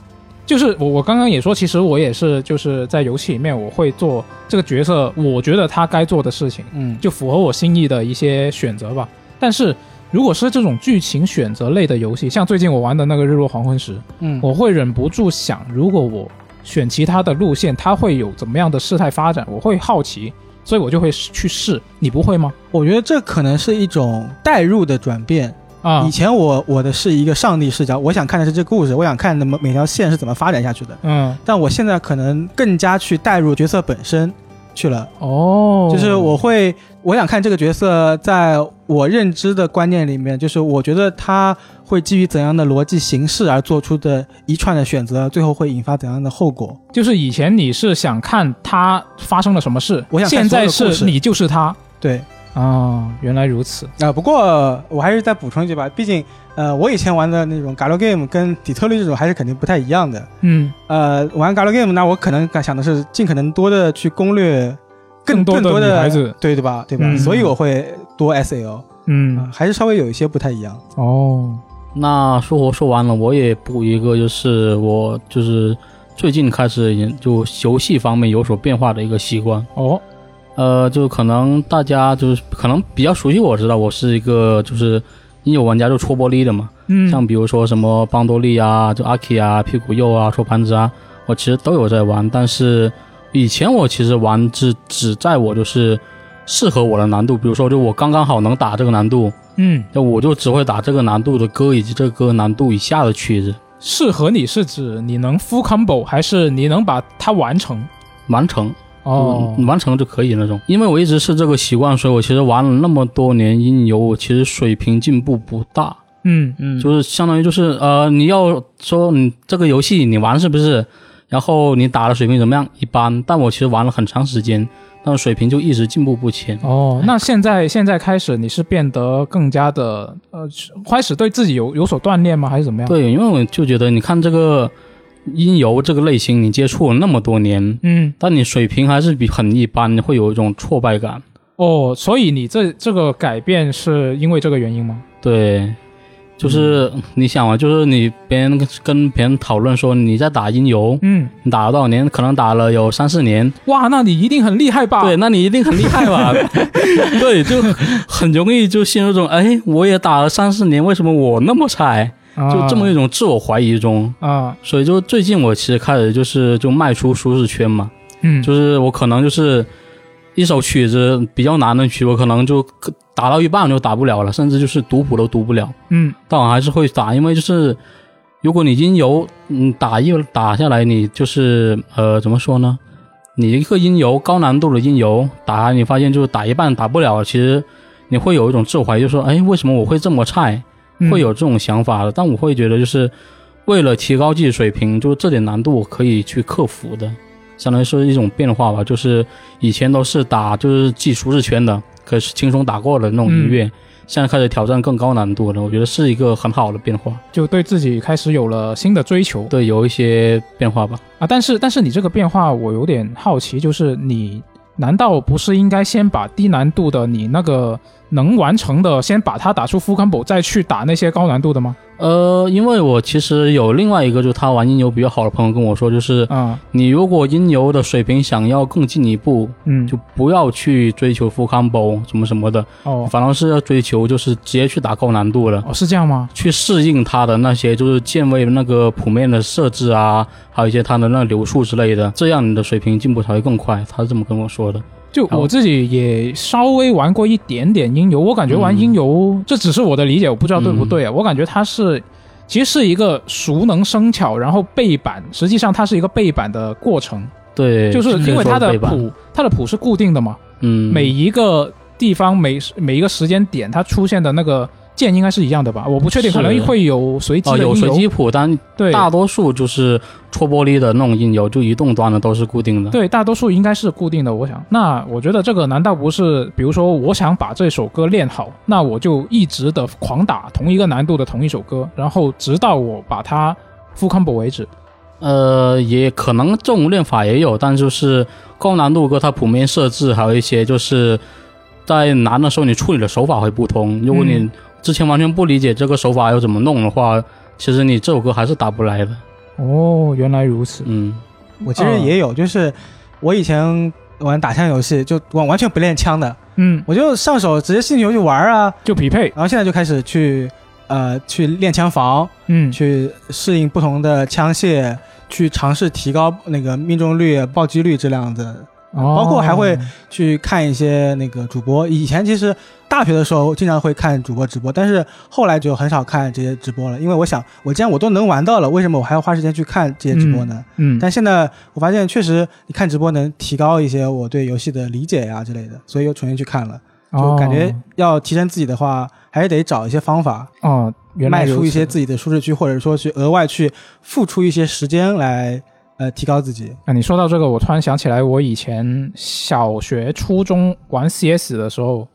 Speaker 1: 就是我我刚刚也说，其实我也是就是在游戏里面我会做这个角色，我觉得他该做的事情，
Speaker 4: 嗯，
Speaker 1: 就符合我心意的一些选择吧。但是如果是这种剧情选择类的游戏，像最近我玩的那个《日落黄昏时》，
Speaker 4: 嗯，
Speaker 1: 我会忍不住想，如果我选其他的路线，它会有怎么样的事态发展？我会好奇，所以我就会去试。你不会吗？
Speaker 4: 我觉得这可能是一种代入的转变。
Speaker 1: 啊
Speaker 4: 以，前我我的是一个上帝视角，我想看的是这个故事，我想看的每每条线是怎么发展下去的。
Speaker 1: 嗯，
Speaker 4: 但我现在可能更加去带入角色本身去了，
Speaker 1: 哦，
Speaker 4: 就是我会，我想看这个角色在我认知的观念里面，就是我觉得他会基于怎样的逻辑形式而做出的一串的选择，最后会引发怎样的后果。
Speaker 1: 就是以前你是想看它发生了什么事，
Speaker 4: 我想看
Speaker 1: 现在
Speaker 4: 所有的故
Speaker 1: 是
Speaker 4: 事
Speaker 1: 你就是他
Speaker 4: 对，啊、
Speaker 1: 啊，原来如此。
Speaker 4: 不过我还是再补充一句吧，毕竟，呃，我以前玩的那种 Galo Game 跟底特律这种还是肯定不太一样的。
Speaker 1: 嗯，
Speaker 4: 呃，玩 Galo Game，那我可能想的是尽可能多的去攻略更
Speaker 1: 更多
Speaker 4: 多
Speaker 1: 的女孩子，
Speaker 4: 对对吧？对吧？
Speaker 1: 嗯
Speaker 4: 所以我会多 S L，、啊
Speaker 1: 嗯，
Speaker 4: 还是稍微有一些不太一样。
Speaker 1: 哦，
Speaker 2: 那说说完了，我也补一个，就是我就是最近开始研就游戏方面有所变化的一个习惯。
Speaker 1: 哦，
Speaker 2: 呃，就可能大家就是可能比较熟悉我知道我是一个就是因为有玩家就戳玻璃的嘛，
Speaker 1: 嗯，
Speaker 2: 像比如说什么邦多利啊、就阿 K 啊、屁股肉啊、戳盘子啊，我其实都有在玩。但是以前我其实玩只只在我就是适合我的难度，比如说就我刚刚好能打这个难度，
Speaker 1: 嗯，
Speaker 2: 那我就只会打这个难度的歌以及这个歌难度以下的曲子
Speaker 1: 适合你是指你能 full combo，还是你能把它完成？
Speaker 2: 完成，
Speaker 1: 哦，
Speaker 4: 嗯
Speaker 2: 就完成就可以那种。因为我一直是这个习惯，所以我其实玩了那么多年音游，我其实水平进步不大。
Speaker 1: 嗯，
Speaker 3: 嗯，
Speaker 2: 就是相当于就是呃，你要说你这个游戏你玩是不是？然后你打的水平怎么样？一般，但我其实玩了很长时间，但水平就一直进步不前。
Speaker 1: 哦，那现在现在开始你是变得更加的呃，开始对自己有有所锻炼吗？还是怎么样？，
Speaker 2: 对，因为我就觉得，你看这个音游这个类型，你接触了那么多年，
Speaker 1: 嗯，
Speaker 2: 但你水平还是比很一般，会有一种挫败感。
Speaker 1: 哦，所以你这这个改变是因为这个原因吗？
Speaker 2: 对，就是你想嘛，就是你别人跟别人讨论说你在打音游，
Speaker 1: 嗯，
Speaker 2: 你打了多少年？可能打了有三四年，
Speaker 1: 哇，那你一定很厉害吧？
Speaker 2: 对，，那你一定很厉害吧？对，就很容易就陷入这种，哎，我也打了三四年，为什么我那么菜？就这么一种自我怀疑中。
Speaker 1: 啊，
Speaker 2: 所以就最近我其实开始就是就迈出舒适圈嘛，
Speaker 1: 嗯，
Speaker 2: 就是我可能就是一首曲子比较难的曲，我可能就打到一半就打不了了，甚至就是读谱都读不了，
Speaker 1: 嗯
Speaker 2: 但我还是会打，因为就是如果你音游嗯打一打下来，你就是呃怎么说呢？你一个音游高难度的音游打，你发现就是打一半打不了，其实你会有一种自我怀疑，就说哎为什么我会这么菜？
Speaker 1: 嗯
Speaker 2: 会有这种想法的，但我会觉得就是为了提高自己水平，就这点难度我可以去克服的，相当于是一种变化吧。就是以前都是打就是记舒适圈的，可是轻松打过的那种音乐，现在开始挑战更高难度的，我觉得是一个很好的变化。
Speaker 1: 嗯就对自己开始有了新的追求
Speaker 2: 对，有一些变化吧。
Speaker 1: 啊。但是但是你这个变化，我有点好奇，就是你难道不是应该先把低难度的你那个能完成的，先把它打出 full combo，再去打那些高难度的吗？
Speaker 2: 呃，因为我其实有另外一个，就是他玩音游比较好的朋友跟我说，就是
Speaker 1: 啊，
Speaker 2: 你如果音游的水平想要更进一步，
Speaker 1: 嗯，
Speaker 2: 就不要去追求 full combo 什么什么的，
Speaker 1: 哦
Speaker 2: 反而是要追求就是直接去打高难度了，
Speaker 1: 哦，是这样吗？
Speaker 2: 去适应它的那些就是键位那个谱面的设置啊，还有一些它的那流速之类的，这样你的水平进步才会更快。他是这么跟我说的。
Speaker 1: 就
Speaker 2: 好
Speaker 1: 我自己也稍微玩过一点点音游，我感觉玩
Speaker 2: 嗯
Speaker 1: 音游，这只是我的理解，我不知道对不对啊。我感觉它是其实是一个熟能生巧，然后背板，实际上它是一个背板的过程，
Speaker 2: 对，
Speaker 1: 就是因为它
Speaker 2: 可
Speaker 1: 的
Speaker 2: 以说背板，
Speaker 1: 谱，它的谱是固定的嘛，
Speaker 2: 嗯，
Speaker 1: 每一个地方每每一个时间点它出现的那个键应该是一样的吧？我不确定，
Speaker 2: 是
Speaker 1: 可能会有随机
Speaker 2: 哦
Speaker 1: 的
Speaker 2: 有
Speaker 1: 音
Speaker 2: 随
Speaker 1: 游，
Speaker 2: 机谱，但
Speaker 1: 对
Speaker 2: 大多数就是戳玻璃的那种音游，就移动端的都是固定的。
Speaker 1: 对，大多数应该是固定的。我想，那我觉得这个难道不是，比如说我想把这首歌练好，那我就一直的狂打同一个难度的同一首歌，然后直到我把它 full combo 为止。
Speaker 2: 呃，也可能这种练法也有，但就是高难度歌它谱面设置还有一些就是在难的时候你处理的手法会不同。如果你
Speaker 1: 嗯
Speaker 2: 之前完全不理解这个手法要怎么弄的话，其实你这首歌还是打不来的。
Speaker 1: 哦，原来如此。
Speaker 2: 嗯，
Speaker 4: 我其实也有，就是我以前玩打枪游戏，就完完全不练枪的，
Speaker 1: 嗯，
Speaker 4: 我就上手直接进游戏玩啊，
Speaker 1: 就匹配。
Speaker 4: 然后现在就开始去呃去练枪房，
Speaker 1: 嗯，
Speaker 4: 去适应不同的枪械，去尝试提高那个命中率、暴击率这样子，
Speaker 1: 哦
Speaker 4: 包括还会去看一些那个主播。以前其实大学的时候经常会看主播直播，但是后来就很少看这些直播了，因为我想，我既然我都能玩到了，为什么我还要花时间去看这些直播呢？
Speaker 1: 嗯，
Speaker 4: 但现在我发现，确实你看直播能提高一些我对游戏的理解呀、啊之类的，所以又重新去看了。
Speaker 1: 哦
Speaker 4: 就感觉要提升自己的话，还是得找一些方法，
Speaker 1: 哦哦，原来
Speaker 4: 迈
Speaker 1: 如
Speaker 4: 出一
Speaker 1: 此
Speaker 4: 些自己的舒适区，或者说去额外去付出一些时间来呃提高自己。
Speaker 1: 啊，你说到这个，我突然想起来，我以前小学、初中玩 CS 的时候，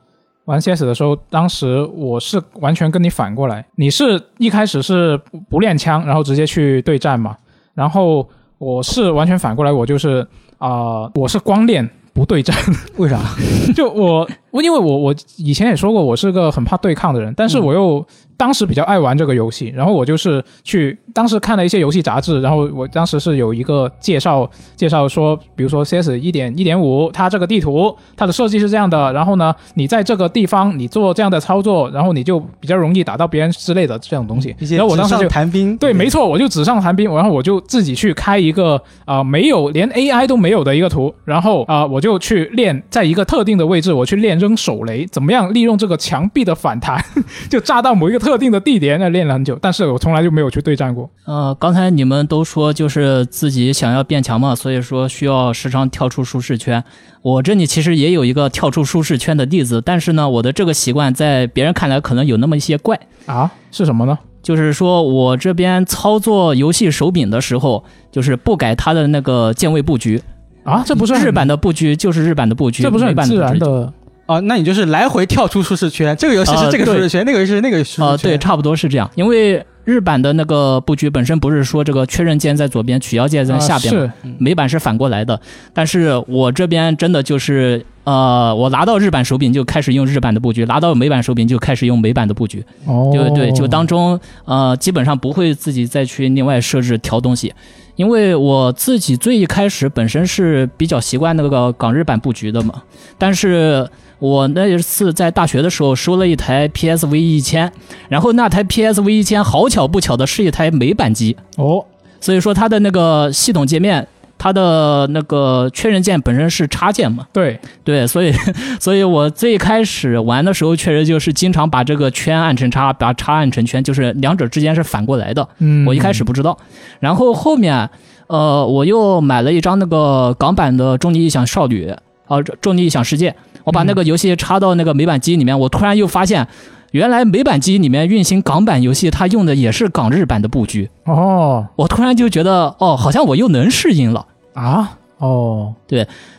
Speaker 1: 玩 CS 的时候，当时我是完全跟你反过来，你是一开始是不不练枪，然后直接去对战嘛，然后我是完全反过来，我就是啊、我是光练不对战，
Speaker 4: 为啥？
Speaker 1: 就我我因为我我以前也说过，我是个很怕对抗的人，但
Speaker 4: 嗯
Speaker 1: 是我又当时比较爱玩这个游戏，然后我就是去当时看了一些游戏杂志，然后我当时是有一个介绍介绍说，比如说 CS 一点一点五，它这个地图它的设计是这样的，然后呢，你在这个地方你做这样的操作，然后你就比较容易打到别人之类的这种东西，
Speaker 4: 一些
Speaker 1: 然后我当时
Speaker 4: 纸
Speaker 1: 就
Speaker 4: 上谈兵，
Speaker 1: 对，没错，我就纸上谈兵，然后我就自己去开一个啊、呃没有连 AI 都没有的一个图，然后啊、呃我就去练，在一个特定的位置，我去练扔手雷，怎么样利用这个墙壁的反弹， 就炸到某一个特定的地点，那练了很久，但是我从来就没有去对战过。
Speaker 3: 呃，刚才你们都说就是自己想要变强嘛，所以说需要时常跳出舒适圈。我这里其实也有一个跳出舒适圈的例子，但是呢，我的这个习惯在别人看来可能有那么一些怪，
Speaker 1: 啊，是什么呢？
Speaker 3: 就是说我这边操作游戏手柄的时候，就是不改它的那个键位布局。
Speaker 1: 啊，这不是很
Speaker 3: 日版，的布局就是日版的布局，
Speaker 1: 这不是
Speaker 3: 美
Speaker 1: 很
Speaker 3: 版
Speaker 1: 自然
Speaker 3: 布局。
Speaker 1: 的
Speaker 4: 哦，那你就是来回跳出舒适圈，这个游戏是
Speaker 3: 呃
Speaker 4: 这个舒
Speaker 3: 对
Speaker 4: 适圈，那个游戏是那个舒适
Speaker 1: 啊
Speaker 4: 圈。
Speaker 3: 呃，对，差不多是这样，因为日版的那个布局本身不是说这个确认键在左边，取消键在
Speaker 1: 啊
Speaker 3: 下边嘛，
Speaker 1: 是
Speaker 3: 美版是反过来的，但是我这边真的就是呃，我拿到日版手柄就开始用日版的布局，拿到美版手柄就开始用美版的布局。
Speaker 1: 哦，
Speaker 3: 对对，就当中呃，基本上不会自己再去另外设置调东西，因为我自己最一开始本身是比较习惯那个港日版布局的嘛，但是我那一次在大学的时候收了一台 PSV 一千，然后那台 PSV 一千好巧不巧的是一台美版机，
Speaker 1: 哦，
Speaker 3: 所以说它的那个系统界面。它的那个确认键本身是插件嘛，
Speaker 1: 对，
Speaker 3: 对，所以， 所以我最开始玩的时候，确实就是经常把这个圈按成叉，把叉按成圈，就是两者之间是反过来的。
Speaker 1: 嗯，
Speaker 3: 我一开始不知道，然后后面，呃，我又买了一张那个港版的《终极异想少女》啊，《终极异想世界》，我把那个游戏插到那个美版机里面，我突然又发现，原来美版机里面运行港版游戏，它用的也是港日版的布局，
Speaker 1: 哦
Speaker 3: 我突然就觉得，哦，好像我又能适应了。
Speaker 1: 啊哦，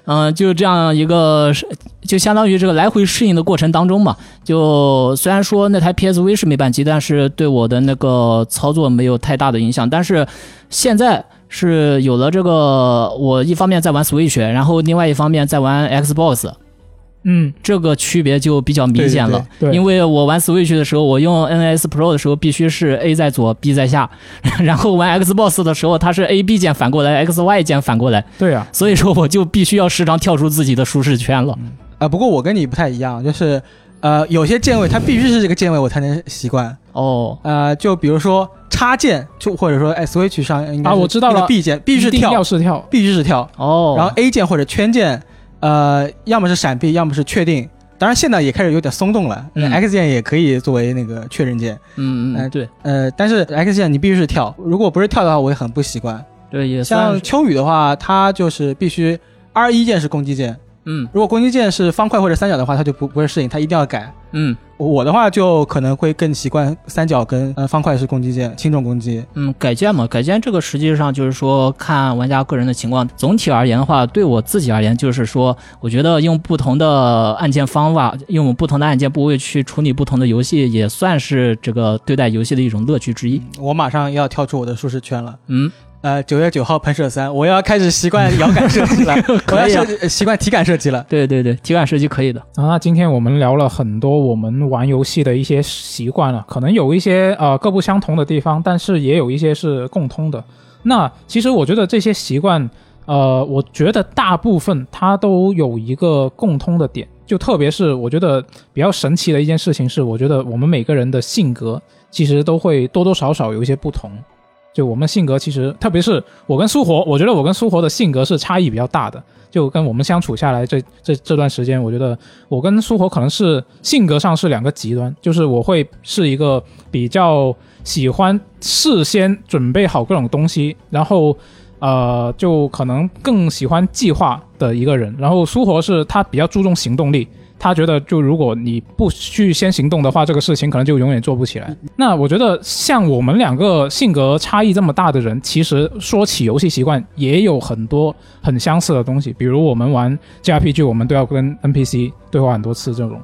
Speaker 3: 嗯、就这样一个，就相当于这个来回适应的过程当中嘛。就虽然说那台 PSV 是美版机，但是对我的那个操作没有太大的影响。但是现在是有了这个，我一方面在玩 Switch，然后另外一方面在玩 Xbox，
Speaker 1: 嗯，
Speaker 3: 这个区别就比较明显了。
Speaker 1: 对，
Speaker 3: 因
Speaker 1: 为
Speaker 3: 为我玩 Switch 的时候，我用 NS Pro 的时候必须是 A 在左，B 在下， 然后玩 Xbox 的时候，它是 A B 键反过来，X Y 键反过来。
Speaker 1: 对啊，
Speaker 3: 所以说我就必须要时常跳出自己的舒适圈了。
Speaker 4: 啊，不过我跟你不太一样，就是呃，有些键位它必须是这个键位我才能习惯。
Speaker 3: 哦，
Speaker 4: 呃，就比如说插键，就或者说哎 Switch 上应该
Speaker 1: 啊
Speaker 4: 是
Speaker 1: 我知道
Speaker 4: 那个
Speaker 1: 了
Speaker 4: B 键必须是
Speaker 1: 一定要
Speaker 4: 跳，
Speaker 1: 是跳，
Speaker 4: 必须是跳。
Speaker 3: 哦，
Speaker 4: 然后 A 键或者圈键，呃，要么是闪避，要么是确定。当然，现在也开始有点松动了、
Speaker 3: 嗯
Speaker 4: x 键也可以作为那个确认键。
Speaker 3: 嗯
Speaker 4: 哎
Speaker 3: 嗯，对
Speaker 4: 呃，但是 X 键你必须是跳，如果不是跳的话，我也很不习惯。
Speaker 3: 对，也算
Speaker 4: 像
Speaker 3: 是
Speaker 4: 秋雨的话，它就是必须 R 一键是攻击键，
Speaker 3: 嗯
Speaker 4: 如果攻击键是方块或者三角的话，它就不不会适应，它一定要改。
Speaker 3: 嗯
Speaker 4: 我的话就可能会更习惯三角跟呃方块是攻击键，轻重攻击。
Speaker 3: 嗯，改键嘛，改键这个实际上就是说看玩家个人的情况。总体而言的话，对我自己而言，就是说，我觉得用不同的按键方法，用不同的按键部位去处理不同的游戏，也算是这个对待游戏的一种乐趣之一。
Speaker 4: 我马上要跳出我的舒适圈了。
Speaker 3: 嗯，
Speaker 4: 呃，九月九号喷射三，我要开始习惯摇杆射 击了，我要
Speaker 3: 以啊
Speaker 4: 设计习惯体感射击了。
Speaker 3: 对对对，体感射击可以的。
Speaker 1: 啊，那今天我们聊了很多我们玩游戏的一些习惯了，可能有一些呃各不相同的地方，但是也有一些是共通的。那其实我觉得这些习惯，呃，我觉得大部分它都有一个共通的点，就特别是我觉得比较神奇的一件事情是，我觉得我们每个人的性格其实都会多多少少有一些不同。就我们性格其实，特别是我跟苏活，我觉得我跟苏活的性格是差异比较大的。就跟我们相处下来这这这段时间，我觉得我跟苏活可能是性格上是两个极端，就是我会是一个比较喜欢事先准备好各种东西，然后呃就可能更喜欢计划的一个人。然后苏活是他比较注重行动力，他觉得就如果你不去先行动的话，这个事情可能就永远做不起来。那我觉得像我们两个性格差异这么大的人，其实说起游戏习惯也有很多很相似的东西，比如我们玩 JRPG，我们都要跟 NPC 对话很多次，这种，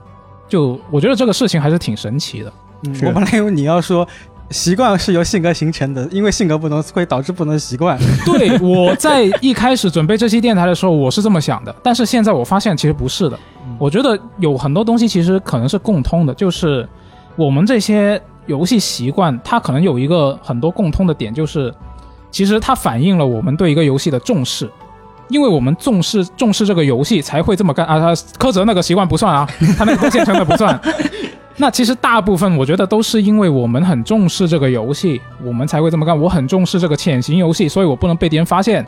Speaker 1: 就我觉得这个事情还是挺神奇的。
Speaker 4: 嗯
Speaker 1: 是
Speaker 4: 我本来以为你要说习惯是由性格形成的，因为性格不同会导致不同的习惯。
Speaker 1: 对，我在一开始准备这期电台的时候，我是这么想的，但是现在我发现其实不是的。我觉得有很多东西其实可能是共通的，就是我们这些游戏习惯，它可能有一个很多共通的点，就是其实它反映了我们对一个游戏的重视。因为我们重视重视这个游戏，才会这么干啊！他柯泽那个习惯不算啊，他那个不现成的不算。那其实大部分我觉得都是因为我们很重视这个游戏，我们才会这么干。我很重视这个潜行游戏，所以我不能被敌人发现。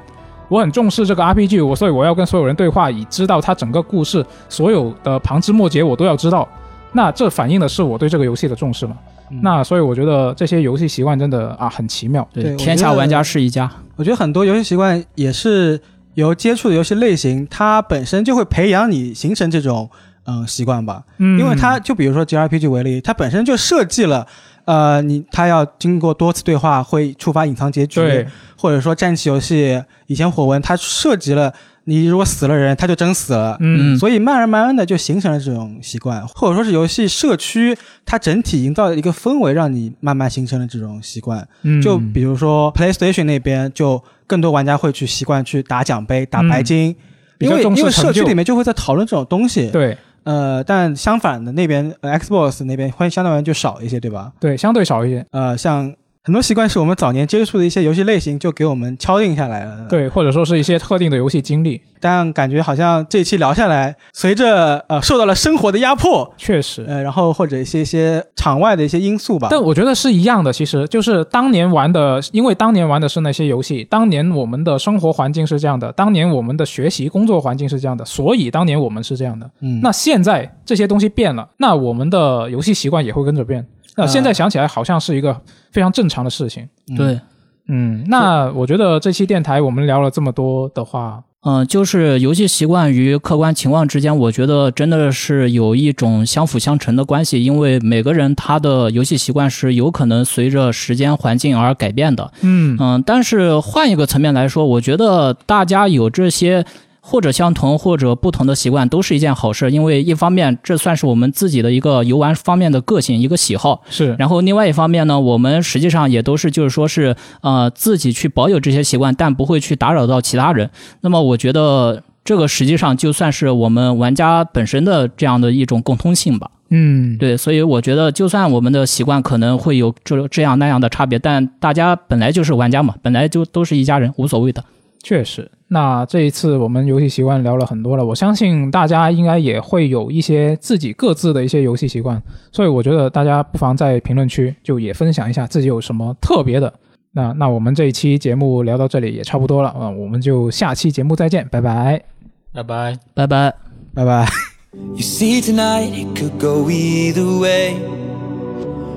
Speaker 1: 我很重视这个 RPG，我所以我要跟所有人对话，以知道它整个故事所有的旁枝末节我都要知道。那这反映的是我对这个游戏的重视嘛？那所以我觉得这些游戏习惯真的啊很奇妙。
Speaker 4: 对我
Speaker 3: 天
Speaker 4: 觉
Speaker 3: 下
Speaker 4: 得
Speaker 3: 玩家是一家。
Speaker 4: 我觉得很多游戏习惯也是由接触的游戏类型，它本身就会培养你形成这种嗯习惯吧。
Speaker 1: 嗯
Speaker 4: 因为它就比如说 JRPG 为例，它本身就设计了，呃，你它要经过多次对话会触发隐藏结局，
Speaker 1: 对
Speaker 4: 或者说战棋游戏以前火纹，它涉及了你如果死了人，它就真死了。
Speaker 1: 嗯
Speaker 3: 嗯
Speaker 4: 所以慢慢慢慢的就形成了这种习惯，或者说是游戏社区它整体营造的一个氛围，让你慢慢形成了这种习惯。
Speaker 1: 嗯
Speaker 4: 就比如说 PlayStation 那边，就更多玩家会去习惯去打奖杯、打白金，
Speaker 1: 嗯比
Speaker 4: 因
Speaker 1: 较
Speaker 4: 为
Speaker 1: 重
Speaker 4: 因
Speaker 1: 视
Speaker 4: 为
Speaker 1: 成
Speaker 4: 社区
Speaker 1: 就
Speaker 4: 里。面就会在讨论这种东西，
Speaker 1: 对
Speaker 4: 呃，但相反的那边、呃 Xbox 那边会相对而言就少一些，对吧？
Speaker 1: 对，相对少一些，
Speaker 4: 呃，像很多习惯是我们早年接触的一些游戏类型，就给我们敲定下来了。，
Speaker 1: 对，或者说是一些特定的游戏经历，
Speaker 4: 但感觉好像这一期聊下来，随着呃受到了生活的压迫，
Speaker 1: 确实。
Speaker 4: 呃，然后或者一些一些场外的一些因素吧。
Speaker 1: 但我觉得是一样的，其实就是当年玩的，因为当年玩的是那些游戏，当年我们的生活环境是这样的，当年我们的学习、工作环境是这样的，所以当年我们是这样的。
Speaker 4: 嗯，
Speaker 1: 那现在这些东西变了，那我们的游戏习惯也会跟着变。那
Speaker 4: 啊
Speaker 1: 现在想起来，好像是一个非常正常的事情。
Speaker 4: 嗯
Speaker 3: 对，
Speaker 1: 嗯，那我觉得这期电台我们聊了这么多的话，
Speaker 3: 嗯，就是游戏习惯与客观情况之间，我觉得真的是有一种相辅相成的关系，因为每个人他的游戏习惯是有可能随着时间环境而改变的。
Speaker 1: 嗯
Speaker 3: 嗯，但是换一个层面来说，我觉得大家有这些。或者相同或者不同的习惯都是一件好事，因为一方面这算是我们自己的一个游玩方面的个性一个喜好，
Speaker 1: 是
Speaker 3: 然后另外一方面呢，我们实际上也都是就是说是呃自己去保有这些习惯，但不会去打扰到其他人。那么我觉得这个实际上就算是我们玩家本身的这样的一种共通性吧。
Speaker 1: 嗯，
Speaker 3: 对，所以我觉得就算我们的习惯可能会有这这样那样的差别，但大家本来就是玩家嘛，本来就都是一家人，无所谓的。
Speaker 1: 确实，那这一次我们游戏习惯聊了很多了，我相信大家应该也会有一些自己各自的一些游戏习惯，所以我觉得大家不妨在评论区就也分享一下自己有什么特别的。那那我们这一期节目聊到这里也差不多了啊、我们就下期节目再见，拜拜。
Speaker 2: 拜拜。
Speaker 3: 拜拜。
Speaker 4: 拜拜。
Speaker 5: You see, tonight it could go either way.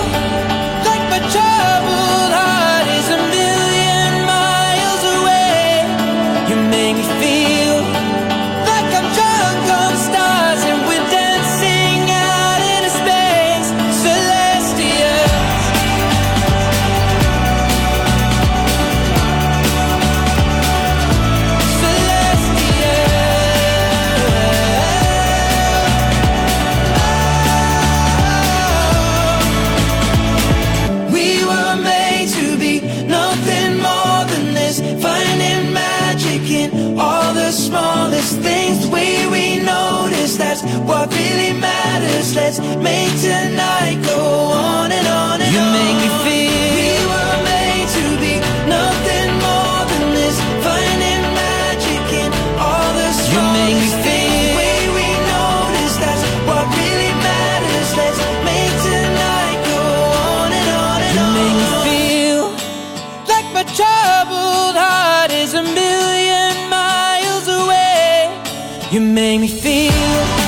Speaker 5: like my troubled heart is a million miles away. You make me feel like I'm drunk on stars and we're dancing out in space, celestial. Celestial. We were made to be nothing more than this, finding magic in all the smallest things. The way we notice that's what really matters. Let's make tonight go on and on and you on. Make me feel we were made to be nothing more than this, finding magic in all the smallest you make me things. The way we notice that's what really matters. Let's make tonight go on and on and you on. You make me feel like my troubled heart is a million miles away. You make me feel.